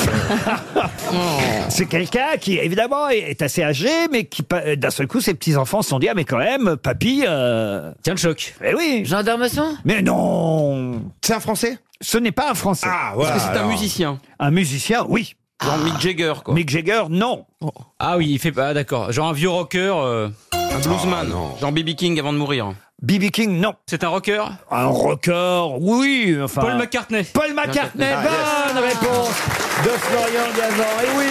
Speaker 1: C'est quelqu'un qui, évidemment, est- est assez âgé, mais qui, pa- euh, d'un seul coup, ses petits-enfants se sont dit Ah, mais quand même, papy. Tiens le choc. Eh oui.
Speaker 29: Jean Dormesson
Speaker 1: Mais non
Speaker 17: C'est un Français
Speaker 1: Ce n'est pas un Français. Ah,
Speaker 9: Parce que c'est un musicien.
Speaker 1: Un musicien, oui.
Speaker 9: Genre Mick Jagger, quoi.
Speaker 1: Ah. Mick Jagger, non.
Speaker 9: Ah oui, il fait pas, d'accord. Genre un vieux rocker, euh,
Speaker 26: Ah,
Speaker 9: un bluesman. genre B.B. King avant de mourir.
Speaker 1: B.B. King, non.
Speaker 9: C'est un rocker
Speaker 1: Un rocker, oui. Enfin,
Speaker 9: Paul McCartney.
Speaker 1: Paul McCartney,
Speaker 9: Ah,
Speaker 1: bonne réponse de Florian Gazan.
Speaker 33: eh
Speaker 1: Et oui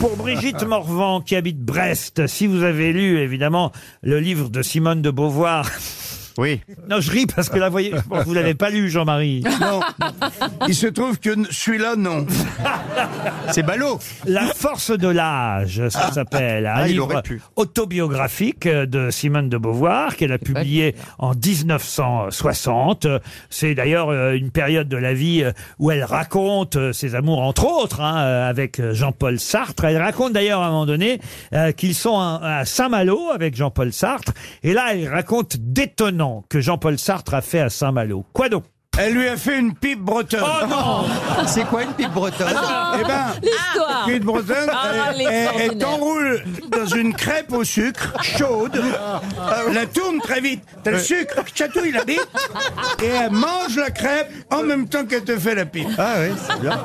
Speaker 1: Pour Brigitte Morvan, qui habite Brest, si vous avez lu, évidemment, le livre de Simone de Beauvoir. Oui. Non, je ris parce que là, vous voyez, je pense que vous l'avez pas lu, Jean-Marie.
Speaker 34: Non. Il se trouve que n- celui-là, non.
Speaker 1: C'est ballot. La force de l'âge, ça s'appelle. Un
Speaker 34: Ah, il
Speaker 1: livre
Speaker 34: aurait pu.
Speaker 1: autobiographique euh, de Simone de Beauvoir qu'elle a publié en 1960. C'est d'ailleurs euh, une période de la vie euh, où elle raconte euh, ses amours, entre autres, hein, euh, avec Jean-Paul Sartre. Elle raconte d'ailleurs à un moment donné euh, qu'ils sont à, à Saint-Malo avec Jean-Paul Sartre. Et là, elle raconte d'étonnant que Jean-Paul Sartre a fait à Saint-Malo. Quoi donc
Speaker 11: Elle lui a fait une pipe bretonne.
Speaker 17: Oh non
Speaker 11: C'est quoi une pipe bretonne
Speaker 17: Ah,
Speaker 11: Eh ben,
Speaker 17: l'histoire.
Speaker 11: une pipe bretonne,
Speaker 17: Ah,
Speaker 11: elle- elle- elle
Speaker 17: l'extraordinaire.
Speaker 11: t'enroule dans une crêpe au sucre chaude, euh, la tourne très vite. T'as le sucre qui chatouille la bite et elle mange la crêpe en même temps qu'elle te fait la pipe. Ah oui, c'est bien.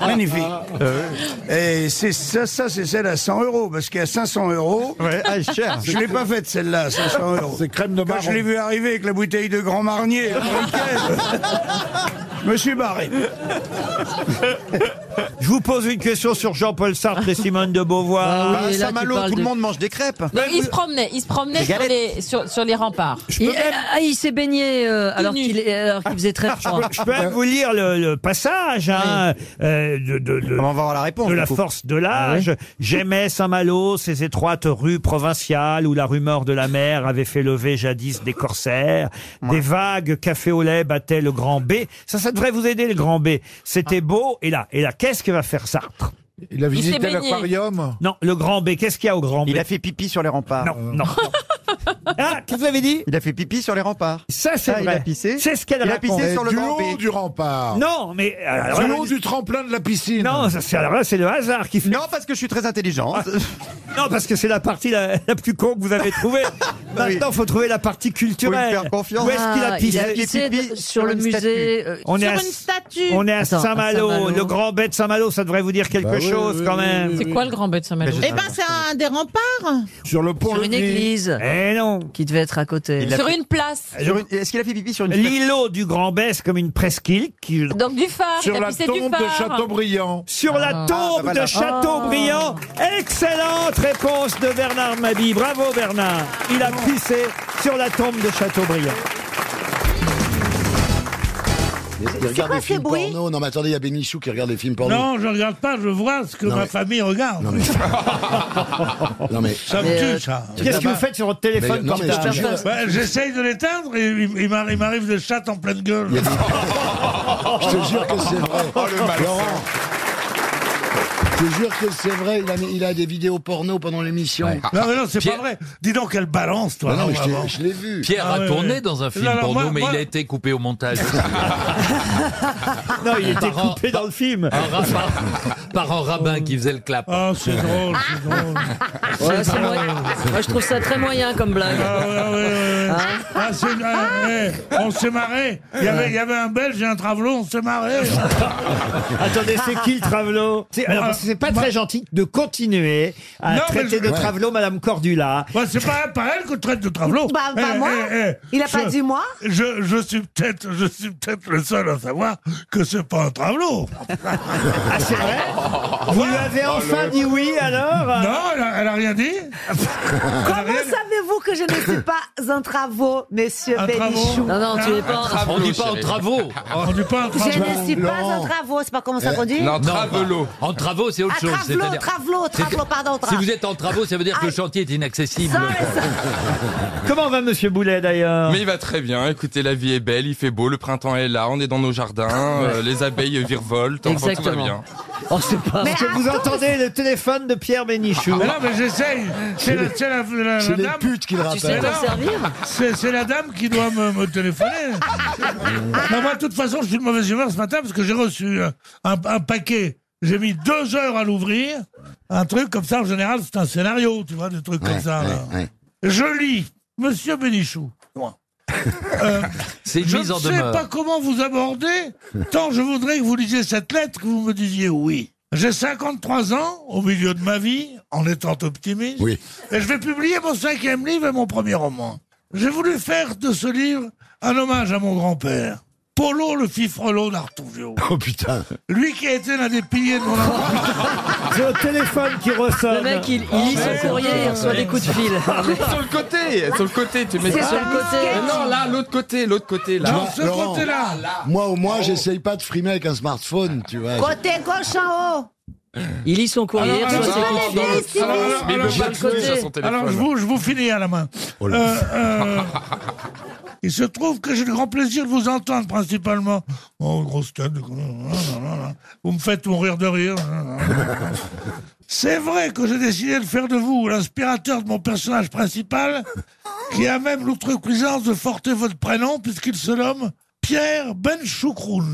Speaker 11: Magnifique.
Speaker 17: Euh.
Speaker 11: Et c'est ça, ça c'est celle à 100 euros, parce qu'à 500 euros,
Speaker 17: Ouais, elle est chère.
Speaker 11: je l'ai pas faite celle-là, à 500 euros. C'est crème de Quand je
Speaker 17: marron.
Speaker 11: l'ai vu arriver avec la bouteille de Grand Marnier, le week-end, je me suis barré.
Speaker 1: Je vous pose une question sur Jean-Paul Sartre et Simone de Beauvoir.
Speaker 17: Ah oui, Bah, à là, Saint-Malo, tu parles tout le de- monde
Speaker 1: mange des crêpes.
Speaker 17: Donc, il se promenait, il se promenait
Speaker 1: Des
Speaker 17: sur
Speaker 1: galettes.
Speaker 17: les, sur, sur les remparts.
Speaker 16: Il, ah, il s'est baigné euh, alors
Speaker 17: nu.
Speaker 16: qu'il est- alors
Speaker 3: Ah,
Speaker 16: qu'il faisait très froid.
Speaker 1: Ah, Je peux même vous lire le, le passage hein, euh, de, de- de- de la
Speaker 11: du coup.
Speaker 1: force
Speaker 3: Ah
Speaker 1: de l'âge. J'aimais Saint-Malo, ses étroites rues provinciales où la rumeur de la mer avait fait lever jadis des corsaires. Des vagues café au lait battaient le grand B. Ça, ça devrait vous aider, le grand B. C'était beau. Et là, et là qu'est-ce que va faire Sartre
Speaker 3: Ah. Il a Il visité s'est baigné. l'aquarium
Speaker 1: Non, le grand B. Qu'est-ce qu'il y a au grand B
Speaker 3: Il a fait pipi sur les remparts.
Speaker 1: Non, non. Ah, qu'est-ce que vous avez dit
Speaker 3: Il a fait pipi sur les remparts.
Speaker 1: Ça, c'est
Speaker 3: Il
Speaker 1: vrai.
Speaker 3: a pissé.
Speaker 1: C'est ce qu'elle
Speaker 3: Il a
Speaker 1: raconte.
Speaker 3: pissé
Speaker 15: Eh,
Speaker 1: Mais
Speaker 3: sur le
Speaker 1: du
Speaker 3: grand
Speaker 1: haut
Speaker 3: B.
Speaker 1: du
Speaker 3: rempart.
Speaker 1: Non, mais
Speaker 6: euh,
Speaker 1: alors
Speaker 3: Du
Speaker 1: là,
Speaker 3: haut du tremplin de la piscine.
Speaker 1: Non, ça, c'est- alors là, c'est le hasard qui fait. Ah.
Speaker 3: Non, parce que je suis très intelligent.
Speaker 1: Non, parce que c'est la partie la, la plus con que vous avez trouvée. Maintenant, il faut trouver la partie culturelle.
Speaker 3: Faut lui faire confiance.
Speaker 1: Où est-ce qu'il a
Speaker 16: Ah,
Speaker 1: pissé
Speaker 16: il a pissé de- sur le
Speaker 1: une
Speaker 16: musée.
Speaker 1: statue.
Speaker 16: euh,
Speaker 1: On est
Speaker 16: sur
Speaker 1: à-
Speaker 16: une statue.
Speaker 1: On est à
Speaker 16: Attends,
Speaker 1: Saint-Malo, le grand bête Saint-Malo, ça devrait vous dire quelque
Speaker 16: Bah oui,
Speaker 1: chose
Speaker 16: oui,
Speaker 1: quand
Speaker 16: oui,
Speaker 1: même.
Speaker 16: oui, C'est oui. quoi le grand bête Saint-Malo
Speaker 18: Eh ben, c'est un des remparts.
Speaker 1: Sur le
Speaker 16: Sur une église.
Speaker 1: Eh non.
Speaker 16: Qui devait être à côté.
Speaker 1: Il a
Speaker 18: Sur
Speaker 1: fait-
Speaker 18: une place.
Speaker 1: Sur une-
Speaker 3: Est-ce qu'il a fait pipi sur une
Speaker 1: L'îlot du Grand Besse comme une presqu'île qui.
Speaker 18: Donc du phare. il a pissé du phare.
Speaker 1: Sur la
Speaker 18: Ah,
Speaker 1: tombe
Speaker 18: bah voilà. Ah.
Speaker 1: de Chateaubriand. Excellente réponse de Bernard Mabi. Bravo Bernard. Il
Speaker 18: Ah.
Speaker 1: a pissé sur la tombe de Chateaubriand.
Speaker 6: euh,
Speaker 3: Il
Speaker 15: regarde des films porno. Non, mais attendez, il y a Bénichou qui regarde des films porno.
Speaker 6: Non, je regarde pas, je vois ce que
Speaker 15: Non,
Speaker 6: ma
Speaker 15: mais-
Speaker 6: famille regarde.
Speaker 15: Ah, Non, mais. euh,
Speaker 6: Ça me
Speaker 16: euh,
Speaker 6: tue, ça.
Speaker 15: Mais, non, mais je te jure,
Speaker 6: Bah, J'essaye de l'éteindre et il, il m'arrive il m'arrive de chatte en pleine gueule. Oh,
Speaker 15: je te jure que c'est vrai. Laurent, je te jure que c'est vrai. Il a, il a des vidéos porno pendant l'émission.
Speaker 6: Non, mais non, c'est pas vrai. Dis donc, elle balance, toi.
Speaker 15: Non, non, mais je
Speaker 6: vraiment.
Speaker 15: t'ai- je l'ai vu.
Speaker 19: Pierre
Speaker 6: Ah
Speaker 19: a
Speaker 6: ouais,
Speaker 19: tourné
Speaker 6: ouais.
Speaker 19: dans un film
Speaker 6: Non, non,
Speaker 19: pour
Speaker 6: moi-
Speaker 19: nous, mais
Speaker 6: moi-
Speaker 19: il a été coupé au montage.
Speaker 1: Non, il
Speaker 19: Par
Speaker 1: était
Speaker 19: un-
Speaker 1: coupé dans le film.
Speaker 19: un ra- par- par un rabbin qui faisait le clap.
Speaker 6: Ah, c'est drôle, c'est drôle.
Speaker 16: Ouais, c'est moi-
Speaker 19: Ah,
Speaker 16: moi, je trouve ça très moyen comme blague. Hein
Speaker 6: Ah, ouais, ouais, ouais. Ah, c'est- ah, ouais, on s'est marré. Il y, avait, il y avait un Belge et un Travelot, on s'est marré.
Speaker 1: Attendez, c'est qui le Travelot C'est- alors, parce que c'est pas très gentil de continuer à
Speaker 6: Non, mais
Speaker 1: traiter
Speaker 6: je-
Speaker 1: de
Speaker 6: Ouais.
Speaker 1: Travelot Madame Cordula.
Speaker 6: Bah, c'est pas, pas elle que traite de Travelot.
Speaker 18: Bah, pas moi. Il a pas dit moi.
Speaker 6: eh, Je, je suis peut-être je suis peut-être le seul à savoir que c'est pas un Travelot.
Speaker 1: ah, c'est vrai Vous lui avez enfin dit oui, alors
Speaker 6: Non, elle a, elle a rien dit.
Speaker 18: Comment savez-vous que je ne suis pas un travaux, monsieur
Speaker 6: Un travaux
Speaker 18: Bénichou
Speaker 6: Non, non, tu es pas un- Un travaux,
Speaker 19: On dit pas en
Speaker 6: chérie.
Speaker 19: travaux.
Speaker 18: Ah,
Speaker 19: Euh,
Speaker 6: On dit pas en
Speaker 18: Je ne suis pas un travaux, c'est pas comment ça qu'on dit
Speaker 19: Ah. Non, En travaux, c'est autre
Speaker 18: Ah,
Speaker 19: chose.
Speaker 18: travelot,
Speaker 19: c'est-à-dire-
Speaker 18: travelot,
Speaker 19: c'est-
Speaker 18: travelot, pardon, tra-
Speaker 19: Si vous êtes en travaux, ça veut dire que le chantier est inaccessible.
Speaker 1: Comment va Monsieur Boulet d'ailleurs
Speaker 2: Mais il va très bien. Écoutez, la vie est belle, il fait beau, le printemps est là, on est dans nos jardins, euh, les abeilles virevoltent, enfin, tout va bien.
Speaker 1: On sait Oh, pas. Parce que vous entendez le téléphone de Pierre Bénichou.
Speaker 6: Mais non, mais j'essaye. C'est la, c'est la, la- la dame. Mais non, C'est c'est la dame qui doit me, me téléphoner. non, moi, de toute façon, je suis de mauvaise humeur ce matin parce que j'ai reçu euh, un, un paquet. J'ai mis deux heures à l'ouvrir. Un truc comme ça, en général, c'est un scénario, tu vois, des trucs comme ça. là. Je lis, Monsieur Bénichou.
Speaker 19: C'est une
Speaker 6: Je ne
Speaker 19: mise en
Speaker 6: sais
Speaker 19: demeure.
Speaker 6: pas comment vous aborder, tant je voudrais que vous lisiez cette lettre, que vous me disiez oui. J'ai 53 ans, au milieu de ma vie, en étant optimiste, et je vais publier mon cinquième livre et mon premier roman. J'ai voulu faire de ce livre un hommage à mon grand-père, Polo le fifrelot d'Artouvio.
Speaker 15: Oh putain.
Speaker 6: Lui qui a été l'un des piliers de mon enfance.
Speaker 1: C'est au téléphone qui ressort.
Speaker 16: Le mec, il- il lit son courrier et il reçoit des coups de fil.
Speaker 2: sur le côté, sur le côté, tu mets
Speaker 16: C'est
Speaker 2: ça.
Speaker 16: sur le côté.
Speaker 2: Mais non, là, l'autre côté, l'autre côté, là.
Speaker 15: Laurent, Laurent, Moi, au
Speaker 6: Oh.
Speaker 15: moins, j'essaye pas de frimer avec un smartphone, tu vois.
Speaker 18: Côté gauche en haut.
Speaker 16: Il lit son courrier,
Speaker 6: Alors,
Speaker 16: reçoit ses
Speaker 6: alors,
Speaker 16: coups de
Speaker 6: alors,
Speaker 16: fil.
Speaker 6: alors,
Speaker 16: Mais
Speaker 6: alors,
Speaker 16: il peut pas
Speaker 6: alors,
Speaker 16: le côté.
Speaker 6: alors, je vous, je vous finis à la main.
Speaker 16: Oh
Speaker 6: Euh, euh, il se trouve que j'ai le grand plaisir de vous entendre, principalement. Oh, grosse tête. Vous me faites mourir de rire. C'est vrai que j'ai décidé de faire de vous l'inspirateur de mon personnage principal, qui a même l'outrecuidance de porter votre prénom, puisqu'il se nomme Pierre Benchoucroul.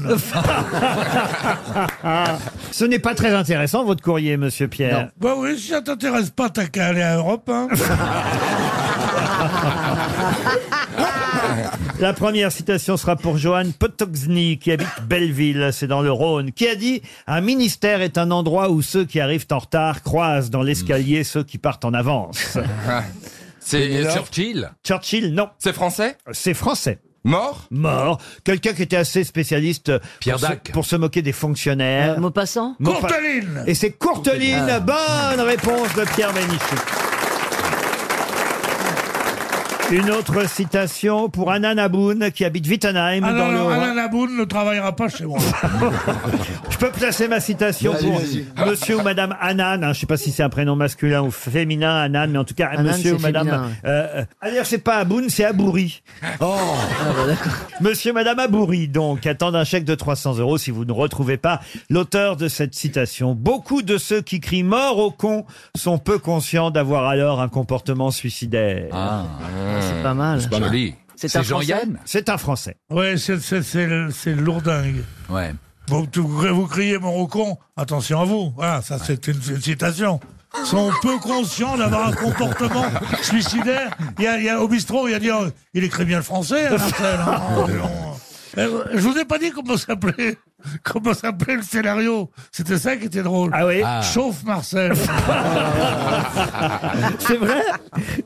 Speaker 1: Ce n'est pas très intéressant, votre courrier, monsieur Pierre.
Speaker 6: bah oui, si ça t'intéresse pas, t'as qu'à aller à Europe. Hein.
Speaker 1: La première citation sera pour Johan Potoczny, qui habite Belleville, c'est dans le Rhône, qui a dit « Un ministère est un endroit où ceux qui arrivent en retard croisent dans l'escalier ceux qui partent en avance.
Speaker 19: C'est
Speaker 1: Pénélope.
Speaker 19: Churchill. »
Speaker 1: Churchill, non.
Speaker 19: C'est français
Speaker 1: C'est français.
Speaker 19: Mort
Speaker 1: Mort. Quelqu'un qui était assez spécialiste
Speaker 19: Pierre
Speaker 1: pour, se,
Speaker 19: Dac.
Speaker 1: pour se moquer des fonctionnaires.
Speaker 10: Maupassant
Speaker 1: Maupa-
Speaker 10: Courteline
Speaker 1: Et c'est Courteline.
Speaker 10: Courteline.
Speaker 1: Bonne réponse de Pierre Bénichou. Une autre citation pour Anna Naboun, qui habite Wittenheim. dans le...
Speaker 6: Alain,
Speaker 1: Rhône.
Speaker 6: Alain Laboune ne travaillera pas chez moi.
Speaker 1: Je peux placer ma citation
Speaker 6: Vas-y,
Speaker 1: pour
Speaker 6: vas-y.
Speaker 1: monsieur ou madame Anan. hein, je ne sais pas si c'est un prénom masculin ou féminin, Anan, mais en tout cas,
Speaker 10: Anan,
Speaker 1: monsieur ou
Speaker 10: c'est
Speaker 1: madame.
Speaker 10: féminin, ouais.
Speaker 1: euh, euh, ah, D'ailleurs, c'est pas Aboun, c'est Abouri. Oh Monsieur madame Abouri, donc, attendent un chèque de 300 euros si vous ne retrouvez pas l'auteur de cette citation. Beaucoup de ceux qui crient mort au con sont peu conscients d'avoir alors un comportement suicidaire. Ah,
Speaker 10: c'est pas mal.
Speaker 19: C'est pas mal. Joli. C'est C'est un Français Jean-Yann
Speaker 1: C'est un Français.
Speaker 6: Ouais, c'est- c'est c'est le- c'est le lourdingue.
Speaker 19: Ouais.
Speaker 6: Vous, tu- vous criez mon rocon, attention à vous. Voilà, ça c'est une, une citation. Sont peu conscients d'avoir un comportement suicidaire. Il y a, il y a- au bistrot, il a dit oh, il écrit bien le français, hein, Marcel, hein. Oh, non. Euh, Je vous ai pas dit comment s'appelait comment s'appelait le scénario. C'était ça qui était drôle.
Speaker 1: Ah oui.
Speaker 6: Chauffe Marcel.
Speaker 1: C'est vrai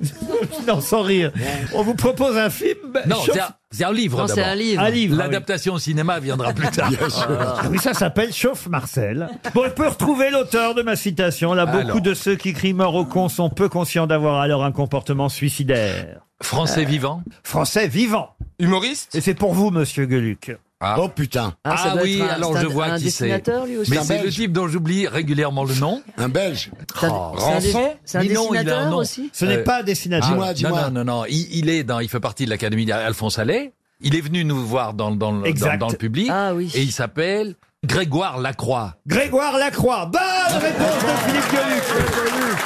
Speaker 1: Non, sans rire. On vous propose un film.
Speaker 19: Non,
Speaker 1: Chauffe-
Speaker 19: c'est un- c'est un livre.
Speaker 1: Non, c'est
Speaker 19: d'abord.
Speaker 1: un livre. Bah, Un livre,
Speaker 19: L'adaptation au cinéma viendra plus tard.
Speaker 1: Ah Oui, ça s'appelle Chauffe Marcel. Bon, je peux retrouver l'auteur de ma citation. Là, beaucoup
Speaker 19: Alors.
Speaker 1: de ceux qui crient mort au con sont peu conscients d'avoir alors un comportement suicidaire.
Speaker 19: Français vivant
Speaker 1: Français vivant.
Speaker 19: Humoriste
Speaker 1: Et c'est pour vous, monsieur Gueluc.
Speaker 19: Oh putain.
Speaker 1: Ah,
Speaker 19: Ah,
Speaker 1: ça doit
Speaker 19: oui,
Speaker 1: être un-
Speaker 19: alors
Speaker 1: c'est
Speaker 19: je
Speaker 1: un-
Speaker 19: vois
Speaker 1: un
Speaker 19: qui c'est.
Speaker 1: dessinateur, lui aussi.
Speaker 19: Mais
Speaker 1: C'est un
Speaker 19: c'est le
Speaker 1: Belge.
Speaker 19: type dont j'oublie régulièrement le nom.
Speaker 1: Un Belge.
Speaker 19: C'est un des- Rançon
Speaker 1: c'est un
Speaker 19: Mais non, il a
Speaker 1: dessinateur
Speaker 19: nom. Euh, ah,
Speaker 1: aussi Ce n'est pas un dessinateur. Dis-moi,
Speaker 19: non,
Speaker 1: dis-moi.
Speaker 19: Non, non, non. Il, il est dans, il fait partie de l'Académie Alphonse Allais. Il est venu nous voir dans, le- dans, le- dans,
Speaker 1: Exact.
Speaker 19: dans le public.
Speaker 1: Ah
Speaker 19: Et il s'appelle Grégoire Lacroix.
Speaker 1: Grégoire Lacroix. Bonne réponse de Philippe Gueluc.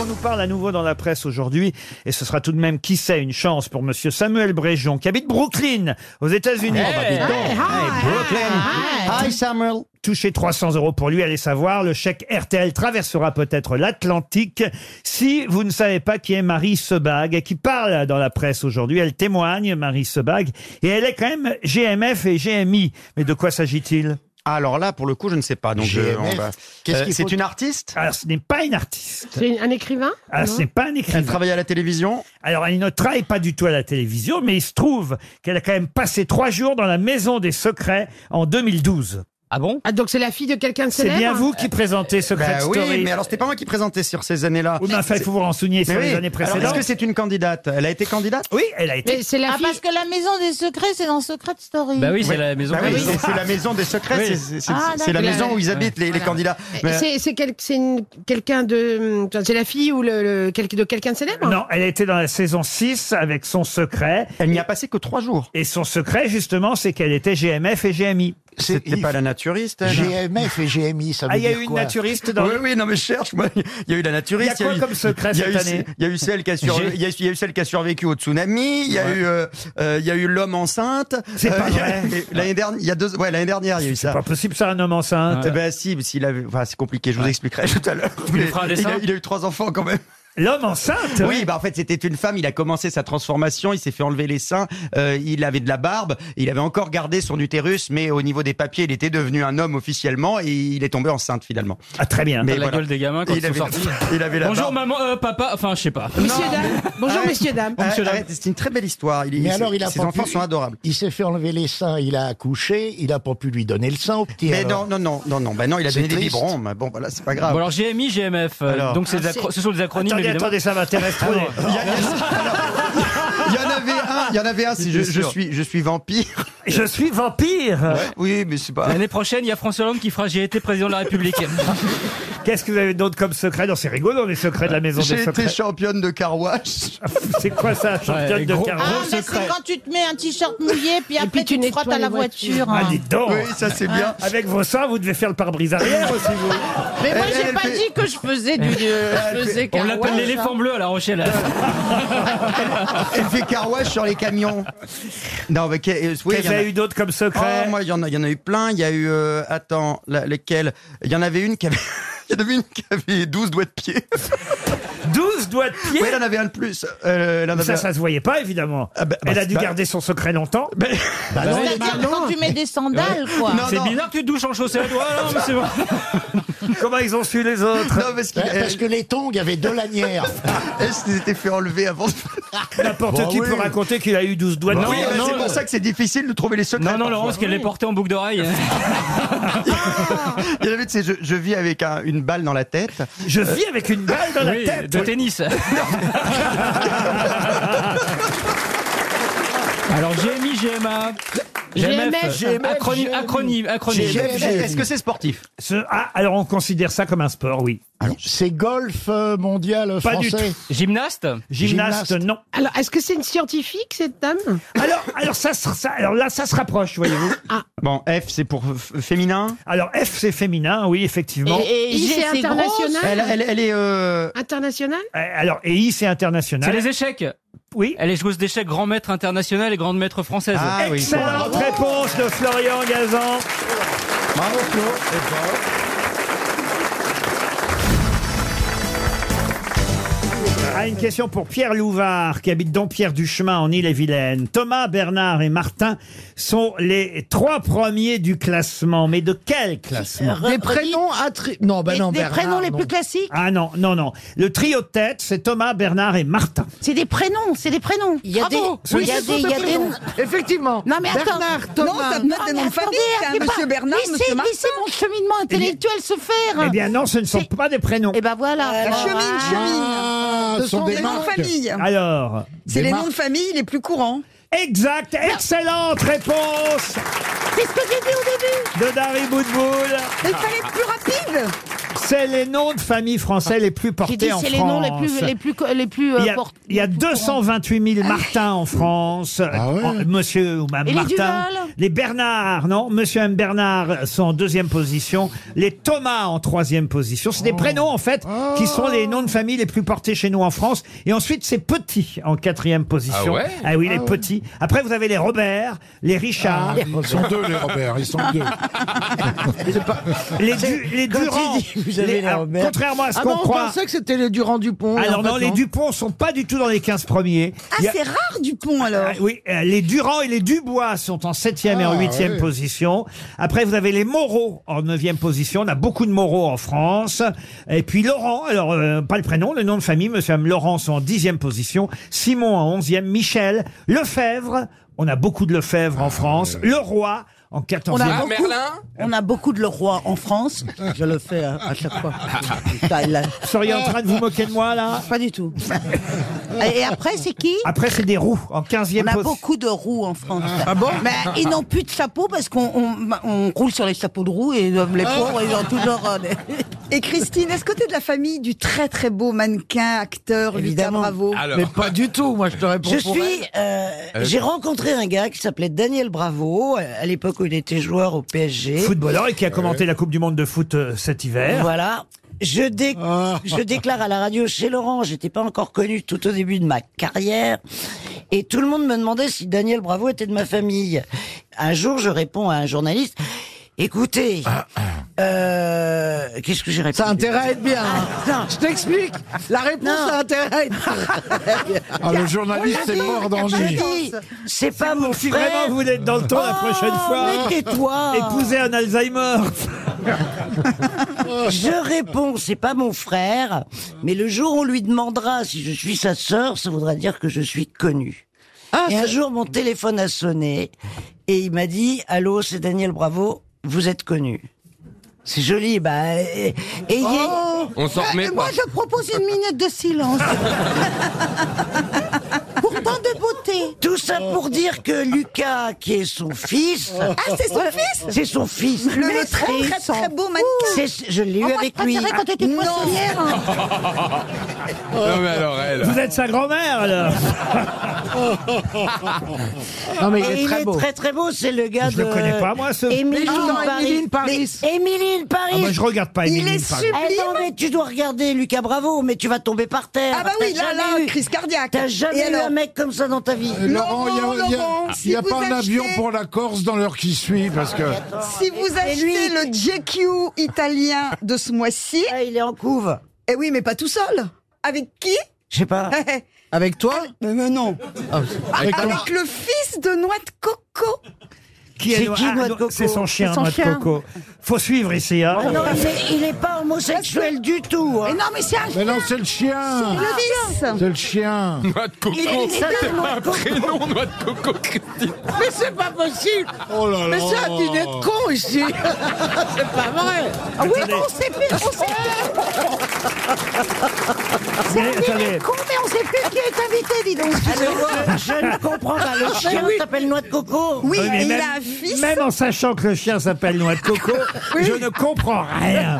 Speaker 1: On nous parle à nouveau dans la presse aujourd'hui, et ce sera tout de même, qui sait, une chance pour Monsieur Samuel Bréjon, qui habite Brooklyn, aux États-Unis.
Speaker 2: Hey,
Speaker 1: Oh,
Speaker 16: Eh,
Speaker 1: bah, dis donc.
Speaker 2: hey,
Speaker 16: ah.
Speaker 2: hi,
Speaker 1: Brooklyn. Hi, Samuel. Toucher 300 euros pour lui, allez savoir, le chèque RTL traversera peut-être l'Atlantique. Si vous ne savez pas qui est Marie Sebag, qui parle dans la presse aujourd'hui, elle témoigne, Marie Sebag, et elle est quand même GMF et GMI. Mais de quoi s'agit-il
Speaker 3: Ah, Alors là, pour le coup, je ne sais pas. Donc, je-
Speaker 1: GMF.
Speaker 3: on va-
Speaker 1: Qu'est-ce
Speaker 3: Euh,
Speaker 1: qu'il
Speaker 3: c'est
Speaker 1: faut-
Speaker 3: une artiste
Speaker 1: Alors, ce n'est pas une artiste.
Speaker 3: C'est un écrivain
Speaker 1: Ah, c'est pas un écrivain.
Speaker 3: Elle travaille à la télévision
Speaker 1: Alors, elle ne travaille pas du tout à la télévision, mais il se trouve qu'elle a quand même passé trois jours dans la Maison des Secrets en 2012.
Speaker 3: Ah bon
Speaker 2: Ah, donc c'est la fille de quelqu'un de
Speaker 1: C'est
Speaker 2: célèbre
Speaker 1: bien vous qui présentez Secret
Speaker 3: Bah
Speaker 1: Story.
Speaker 3: oui, mais alors c'était pas moi qui présentais sur ces années-là.
Speaker 1: Oui, mais enfin, il faut vous renseigner sur
Speaker 3: Mais
Speaker 1: les
Speaker 3: oui.
Speaker 1: années
Speaker 3: Alors,
Speaker 1: précédentes.
Speaker 3: Est-ce que c'est une candidate Elle a été candidate
Speaker 1: Oui, elle a été.
Speaker 2: ah, parce que la maison des secrets, c'est dans Secret Story.
Speaker 3: Bah oui, c'est- c'est la maison des secrets. c'est- c'est- c'est-
Speaker 2: Ah,
Speaker 3: c'est la
Speaker 2: d'accord.
Speaker 3: maison où ils habitent, les, les
Speaker 2: Voilà.
Speaker 3: candidats. Mais-
Speaker 2: C'est c'est quel- c'est une- quelqu'un de. C'est la fille ou le, le- quel- de quelqu'un de célèbre
Speaker 1: Non, elle était dans la saison 6 avec son secret.
Speaker 3: Elle n'y a passé que trois jours.
Speaker 1: Et son secret, justement, c'est qu'elle était GMF et GMI.
Speaker 3: C'était pas la naturiste. elle.
Speaker 1: GMF et GMI, ça
Speaker 3: veut
Speaker 1: Ah, il y a
Speaker 3: dire
Speaker 1: eu une
Speaker 3: quoi
Speaker 1: naturiste dans
Speaker 3: Oui, oui, non, mais je cherche. Moi. Il y a eu la naturiste.
Speaker 1: Il y a quoi
Speaker 3: eu-
Speaker 1: comme secret
Speaker 3: il y a
Speaker 1: cette
Speaker 3: eu-
Speaker 1: année
Speaker 3: Il y a eu celle qui a, sur-
Speaker 1: J'ai-
Speaker 3: il y a- il y a eu celle qui a survécu au tsunami. Il y a
Speaker 1: Ouais.
Speaker 3: eu, euh, euh, il y a eu l'homme enceinte. Euh,
Speaker 1: C'est pas
Speaker 3: il y a-
Speaker 1: vrai.
Speaker 3: et L'année dernière, il y a deux, ouais, l'année dernière, il y a eu ça.
Speaker 1: Pas possible, ça, un homme enceinte.
Speaker 3: Eh ben si, mais s'il avait, enfin, c'est compliqué. Je vous expliquerai tout à l'heure.
Speaker 1: nous
Speaker 3: Mais
Speaker 1: feras un
Speaker 3: Il
Speaker 1: dessin
Speaker 3: a, il a eu trois enfants quand même.
Speaker 1: L'homme enceinte
Speaker 3: Oui, bah en fait c'était une femme. Il a commencé sa transformation. Il s'est fait enlever les seins. euh, il avait de la barbe. Il avait encore gardé son utérus, mais au niveau des papiers, il était devenu un homme officiellement et il est tombé enceinte finalement.
Speaker 1: Ah très bien.
Speaker 3: Mais
Speaker 13: la
Speaker 3: Hein. voilà.
Speaker 13: gueule des gamins quand
Speaker 3: Il
Speaker 13: ils sont
Speaker 3: avait la-
Speaker 13: sortis.
Speaker 3: il avait la
Speaker 13: Bonjour
Speaker 3: barbe.
Speaker 13: maman, euh, papa, enfin je sais pas.
Speaker 3: Non.
Speaker 2: Bonjour,
Speaker 11: Ah,
Speaker 3: Arrête.
Speaker 2: messieurs, dames.
Speaker 3: Arrête,
Speaker 11: Euh,
Speaker 2: Monsieur, dames.
Speaker 3: arrête, c'est une très belle histoire. Il,
Speaker 2: Mais
Speaker 3: il-
Speaker 2: alors, il a
Speaker 3: ses
Speaker 2: pas
Speaker 3: enfants
Speaker 2: pu-
Speaker 3: sont adorables.
Speaker 2: Il s'est fait enlever les seins, il a accouché, il a pas pu lui donner le sein au petit.
Speaker 3: Mais non, non, non, non, non, bah non, il a
Speaker 2: C'est
Speaker 3: donné des
Speaker 2: triste.
Speaker 3: biberons. Mais bon, voilà, c'est pas grave.
Speaker 13: Bon alors GMI, GMF, euh,
Speaker 3: Alors.
Speaker 13: donc c'est des
Speaker 3: Ah, c'est-
Speaker 13: acro- ce sont des acronymes
Speaker 3: Attendez,
Speaker 13: évidemment.
Speaker 3: attendez, ça m'intéresse trop.
Speaker 13: Ah, bon.
Speaker 3: Il y a- il y Il y en avait un, il y en avait un, si je, je suis, je suis vampire.
Speaker 1: Je suis vampire
Speaker 3: Oui, mais c'est pas.
Speaker 13: L'année prochaine, il y a François Hollande qui fera J'ai été président de la République.
Speaker 1: Qu'est-ce que vous avez d'autre comme secret Non, c'est rigolo, les secrets de la maison
Speaker 3: J'ai
Speaker 1: des
Speaker 3: été
Speaker 1: secrets. Ah,
Speaker 3: championne de car wash.
Speaker 1: C'est quoi ça, championne de car
Speaker 5: Ah, mais c'est quand tu te mets un t-shirt mouillé, puis après tu, te frottes à la voiture. hein.
Speaker 1: Ah, dis donc
Speaker 3: Oui, ça, c'est bien.
Speaker 1: Avec vos seins, vous devez faire le pare-brise arrière aussi, vous.
Speaker 5: Mais moi, j'ai pas dit que je faisais du.
Speaker 1: Eh,
Speaker 16: euh,
Speaker 5: je faisais
Speaker 14: On
Speaker 5: car
Speaker 14: l'appelle
Speaker 5: wash,
Speaker 14: l'éléphant
Speaker 5: hein.
Speaker 14: bleu à La Rochelle. hein.
Speaker 3: Elle fait car wash sur les camions. Non, mais que- euh,
Speaker 1: Qu'est-ce
Speaker 3: oui, il y en
Speaker 1: qu'il y a eu d'autres comme secret
Speaker 3: Oh, moi, il y, en a- il y en a eu plein. Il y a eu. euh, attends, la- lesquels Il y en avait une qui avait. Il y en avait une qui avait 12 doigts de pied.
Speaker 1: 12 doigts de pied
Speaker 3: Oui, elle en avait un de plus. Euh, elle en
Speaker 1: Ça,
Speaker 3: avait
Speaker 1: ça se voyait pas, évidemment.
Speaker 3: bah,
Speaker 1: Elle a
Speaker 3: c'est
Speaker 1: dû
Speaker 3: pas-
Speaker 1: garder son secret longtemps.
Speaker 5: Bah,
Speaker 1: Bah
Speaker 2: Bah
Speaker 5: C'est-à-dire quand tu mets des sandales, quoi.
Speaker 14: C'est bizarre que tu te douches en chaussettes. Ouais, non, mais c'est bon.
Speaker 1: Comment ils ont su les autres
Speaker 3: parce,
Speaker 11: Hein,
Speaker 14: qu'il-
Speaker 16: parce que les tongs avaient deux lanières.
Speaker 3: Elles s'étaient fait enlever avant.
Speaker 1: N'importe qui peut raconter qu'il a eu 12 doigts de
Speaker 3: Non,
Speaker 1: pied.
Speaker 3: oui, bah, c'est pour ça que c'est difficile de trouver les secrets.
Speaker 4: Ah
Speaker 14: Non, non, Laurent,
Speaker 3: parfois.
Speaker 14: parce qu'elle les portait en boucle d'oreille.
Speaker 3: Il y en avait, tu sais, je, je vis avec un- une balle dans la tête. Euh,
Speaker 1: Je vis avec une balle dans la
Speaker 14: Oui,
Speaker 1: tête.
Speaker 14: de tennis. Alors, GMI, GMA. GMF, acronyme, acronyme, acronyme.
Speaker 3: sportif
Speaker 1: Ce- ah, Alors on considère ça comme un sport, oui.
Speaker 16: C'est golf euh, mondial euh,
Speaker 1: Pas
Speaker 16: français.
Speaker 1: du tout.
Speaker 14: Gymnaste
Speaker 1: Gymnaste,
Speaker 16: Gymnaste.
Speaker 1: non.
Speaker 2: Alors, est-ce que c'est une scientifique, cette dame
Speaker 1: Alors, alors, ça, se- ça- alors là, ça se rapproche, voyez-vous.
Speaker 5: Ah.
Speaker 3: Bon, F, c'est pour f- féminin
Speaker 1: Alors F, c'est féminin, oui, effectivement.
Speaker 5: Et- et
Speaker 2: I,
Speaker 5: G,
Speaker 2: c'est
Speaker 5: c'est
Speaker 2: international
Speaker 5: grosse. Elle- elle- elle
Speaker 3: est...
Speaker 2: International
Speaker 1: Euh, Alors, et I, c'est international.
Speaker 14: C'est les échecs.
Speaker 1: Oui.
Speaker 14: Elle est joueuse d'échecs grand maître international et grande maître française.
Speaker 4: Ah
Speaker 1: Ah Excellente réponse de Florian Gazan.
Speaker 3: Bravo, Flo.
Speaker 1: Ah, une question pour Pierre Louvard, qui habite Dompierre du Chemin en Ille-et-Vilaine. Thomas, Bernard et Martin sont les trois premiers du classement. Mais de quel classement
Speaker 16: Des prénoms attri- Non, bah
Speaker 1: Des-
Speaker 16: non,
Speaker 1: des
Speaker 16: Bernard,
Speaker 1: prénoms les
Speaker 16: non.
Speaker 1: plus
Speaker 5: Classique.
Speaker 1: Ah non, non, non. Le trio de tête, c'est Thomas, Bernard et Martin.
Speaker 5: C'est des prénoms, c'est des prénoms. Il y
Speaker 16: a des- il y a des- il y a des-
Speaker 5: Effectivement. Non mais attends.
Speaker 16: Bernard, Thomas.
Speaker 5: Non, ça peut être des noms de famille. hein, Monsieur Bernard, Monsieur Martin. Laissez mon cheminement intellectuel se faire.
Speaker 1: Eh bien non, ce ne sont pas des prénoms.
Speaker 5: Eh ben voilà.
Speaker 2: Ah,
Speaker 16: La chemine, chemine.
Speaker 5: chemine.
Speaker 16: Ah, Ce sont des noms de famille.
Speaker 1: Alors
Speaker 16: C'est les noms
Speaker 5: de famille les plus courants.
Speaker 1: Exact, excellente réponse
Speaker 5: C'est ce que j'ai dit au
Speaker 1: début de Dari Boudboul.
Speaker 5: Il fallait être plus rapide.
Speaker 1: C'est les noms de famille français les plus
Speaker 5: J'ai
Speaker 1: portés
Speaker 5: dit
Speaker 1: en France.
Speaker 5: c'est les noms les plus les plus les plus euh,
Speaker 1: il y a,
Speaker 5: port-
Speaker 1: il y a 228 000 Martins en France.
Speaker 16: Ah
Speaker 1: En- Monsieur ou Mme
Speaker 5: Et les
Speaker 1: Martin.
Speaker 5: Duval
Speaker 1: Les Bernard, non Monsieur et M. Bernard sont en deuxième position. Les Thomas en troisième position.
Speaker 16: Oh.
Speaker 1: C'est des prénoms, en fait,
Speaker 16: Ah.
Speaker 1: qui sont les noms de famille les plus portés chez nous en France. Et ensuite, c'est Petit en quatrième position.
Speaker 16: Ah ouais
Speaker 1: oui, les
Speaker 16: Ah ouais. Ah,
Speaker 1: Petits. Après, vous avez les Robert, les Richard.
Speaker 16: Ils sont deux, les Robert, ils sont deux.
Speaker 12: Ah,
Speaker 1: Les, du, les
Speaker 16: Quand tu
Speaker 1: Durand.
Speaker 16: dis que vous avez
Speaker 1: Les-
Speaker 16: les
Speaker 1: alors,
Speaker 16: Robert.
Speaker 1: contrairement à ce
Speaker 16: Ah
Speaker 1: qu'on
Speaker 16: bon, on
Speaker 1: croit.
Speaker 16: pensait que c'était les Durand Dupont.
Speaker 1: Alors
Speaker 16: en fait,
Speaker 1: non, les
Speaker 16: non.
Speaker 1: Dupont sont pas du tout dans les 15 premiers. Il y a-
Speaker 5: Ah, rare Dupont alors.
Speaker 1: Ah, oui, euh, les Durand et les Dubois sont en 7e et en
Speaker 16: Ah,
Speaker 1: 8e
Speaker 16: oui.
Speaker 1: position. Après, vous avez les Moreau en 9e position. On a beaucoup de Moreau en France. Et puis Laurent, alors euh, pas le prénom, le nom de famille, monsieur et madame Laurent sont en 10e position. Simon en 11e. Michel, Lefebvre, on a beaucoup de Lefebvre en France. Leroy en 14e.
Speaker 5: On a, beaucoup, on a beaucoup de le roi en France. Je le fais à, à chaque fois. Putain, il a-
Speaker 1: Vous seriez en train de vous moquer de moi là
Speaker 5: Pas du tout. Et après, c'est qui
Speaker 18: Ah,
Speaker 1: Après, c'est des roues en 15e
Speaker 5: On a
Speaker 1: position.
Speaker 5: beaucoup de roues en France.
Speaker 1: Ah bon
Speaker 5: Mais ils n'ont plus de chapeau parce qu'on on- Bah, on roule sur les chapeaux de roue et euh, les pauvres, ils ont toujours. euh, des-
Speaker 18: Ah. Et Christine, est-ce que t'es de la famille du très très beau mannequin, acteur, Lucas Bravo
Speaker 16: Mais pas du tout, moi je te réponds.
Speaker 18: Je
Speaker 16: pour
Speaker 18: suis,
Speaker 16: elle.
Speaker 1: Ah
Speaker 18: Euh,
Speaker 16: j'ai
Speaker 18: rencontré un gars qui s'appelait Daniel Bravo, à l'époque où il était joueur au PSG.
Speaker 1: Footballeur et qui a commenté la Coupe du Monde de foot euh, cet hiver.
Speaker 18: Voilà. Je, dé-
Speaker 16: Ah.
Speaker 18: je déclare à la radio chez Laurent, j'étais pas encore connu tout au début de ma carrière, et tout le monde me demandait si Daniel Bravo était de ma famille. Un jour, je réponds à un journaliste, écoutez, euh, qu'est-ce que j'ai répondu Ah,
Speaker 16: Ah, Ça a intérêt à être bien. hein.
Speaker 18: Je t'explique,
Speaker 16: La réponse a intérêt à être bien.
Speaker 18: Ah, le journaliste est mort
Speaker 16: dans
Speaker 18: Je dis, c'est pas mon
Speaker 1: Si
Speaker 18: frère. Oh,
Speaker 1: vraiment vous voulez être dans le temps la prochaine fois,
Speaker 18: mais tais-toi.
Speaker 1: épousez un Alzheimer.
Speaker 18: Je réponds, c'est pas mon frère, mais le jour où on lui demandera si je suis sa sœur, ça voudra dire que je suis connue.
Speaker 20: Ah,
Speaker 18: et un jour, mon téléphone a sonné et il m'a dit Allô, c'est Daniel Bravo, vous êtes connu. C'est joli, bah. Et, et il y a-
Speaker 9: Oh, On s'en remet
Speaker 18: Euh,
Speaker 9: pas.
Speaker 18: propose une minute de silence.
Speaker 5: Pourtant,
Speaker 20: de beauté. Oh.
Speaker 18: Tout ça pour dire que Lucas, qui est son fils.
Speaker 20: Ah, c'est son fils
Speaker 18: C'est son fils.
Speaker 20: Le très, très, très beau mannequin.
Speaker 18: C'est- Je l'ai
Speaker 20: Oh, moi,
Speaker 18: eu
Speaker 20: je
Speaker 18: avec lui.
Speaker 20: préférais quand
Speaker 1: Ah,
Speaker 20: t'étais poissonnière.
Speaker 19: Non mais alors elle.
Speaker 1: Vous êtes sa grand-mère alors
Speaker 18: Non, mais
Speaker 16: il est
Speaker 18: il
Speaker 16: très
Speaker 18: est
Speaker 16: beau.
Speaker 18: très très beau, c'est le gars
Speaker 1: Je
Speaker 18: de.
Speaker 1: le connais pas, moi, ce- Mais
Speaker 18: Émilie
Speaker 1: non,
Speaker 18: Paris.
Speaker 1: Émilie Paris.
Speaker 18: Mais Émilie Paris.
Speaker 1: Ah, bah, je regarde pas
Speaker 18: Il
Speaker 1: Émilie
Speaker 18: est
Speaker 1: Paris.
Speaker 18: sublime. Eh non, mais tu dois regarder Lucas Bravo, mais tu vas tomber par terre.
Speaker 20: Ah bah oui,
Speaker 18: T'as
Speaker 20: là, là,
Speaker 18: jamais eu-
Speaker 20: crise cardiaque.
Speaker 18: T'as
Speaker 20: Et
Speaker 18: jamais eu
Speaker 20: alors
Speaker 18: un mec comme ça dans ta vie.
Speaker 15: Euh, Laurent, il n'y a, il y a-
Speaker 20: Laurent,
Speaker 15: il y
Speaker 20: si
Speaker 15: a
Speaker 20: vous
Speaker 15: pas un avion
Speaker 20: achetez-
Speaker 15: pour la Corse dans l'heure qui suit, parce que...
Speaker 20: Si vous achetez le JQ italien de ce mois-ci.
Speaker 18: Ah, il est en couve.
Speaker 20: Eh oui, mais pas tout seul. Avec qui
Speaker 18: Je sais pas.
Speaker 20: Avec toi mais, mais non. Ah,
Speaker 18: Avec
Speaker 20: Avec,
Speaker 18: toi.
Speaker 20: le fils de Noix de Coco.
Speaker 1: Qui est
Speaker 18: C'est
Speaker 1: Noix-
Speaker 18: qui,
Speaker 1: ah,
Speaker 18: Noix de
Speaker 1: Noix-
Speaker 18: Coco
Speaker 1: C'est son chien,
Speaker 18: C'est son
Speaker 1: Noix de
Speaker 18: chien.
Speaker 1: Coco. Faut suivre ici. Hein.
Speaker 18: Ah non, il est- il n'est pas homosexuel du tout. hein.
Speaker 20: Mais non, mais c'est un
Speaker 15: Mais non, c'est le chien
Speaker 20: Le fils.
Speaker 15: C'est le chien
Speaker 19: Noix de coco.
Speaker 15: Il est-
Speaker 19: C'est
Speaker 15: Noix de
Speaker 19: pas un
Speaker 15: coco.
Speaker 19: prénom noix de coco. Oh Christine.
Speaker 16: Mais c'est pas possible Mais c'est un dîner de con ici C'est pas vrai
Speaker 20: Ah oui, on sait plus, on sait plus.
Speaker 1: Mais,
Speaker 20: C'est un
Speaker 1: attendez.
Speaker 20: dîner de con, mais on sait plus qui est invité, dis donc.
Speaker 18: Ah,
Speaker 20: Ah,
Speaker 18: Je ne comprends pas. Le chien s'appelle Noix de Coco.
Speaker 20: Oui,
Speaker 1: Oui, mais
Speaker 20: et il
Speaker 1: même,
Speaker 20: a un fils.
Speaker 1: même en sachant que le chien s'appelle Noix de Coco, je ne comprends rien.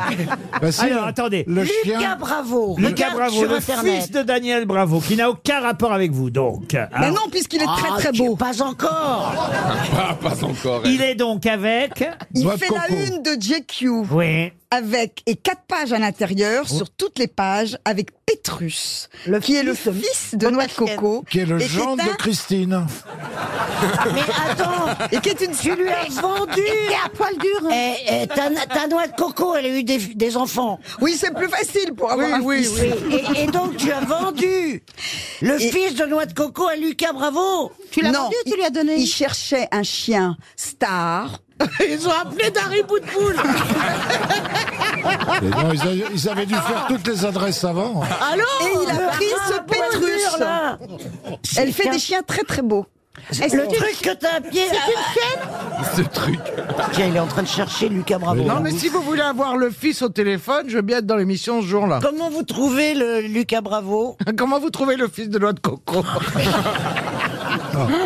Speaker 15: Bah si,
Speaker 1: Alors attendez, le
Speaker 18: Lucas Bravo.
Speaker 1: Lucas
Speaker 18: Regarde
Speaker 1: Bravo,
Speaker 18: sur
Speaker 1: le
Speaker 18: Internet.
Speaker 1: fils de Daniel Bravo, qui n'a aucun rapport avec vous, donc.
Speaker 20: Mais
Speaker 1: hein.
Speaker 20: non, puisqu'il est très
Speaker 18: Ah,
Speaker 20: très beau.
Speaker 18: Pas encore.
Speaker 19: Ah, pas encore.
Speaker 1: Il est donc avec.
Speaker 20: Il fait la une de JQ.
Speaker 1: Oui.
Speaker 20: Avec, et quatre pages à l'intérieur, sur toutes les pages, avec Petrus, qui est le fils de Noix de Coco.
Speaker 15: Qui est le
Speaker 20: et
Speaker 15: gendre
Speaker 20: un-
Speaker 15: de Christine.
Speaker 18: Mais attends,
Speaker 20: Et qui est une
Speaker 18: tu lui as vendu.
Speaker 20: Et à poil dur. hein.
Speaker 18: Eh, eh, ta, ta noix de coco, elle a eu des, des enfants.
Speaker 20: Oui, c'est plus facile pour avoir un fils.
Speaker 18: Et, et donc, tu as vendu le
Speaker 20: Et-
Speaker 18: fils de noix de coco à Lucas Bravo.
Speaker 20: Tu l'as vendu tu lui as donné Il cherchait un chien star.
Speaker 16: Ils ont appelé Dari Boutboul
Speaker 15: Et non, ils, a- ils avaient dû faire toutes les adresses avant.
Speaker 17: Ah,
Speaker 16: Alors
Speaker 20: Et il a pris
Speaker 18: Ah,
Speaker 20: ce
Speaker 18: pour dire, là.
Speaker 20: Petrus. Elle fait des chiens très très beaux. Est-ce
Speaker 18: Le
Speaker 20: que-
Speaker 18: truc que t'as à pied.
Speaker 19: Ce truc.
Speaker 18: Tiens, il est en train de chercher Lucas Bravo.
Speaker 16: Non mais si vous voulez avoir le fils au téléphone, je veux bien être dans l'émission ce jour-là.
Speaker 18: Comment vous trouvez le Lucas Bravo
Speaker 16: Comment vous trouvez le fils de noix de coco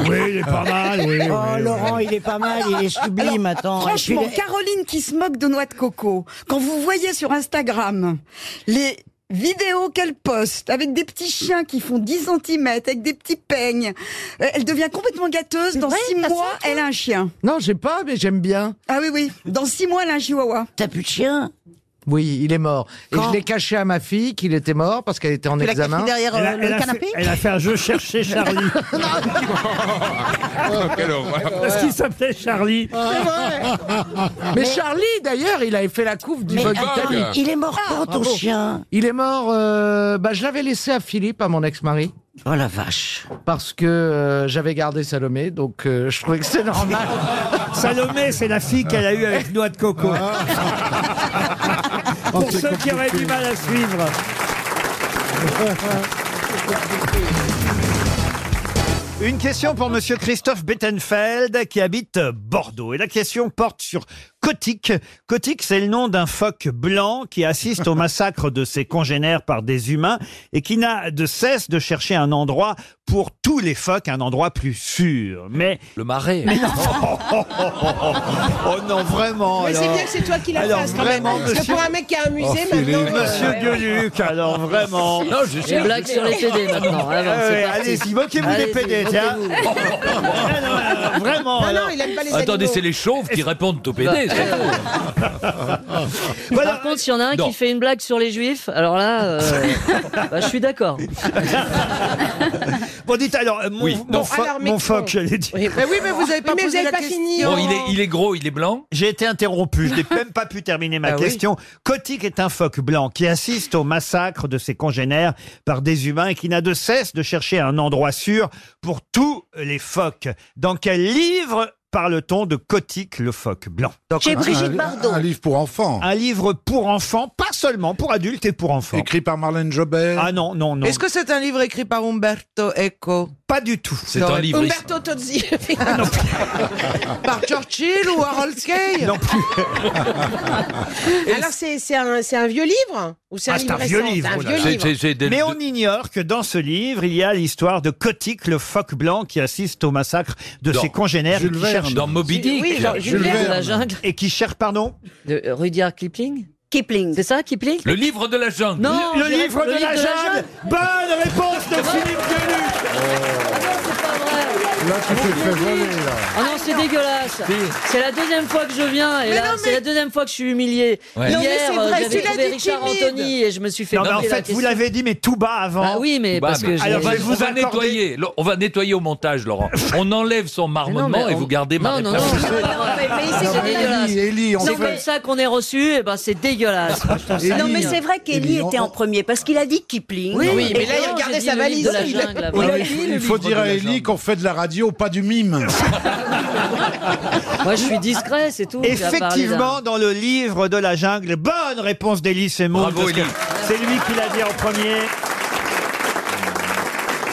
Speaker 1: Oui, il est pas mal, oui.
Speaker 18: Oh,
Speaker 1: oui, oui.
Speaker 18: Laurent, il est pas mal, il est sublime, attends. Et puis,
Speaker 20: Franchement,
Speaker 18: il est-
Speaker 20: Caroline qui se moque de noix de coco, quand vous voyez sur Instagram les vidéos qu'elle poste avec des petits chiens qui font 10 cm, avec des petits peignes, euh, elle devient complètement gâteuse. Dans 6 mois, elle a un chien.
Speaker 16: Non, j'ai pas, mais j'aime bien.
Speaker 20: Ah oui, oui. Dans 6 mois, elle a un chihuahua.
Speaker 18: T'as plus de chien
Speaker 16: Oui, il est mort. Et
Speaker 18: Quand
Speaker 16: je l'ai caché à ma fille qu'il était mort parce qu'elle était en
Speaker 20: Tu l'as
Speaker 16: examen.
Speaker 20: caché derrière
Speaker 1: Elle
Speaker 20: euh,
Speaker 1: a,
Speaker 20: le
Speaker 1: elle a
Speaker 20: canapé
Speaker 1: fait, elle a fait un jeu chercher Charlie.
Speaker 19: Quelle horreur.
Speaker 1: Parce qu'il s'appelait Charlie.
Speaker 12: Ah.
Speaker 16: Mais Charlie, d'ailleurs, il avait fait la couve du
Speaker 18: Mais
Speaker 16: Vogue
Speaker 18: attends,
Speaker 16: Italie.
Speaker 18: il est mort quand ton
Speaker 16: bravo.
Speaker 18: chien
Speaker 16: Il est mort. euh, bah, je l'avais laissé à Philippe, à mon ex-mari,
Speaker 18: Oh la vache.
Speaker 16: parce que euh, j'avais gardé Salomé, donc euh, je trouvais que c'est normal.
Speaker 1: Salomé, c'est la fille qu'elle a eue avec Noix de Coco. Pour
Speaker 15: c'est
Speaker 1: ceux qui auraient du mal à suivre. Une question pour Monsieur Christophe Bettenfeld qui habite Bordeaux. Et la question porte sur Kotik. Kotik, c'est le nom d'un phoque blanc qui assiste au massacre de ses congénères par des humains et qui n'a de cesse de chercher un endroit pour tous les phoques, un endroit plus sûr. Mais
Speaker 19: Le marais.
Speaker 1: oh non, vraiment.
Speaker 2: Mais c'est
Speaker 1: alors.
Speaker 2: bien que c'est toi qui la
Speaker 1: Alors,
Speaker 2: fasses quand même.
Speaker 1: vraiment,
Speaker 2: Parce que
Speaker 1: monsieur-
Speaker 2: pour un mec qui a un musée,
Speaker 1: Oh,
Speaker 2: maintenant.
Speaker 1: Philippe, Monsieur
Speaker 2: euh,
Speaker 1: Gueuluc, alors vraiment.
Speaker 19: Non, je
Speaker 13: Les blagues sur les PD maintenant.
Speaker 1: Ah
Speaker 13: Avant, c'est
Speaker 1: ouais,
Speaker 13: parti.
Speaker 1: Allez-y, moquez-vous des
Speaker 13: Allez-y,
Speaker 1: PD, tiens.
Speaker 13: moquez-vous.
Speaker 1: Ah non, euh, vraiment.
Speaker 2: Non, non,
Speaker 1: alors.
Speaker 2: il aime pas les
Speaker 19: Attendez,
Speaker 2: animaux.
Speaker 19: c'est les chauves qui répondent au PD.
Speaker 1: Bah,
Speaker 19: c'est
Speaker 1: euh,
Speaker 19: tout.
Speaker 1: Voilà.
Speaker 10: Par contre, s'il y en a un
Speaker 19: Non.
Speaker 10: qui fait une blague sur les juifs, alors là, euh, bah, je suis d'accord.
Speaker 1: Bon, dites alors, euh, mon,
Speaker 19: Oui,
Speaker 1: mon
Speaker 19: non,
Speaker 1: pho-
Speaker 2: alors, mais-
Speaker 1: mon phoque, j'allais dire.
Speaker 2: Oui,
Speaker 16: Mais oui, mais vous avez pas
Speaker 2: mais vous
Speaker 16: posé
Speaker 2: n'avez
Speaker 16: la
Speaker 2: pas
Speaker 16: question.
Speaker 2: fini.
Speaker 19: Bon,
Speaker 2: Laurent.
Speaker 19: il est, il est gros, il est blanc.
Speaker 1: J'ai été interrompu, je n'ai même pas pu terminer ma
Speaker 19: Ah oui.
Speaker 1: question. Kotick est un phoque blanc qui assiste au massacre de ses congénères par des humains et qui n'a de cesse de chercher un endroit sûr pour tous les phoques. Dans quel livre parle-t-on de Kotick le phoque blanc
Speaker 15: Chez Brigitte Bardot. Un, livre pour enfants,
Speaker 1: Un livre pour enfants, pas seulement, pour adultes et pour enfants.
Speaker 15: écrit par Marlène Jobert.
Speaker 1: Ah non, non, non.
Speaker 16: Est-ce que c'est un livre écrit par Umberto Eco
Speaker 1: pas du tout.
Speaker 19: C'est un livre.
Speaker 12: Umberto Tozzi. Par Churchill ou Harold Kay
Speaker 1: Non plus.
Speaker 7: Alors, c'est c'est un, c'est un vieux livre Ou c'est un,
Speaker 1: Ah,
Speaker 7: livre récent C'est un
Speaker 1: voilà.
Speaker 7: vieux livre.
Speaker 1: Mais on ignore que dans ce livre, il y a l'histoire de Kotick, le phoque blanc qui assiste au massacre de
Speaker 19: Dans
Speaker 1: ses congénères. et
Speaker 19: Jules
Speaker 1: qui
Speaker 19: Verne.
Speaker 1: cherche-
Speaker 19: Dans Moby Dick. Oui, genre Jules Verne de la jungle.
Speaker 1: Et qui cherche, pardon
Speaker 17: De Rudyard Kipling Kipling. C'est ça, Kipling
Speaker 19: Le livre de la jungle.
Speaker 17: Non,
Speaker 1: Le
Speaker 17: je dirais
Speaker 1: livre
Speaker 17: le
Speaker 1: de
Speaker 17: livre
Speaker 1: la
Speaker 17: de la
Speaker 1: jungle
Speaker 17: jungle.
Speaker 1: Bonne réponse de Philippe
Speaker 6: Là,
Speaker 1: Ah.
Speaker 6: tu t'es fait voler, là.
Speaker 17: Ah non, c'est dégueulasse. C'est la deuxième fois que je viens et
Speaker 12: Mais
Speaker 17: là,
Speaker 12: non,
Speaker 17: c'est la deuxième fois que je suis humilié.
Speaker 1: Ouais. Non, mais
Speaker 17: Hier,
Speaker 1: c'est vrai,
Speaker 17: euh,
Speaker 1: tu
Speaker 17: j'avais
Speaker 1: l'as
Speaker 17: trouvé
Speaker 1: dit
Speaker 17: Richard
Speaker 1: timide.
Speaker 17: Anthony et je me suis fait.
Speaker 1: Non, mais en
Speaker 17: couper la
Speaker 1: fait, vous
Speaker 17: question.
Speaker 1: l'avez dit, mais tout bas avant.
Speaker 17: Ah oui, mais
Speaker 19: Bah,
Speaker 17: parce
Speaker 19: mais-
Speaker 17: que
Speaker 19: Alors, on va-
Speaker 17: j'ai-
Speaker 19: on va nettoyer. Lo- On va nettoyer au montage, Laurent. On enlève son marmonnement
Speaker 17: mais
Speaker 19: et
Speaker 17: on-
Speaker 19: vous gardez ma
Speaker 17: Non, non, non,
Speaker 19: réponse.
Speaker 17: c'est pas vrai.
Speaker 5: Ah, Mais- mais c'est
Speaker 19: Ah,
Speaker 17: Non,
Speaker 5: Élie,
Speaker 17: dégueulasse.
Speaker 5: Élie, on
Speaker 17: C'est
Speaker 5: fait-
Speaker 17: comme ça qu'on est reçu, et ben c'est dégueulasse. Moi, je trouve ça
Speaker 5: non, mais
Speaker 17: nul.
Speaker 5: c'est vrai qu'Elie était en premier parce qu'il a dit Kipling.
Speaker 17: Oui, oui, mais
Speaker 5: Et
Speaker 17: là, il
Speaker 5: non,
Speaker 17: regardait
Speaker 5: j'ai dit
Speaker 17: sa
Speaker 5: le livre
Speaker 17: valise.
Speaker 5: de la
Speaker 17: Il
Speaker 5: jungle.
Speaker 17: l'a-
Speaker 5: Voilà.
Speaker 15: Il faut dire à Ellie qu'on fait de la radio, pas du mime.
Speaker 17: Moi, je suis discret, c'est tout. Tu vas parler d'un-
Speaker 1: Effectivement, dans le livre de la jungle, bonne réponse d'Élie Semoun.
Speaker 19: Bravo,
Speaker 1: parce que
Speaker 19: Élie.
Speaker 1: C'est lui qui l'a dit en premier.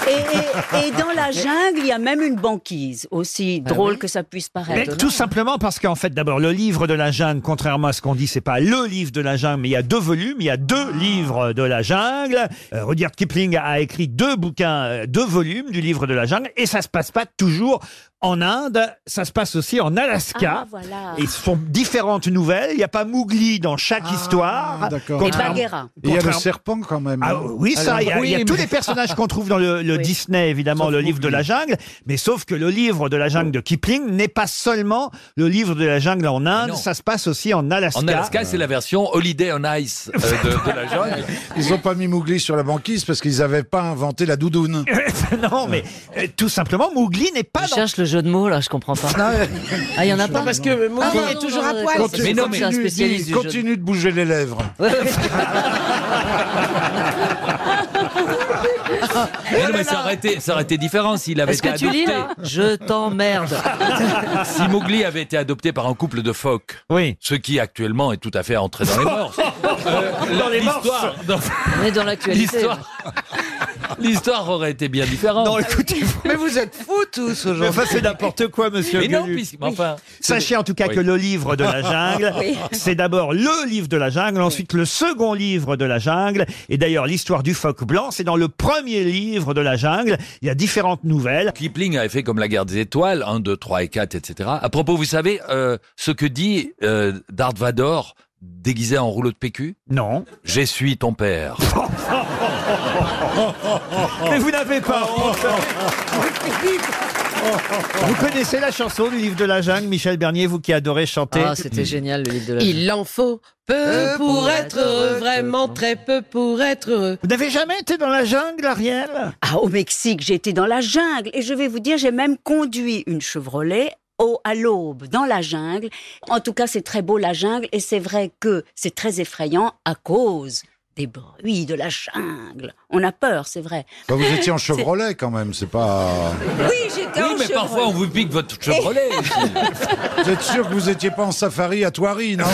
Speaker 5: Et, et- et dans la jungle, il y a même une banquise aussi drôle
Speaker 1: oui.
Speaker 5: que ça puisse
Speaker 1: Mais
Speaker 5: paraître.
Speaker 1: tout simplement parce qu'en fait, d'abord, le livre de la jungle, contrairement à ce qu'on dit, c'est pas le livre de la jungle, mais il y a deux volumes, il y a deux livres de la jungle. Euh, Rudyard Kipling a écrit deux bouquins, euh, deux volumes du livre de la jungle, et ça se passe pas toujours en Inde, ça se passe aussi en Alaska.
Speaker 5: Ah, voilà.
Speaker 1: Et ce sont différentes nouvelles. Il n'y a pas Mowgli dans chaque
Speaker 5: Ah.
Speaker 1: histoire. Contrairement-
Speaker 15: Il y a le
Speaker 1: contrairement-
Speaker 15: serpent quand même.
Speaker 1: Ah, oui, ça, il y a, il y a tous les personnages qu'on trouve dans le, le Disney, évidemment, le livre de la jungle, mais sauf que le livre de la jungle de Kipling n'est pas seulement le livre de la jungle en Inde, ça se passe aussi en Alaska.
Speaker 19: En Alaska, c'est la version Holiday on Ice euh, de, de la jungle.
Speaker 15: Ils ont pas mis Mowgli sur la banquise parce qu'ils n'avaient pas inventé la doudoune.
Speaker 1: non, mais euh, tout simplement, Mowgli n'est pas
Speaker 17: Je cherche le jeu de mots là, je comprends pas. Ah, il y en a pas.
Speaker 15: parce que
Speaker 17: Mowgli Ah, est non, toujours non, à non, poil. d'accord. Mais non, mais- un spécialiste
Speaker 15: dis,
Speaker 17: du jeu.
Speaker 15: continue de bouger les lèvres.
Speaker 19: Mais non, mais ça aurait été, ça aurait été différent s'il avait
Speaker 17: Est-ce
Speaker 19: été
Speaker 17: que tu lis
Speaker 19: adopté.
Speaker 17: là Je t'emmerde.
Speaker 19: Si Mowgli avait été adopté par un couple de phoques,
Speaker 1: oui. Oh,
Speaker 19: ce qui actuellement est tout à fait entré dans les morts.
Speaker 17: Dans les morses. On est dans l'actualité.
Speaker 19: L'histoire. L'histoire aurait été bien différente.
Speaker 1: Non, écoutez,
Speaker 12: Mais vous êtes fous tous
Speaker 1: Mais enfin, c'est n'importe quoi, monsieur.
Speaker 19: Mais non,
Speaker 1: Gueluc.
Speaker 19: puisque- mais enfin,
Speaker 1: Euh, Sachez
Speaker 19: c'est-
Speaker 1: en tout cas
Speaker 19: Oui.
Speaker 1: que le livre de la jungle,
Speaker 19: Oui.
Speaker 1: c'est d'abord le livre de la jungle, ensuite le second livre de la jungle, et d'ailleurs l'histoire du phoque blanc, c'est dans le premier livre de la jungle. Il y a différentes nouvelles.
Speaker 19: Kipling avait fait comme la guerre des étoiles, 1, 2, 3 et 4, etc. À propos, vous savez euh, ce que dit euh, Darth Vador déguisé en rouleau de PQ
Speaker 1: Non.
Speaker 19: J'essuie ton père.
Speaker 1: Mais vous n'avez pas
Speaker 17: Oh.
Speaker 1: Vous connaissez la chanson du livre de la jungle, Michel Bernier, vous qui adorez chanter.
Speaker 17: Ah, c'était génial le livre de la jungle.
Speaker 7: Il en faut peu pour être heureux, vraiment très peu pour être heureux.
Speaker 1: Vous n'avez jamais été dans la jungle, Ariel
Speaker 5: Ah, au Mexique, j'ai été dans la jungle et je vais vous dire, j'ai même conduit une Chevrolet au, à l'aube, dans la jungle. En tout cas, c'est très beau la jungle et c'est vrai que c'est très effrayant à cause des bruits de la jungle. On a peur, c'est vrai.
Speaker 15: Bah, vous étiez en
Speaker 5: C'est-
Speaker 15: Chevrolet quand même, c'est pas.
Speaker 5: Oui, j'étais
Speaker 19: Oui,
Speaker 5: en
Speaker 19: mais parfois on vous pique votre Chevrolet.
Speaker 15: Vous êtes sûr que vous étiez pas en safari à Toiri, non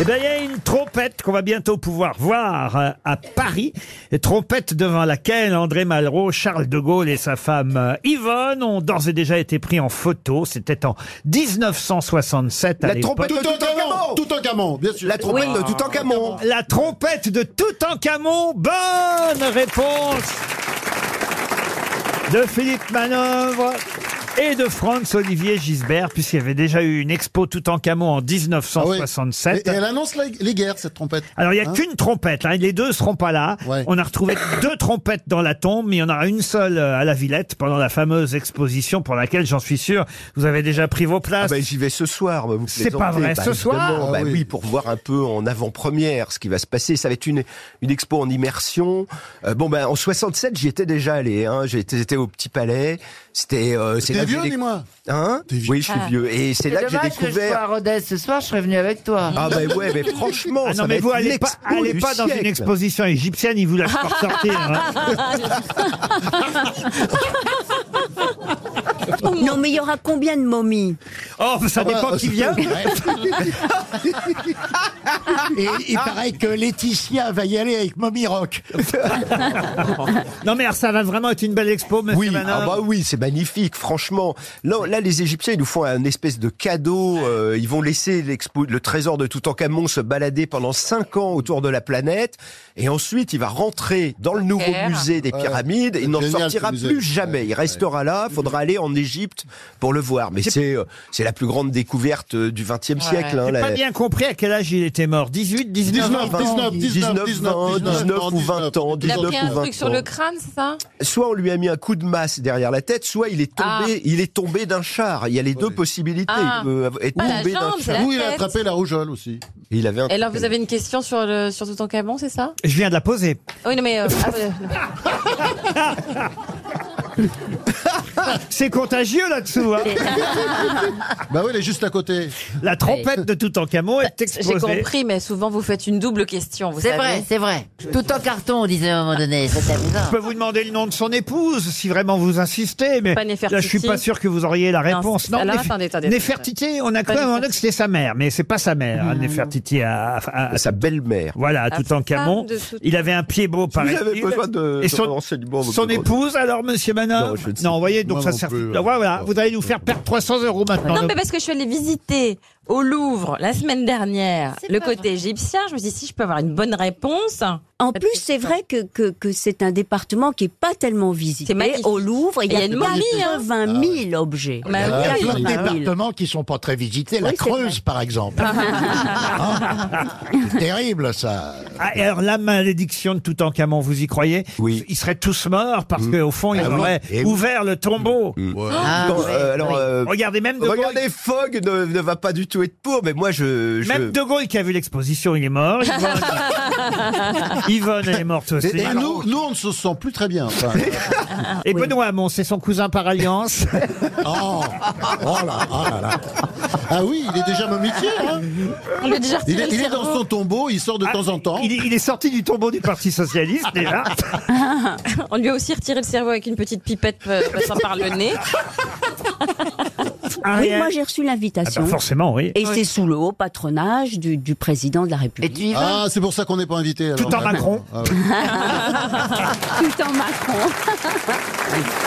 Speaker 1: Eh bien, il y a une trompette qu'on va bientôt pouvoir voir euh, à Paris. Et trompette devant laquelle André Malraux, Charles de Gaulle et sa femme euh, Yvonne ont d'ores et déjà été pris en photo. C'était en 1967. à
Speaker 6: La
Speaker 1: l'époque.
Speaker 6: trompette de Toutankhamon Toutankhamon, bien sûr. La
Speaker 1: trompette de
Speaker 6: Toutankhamon
Speaker 1: La trompette de Toutankhamon. Bonne réponse de Philippe Manœuvre et de Franz Olivier Gisbert, puisqu'il y avait déjà eu une expo Toutankhamon en 1967.
Speaker 6: Ah Et elle annonce la- les guerres, cette trompette.
Speaker 1: Alors, il n'y a
Speaker 6: Hein
Speaker 1: qu'une trompette. hein. Les deux seront pas là. On a retrouvé deux trompettes dans la tombe, mais il y en aura une seule euh, à la Villette pendant la fameuse exposition pour laquelle, j'en suis sûr, vous avez déjà pris vos places.
Speaker 26: Ah ben, J'y vais ce soir, bah, vous
Speaker 1: C'est
Speaker 26: plaisantez.
Speaker 1: pas vrai,
Speaker 26: Bah,
Speaker 1: ce soir
Speaker 26: évidemment, bah
Speaker 1: Ah oui.
Speaker 26: oui. pour voir un peu en avant-première ce qui va se passer. Ça va être une, une expo en immersion. Euh, bon, ben en 67, j'y étais déjà allé. Hein. J'étais j'étais au Petit Palais. C'était. Euh, c'est
Speaker 6: T'es
Speaker 26: là que
Speaker 6: vieux,
Speaker 26: j'ai déc-
Speaker 6: dis-moi
Speaker 26: Hein Oui, je suis
Speaker 35: Ah.
Speaker 26: vieux. Et c'est là que j'ai
Speaker 35: dommage je sois à
Speaker 26: découvert.
Speaker 35: Rodez ce soir, je serais venu avec toi.
Speaker 26: Ah, bah ouais, mais franchement,
Speaker 1: Ah
Speaker 26: ça
Speaker 1: non, mais
Speaker 26: va
Speaker 1: vous
Speaker 26: être
Speaker 1: allez pas,
Speaker 26: l'expo
Speaker 1: allez
Speaker 26: du
Speaker 1: pas dans une
Speaker 26: siècle.
Speaker 1: exposition égyptienne, ils vous lâchent pas hein. sortir.
Speaker 16: hein.
Speaker 5: Non, mais il y
Speaker 15: Ah bah,
Speaker 17: Ah, bah,
Speaker 5: aura combien de momies
Speaker 1: Oh, ça dépend qui vient.
Speaker 7: Et il paraît que Laetitia va y aller avec Mommy Rock.
Speaker 1: Non mais alors, ça va vraiment être une belle expo, monsieur
Speaker 26: Oui,
Speaker 1: Manin.
Speaker 26: ah bah oui, c'est magnifique, franchement. Là, là, les Égyptiens, ils nous font un espèce de cadeau. euh, ils vont laisser l'expo, le trésor de Toutankhamon se balader pendant cinq ans autour de la planète, et ensuite, il va rentrer dans le nouveau
Speaker 7: Terre.
Speaker 26: musée des
Speaker 7: Ouais.
Speaker 26: pyramides. Il n'en
Speaker 7: Génial,
Speaker 26: sortira
Speaker 7: ce musée.
Speaker 26: plus jamais. Il restera là. Faudra aller en Égypte pour le voir. Mais c'est euh, c'est la plus grande découverte euh, du XXe siècle. hein,
Speaker 1: J'ai
Speaker 26: la-
Speaker 1: pas bien compris à quel âge il était mort. 18, 19,
Speaker 26: 19, 19, 19, 19, 19 ou 20 ans.
Speaker 17: Il a
Speaker 26: 19
Speaker 17: pris un
Speaker 26: ou 20
Speaker 17: truc sur
Speaker 26: ans
Speaker 17: le crâne, c'est ça
Speaker 26: soit on lui a mis un coup de masse derrière la tête, soit il est tombé,
Speaker 17: Ah.
Speaker 26: il est tombé d'un char. Il y a les deux possibilités.
Speaker 17: Ah.
Speaker 26: Il peut av- être
Speaker 17: Pas la
Speaker 26: tombé d'un
Speaker 17: jambe, c'est
Speaker 26: char.
Speaker 17: la Ou il a tête. attrapé
Speaker 26: la rougeole aussi. Il avait un.
Speaker 17: Et là, vous avez une question sur, le, sur Toutankhamon, c'est ça
Speaker 1: Je viens de la poser.
Speaker 17: Oui, non, mais. euh, ah, ouais, non.
Speaker 1: C'est contagieux là-dessous. hein.
Speaker 7: Bah oui, elle est juste à côté.
Speaker 1: La trompette de Toutankhamon
Speaker 10: Bah,
Speaker 1: est
Speaker 17: J'ai
Speaker 1: exposée.
Speaker 17: compris, mais souvent vous faites une double question. vous
Speaker 10: C'est
Speaker 17: savez.
Speaker 10: vrai, c'est vrai. Tout en carton, on disait à un moment donné. C'est
Speaker 1: Je peux vous demander le nom de son épouse si vraiment vous insistez, mais là je suis pas sûr que vous auriez la réponse.
Speaker 17: c'est- alors,
Speaker 1: Nef-
Speaker 17: attendez, attendez,
Speaker 1: Nefertiti,
Speaker 17: attendez.
Speaker 1: on a quand
Speaker 17: Pas
Speaker 1: même entendu que c'était sa mère, mais c'est pas sa mère, hein, Nefertiti. À,
Speaker 26: sa belle-mère.
Speaker 1: Voilà,
Speaker 26: La
Speaker 1: tout en
Speaker 26: femme
Speaker 1: camon.
Speaker 26: de Toutankhamon.
Speaker 1: Il avait un pied beau,
Speaker 26: Vous
Speaker 1: pareil.
Speaker 26: avez besoin de,
Speaker 1: Et
Speaker 26: de
Speaker 1: son,
Speaker 26: renseignements. vous
Speaker 1: son
Speaker 26: me demandez.
Speaker 1: épouse, alors, monsieur Manon
Speaker 26: Non, je ne sais
Speaker 1: Non, vous voyez, donc
Speaker 26: Moi
Speaker 1: ça
Speaker 26: non
Speaker 1: sert.
Speaker 26: plus, hein. ouais.
Speaker 1: Voilà, vous allez nous faire perdre 300 euros maintenant.
Speaker 17: Non, mais parce que je suis allée visiter au Louvre la semaine dernière le côté égyptien. Je me suis dit, si je peux avoir une bonne réponse.
Speaker 32: En plus, c'est vrai que, que, que c'est un département qui n'est pas tellement visité.
Speaker 17: magnifique.
Speaker 32: Au Louvre, il y
Speaker 17: Et
Speaker 32: a,
Speaker 17: il y a une momie, hein.
Speaker 32: 20
Speaker 11: Ah
Speaker 32: 000 objets. Ah
Speaker 7: Il y a plein de
Speaker 32: 80 000.
Speaker 7: départements qui sont pas très visités. La
Speaker 32: Oui, c'est
Speaker 7: Creuse, par exemple.
Speaker 17: Ah,
Speaker 7: Hein C'est terrible, ça.
Speaker 1: Ah, et alors la malédiction de Toutankhamon, vous y croyez Oui. Ils seraient tous morts parce qu'au fond, ils
Speaker 26: Ah oui.
Speaker 1: auraient
Speaker 26: Et oui.
Speaker 1: ouvert le tombeau.
Speaker 26: Ah, Quand, euh, alors, euh,
Speaker 1: regardez même De Gaulle.
Speaker 26: Regardez, Fogg ne, ne va pas du tout être pour, mais moi je. je-
Speaker 1: Même De Gaulle qui a vu l'exposition, il est mort. Yvonne, Yvonne, elle est morte aussi.
Speaker 7: Et, et nous, nous, on ne se sent plus très bien. enfin.
Speaker 1: Et Benoît Hamon, c'est son cousin par alliance.
Speaker 7: Oh, oh là, oh là là. Ah oui, il est déjà momifié. Hein
Speaker 17: On lui a déjà
Speaker 7: il
Speaker 17: retiré
Speaker 7: est,
Speaker 17: le
Speaker 7: il est
Speaker 17: cerveau.
Speaker 7: dans son tombeau, il sort de temps en temps.
Speaker 1: Ah, Il, est- il est sorti du tombeau du Parti Socialiste déjà.
Speaker 17: On lui a aussi retiré le cerveau avec une petite pipette euh, passant par le nez.
Speaker 32: Oui,
Speaker 1: Ariel.
Speaker 32: moi j'ai reçu l'invitation.
Speaker 1: Ah bah forcément, oui.
Speaker 32: Et
Speaker 1: Oui.
Speaker 32: c'est sous le haut patronage du, du président de la République. Et tu
Speaker 7: Ah, c'est pour ça qu'on n'est pas invité. alors.
Speaker 1: Tout en Macron.
Speaker 7: Ah ouais.
Speaker 32: Tout en Macron.